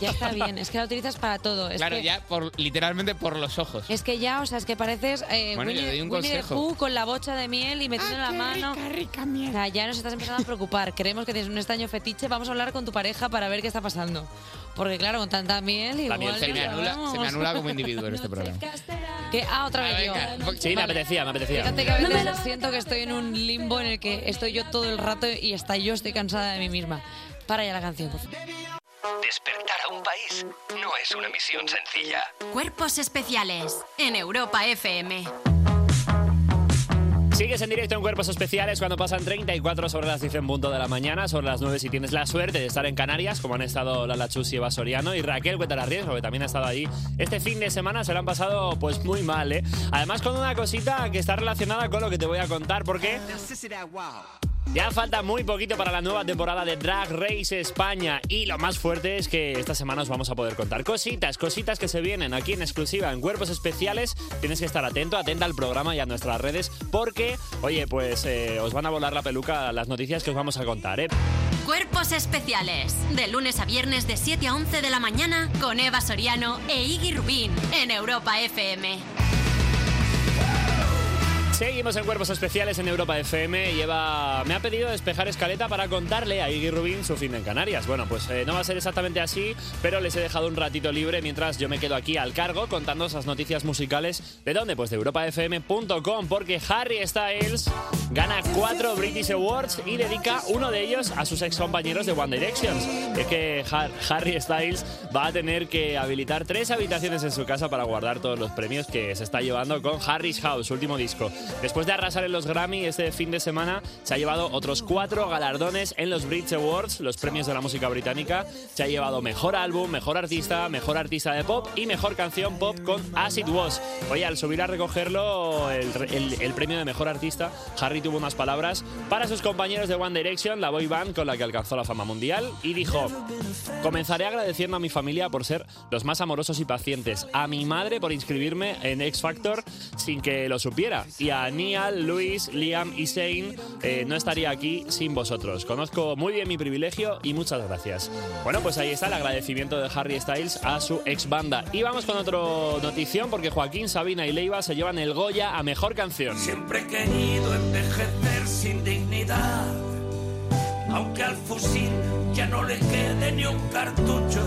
Ya está bien, es que la utilizas para todo. Es Claro, que, ya por, literalmente por los ojos. Es que ya, o sea, es que pareces eh, Bueno, Winnie, le doy un Winnie the consejo. Pooh con la bocha de miel y metiendo la mano. O sea, ya nos estás empezando a preocupar. Creemos que tienes un estaño fetiche. Vamos a hablar con tu pareja para ver qué está pasando. Porque claro, con tanta miel La igual... miel se me nos anula, vamos. se me anula como individuo en este programa. ¿Qué? Ah, otra vez yo. Sí, me apetecía, me apetecía. Fíjate que a veces siento que estoy en un limbo en el que estoy yo todo el rato y hasta yo estoy cansada de mí misma. Para ya la canción, por favor. Despertar a un país no es una misión sencilla. Cuerpos especiales en Europa FM. Sigues en directo en Cuerpos Especiales cuando pasan 34 sobre las 10 en punto de la mañana, sobre las 9 si tienes la suerte de estar en Canarias, como han estado Lala Chus y Eva Soriano y Raquel Cuétara Riesgo, que también ha estado allí. Este fin de semana se lo han pasado pues muy mal, ¿eh? Además con una cosita que está relacionada con lo que te voy a contar, porque... Ya falta muy poquito para la nueva temporada de Drag Race España y lo más fuerte es que esta semana os vamos a poder contar cositas, cositas que se vienen aquí en exclusiva en Cuerpos Especiales. Tienes que estar atento, atenta al programa y a nuestras redes porque, oye, pues eh, os van a volar la peluca las noticias que os vamos a contar, ¿eh? Cuerpos especiales. De lunes a viernes de 7 a 11 de la mañana con Eva Soriano e Iggy Rubín en Europa FM. Seguimos en Cuerpos Especiales en Europa FM y Eva me ha pedido despejar escaleta para contarle a Iggy Rubin su fin en Canarias. Bueno, pues eh, no va a ser exactamente así, pero les he dejado un ratito libre mientras yo me quedo aquí al cargo contando esas noticias musicales. ¿De dónde? Pues de europafm.com, porque Harry Styles gana cuatro British Awards y dedica uno de ellos a sus ex compañeros de One Direction. Es que Har- Harry Styles va a tener que habilitar tres habitaciones en su casa para guardar todos los premios que se está llevando con Harry's House, su último disco. Después de arrasar en los Grammy este fin de semana, se ha llevado otros cuatro galardones en los Brit Awards, los premios de la música británica. Se ha llevado mejor álbum, mejor artista, mejor artista de pop y mejor canción pop con As It Was. Oye, al subir a recogerlo el, el- el premio de mejor artista, Harry tuvo unas palabras para sus compañeros de One Direction, la boy band con la que alcanzó la fama mundial, y dijo: Comenzaré agradeciendo a mi familia por ser los más amorosos y pacientes, a mi madre por inscribirme en X Factor sin que lo supiera, y a Neil, Luis, Liam y Shane eh, no estaría aquí sin vosotros. Conozco muy bien mi privilegio y muchas gracias. Bueno, pues ahí está el agradecimiento de Harry Styles a su ex banda. Y vamos con otro notición porque Joaquín, Sabina y Leiva se llevan el Goya a mejor canción. Siempre he querido envejecer sin dignidad, aunque al fusil ya no le quede ni un cartucho.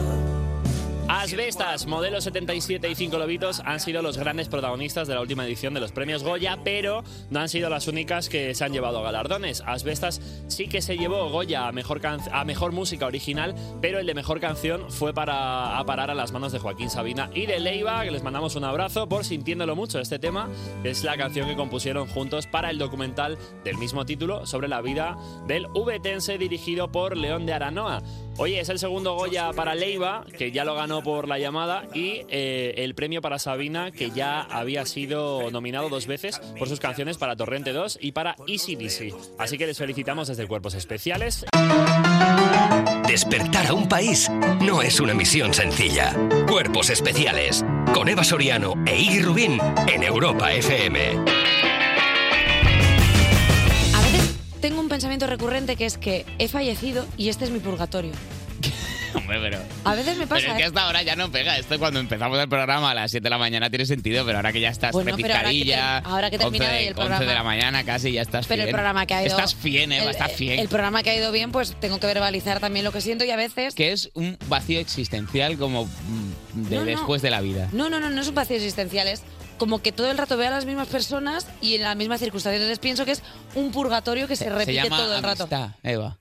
Asbestas, Modelo 77 y 5 Lobitos han sido los grandes protagonistas de la última edición de los premios Goya, pero no han sido las únicas que se han llevado galardones. Asbestas sí que se llevó Goya a mejor, can- a mejor música original, pero el de mejor canción fue para a parar a las manos de Joaquín Sabina y de Leiva, que les mandamos un abrazo por sintiéndolo mucho. Este tema es la canción que compusieron juntos para el documental del mismo título sobre la vida del VTense dirigido por León de Aranoa. Oye, es el segundo Goya para Leiva, que ya lo ganó por la llamada, y eh, el premio para Sabina, que ya había sido nominado dos veces por sus canciones para Torrente 2 y para E Easy DC. Así que les felicitamos desde Cuerpos Especiales. Despertar a un país no es una misión sencilla. Cuerpos especiales con Eva Soriano e Iggy Rubín en Europa FM. A veces tengo un pensamiento recurrente que es que he fallecido y este es mi purgatorio. Hombre, pero... A veces me pasa, Pero es que ¿eh? hasta ahora ya no pega. Esto cuando empezamos el programa a las 7 de la mañana tiene sentido, pero ahora que ya estás Bueno, pero ahora que te- repicarilla, ahora que termina 11 de- hoy el 11 de la programa. mañana casi, ya estás Pero el fiel. programa que ha ido- Estás fiel, Eva, estás fiel. El programa que ha ido bien, pues tengo que verbalizar también lo que siento y a veces... que es un vacío existencial como mm, de No, no. después de la vida. No, no, no, no son vacíos existenciales. Como que todo el rato veo a las mismas personas y en las mismas circunstancias. Entonces pienso que es un purgatorio que se, repite llama todo el rato. amistad, Eva.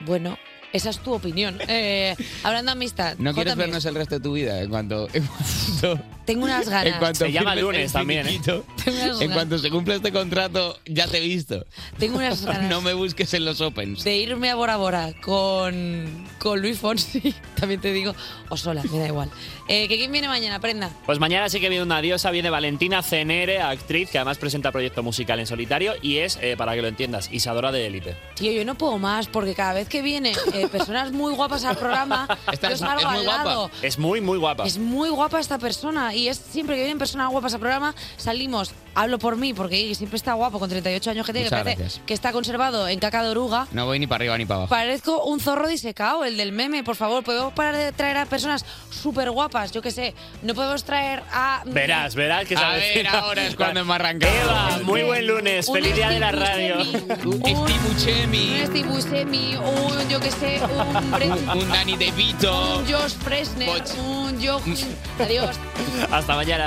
Bueno, esa es tu opinión. Eh, hablando de amistad, ¿No J. quieres Mil, vernos el resto de tu vida en cuanto... En cuanto tengo unas ganas. en cuanto Se llama firmes lunes el también, ¿eh? finiquito, unas En ganas. cuanto se cumpla este contrato, ya te he visto. Tengo unas ganas. No me busques en los ¿eh? Opens. de irme a Bora Bora con, con Luis Fonsi, también te digo, o sola, me da igual. Eh, ¿que ¿Quién viene mañana? Prenda. Pues mañana sí que viene una diosa, viene Valentina Cenere, actriz que además presenta proyecto musical en solitario y es, eh, para que lo entiendas, Isadora de Élite. Tío, yo no puedo más porque cada vez que vienen eh, personas muy guapas al programa, yo salgo al lado. Es muy, muy guapa. Es muy guapa esta persona y es siempre que vienen personas guapas al programa, salimos hablo por mí, porque Iggy siempre está guapo con 38 años que tiene, que, Muchas parece gracias. Oh. que está conservado en caca de oruga. No voy ni para arriba ni para abajo. Parezco un zorro disecado, el del meme, por favor. Podemos parar de traer a personas súper guapas, yo qué sé. No podemos traer a. Verás, verás que se A ver, avecina. ahora es cuando hemos arrancado. Eva, muy buen lunes, Un feliz día de la radio. Steve Buscemi, Un Steve Buscemi, un yo qué sé, un, Brett- un Danny DeVito. un Josh Mm. Fresner, un Josh. Adiós. Hasta mañana.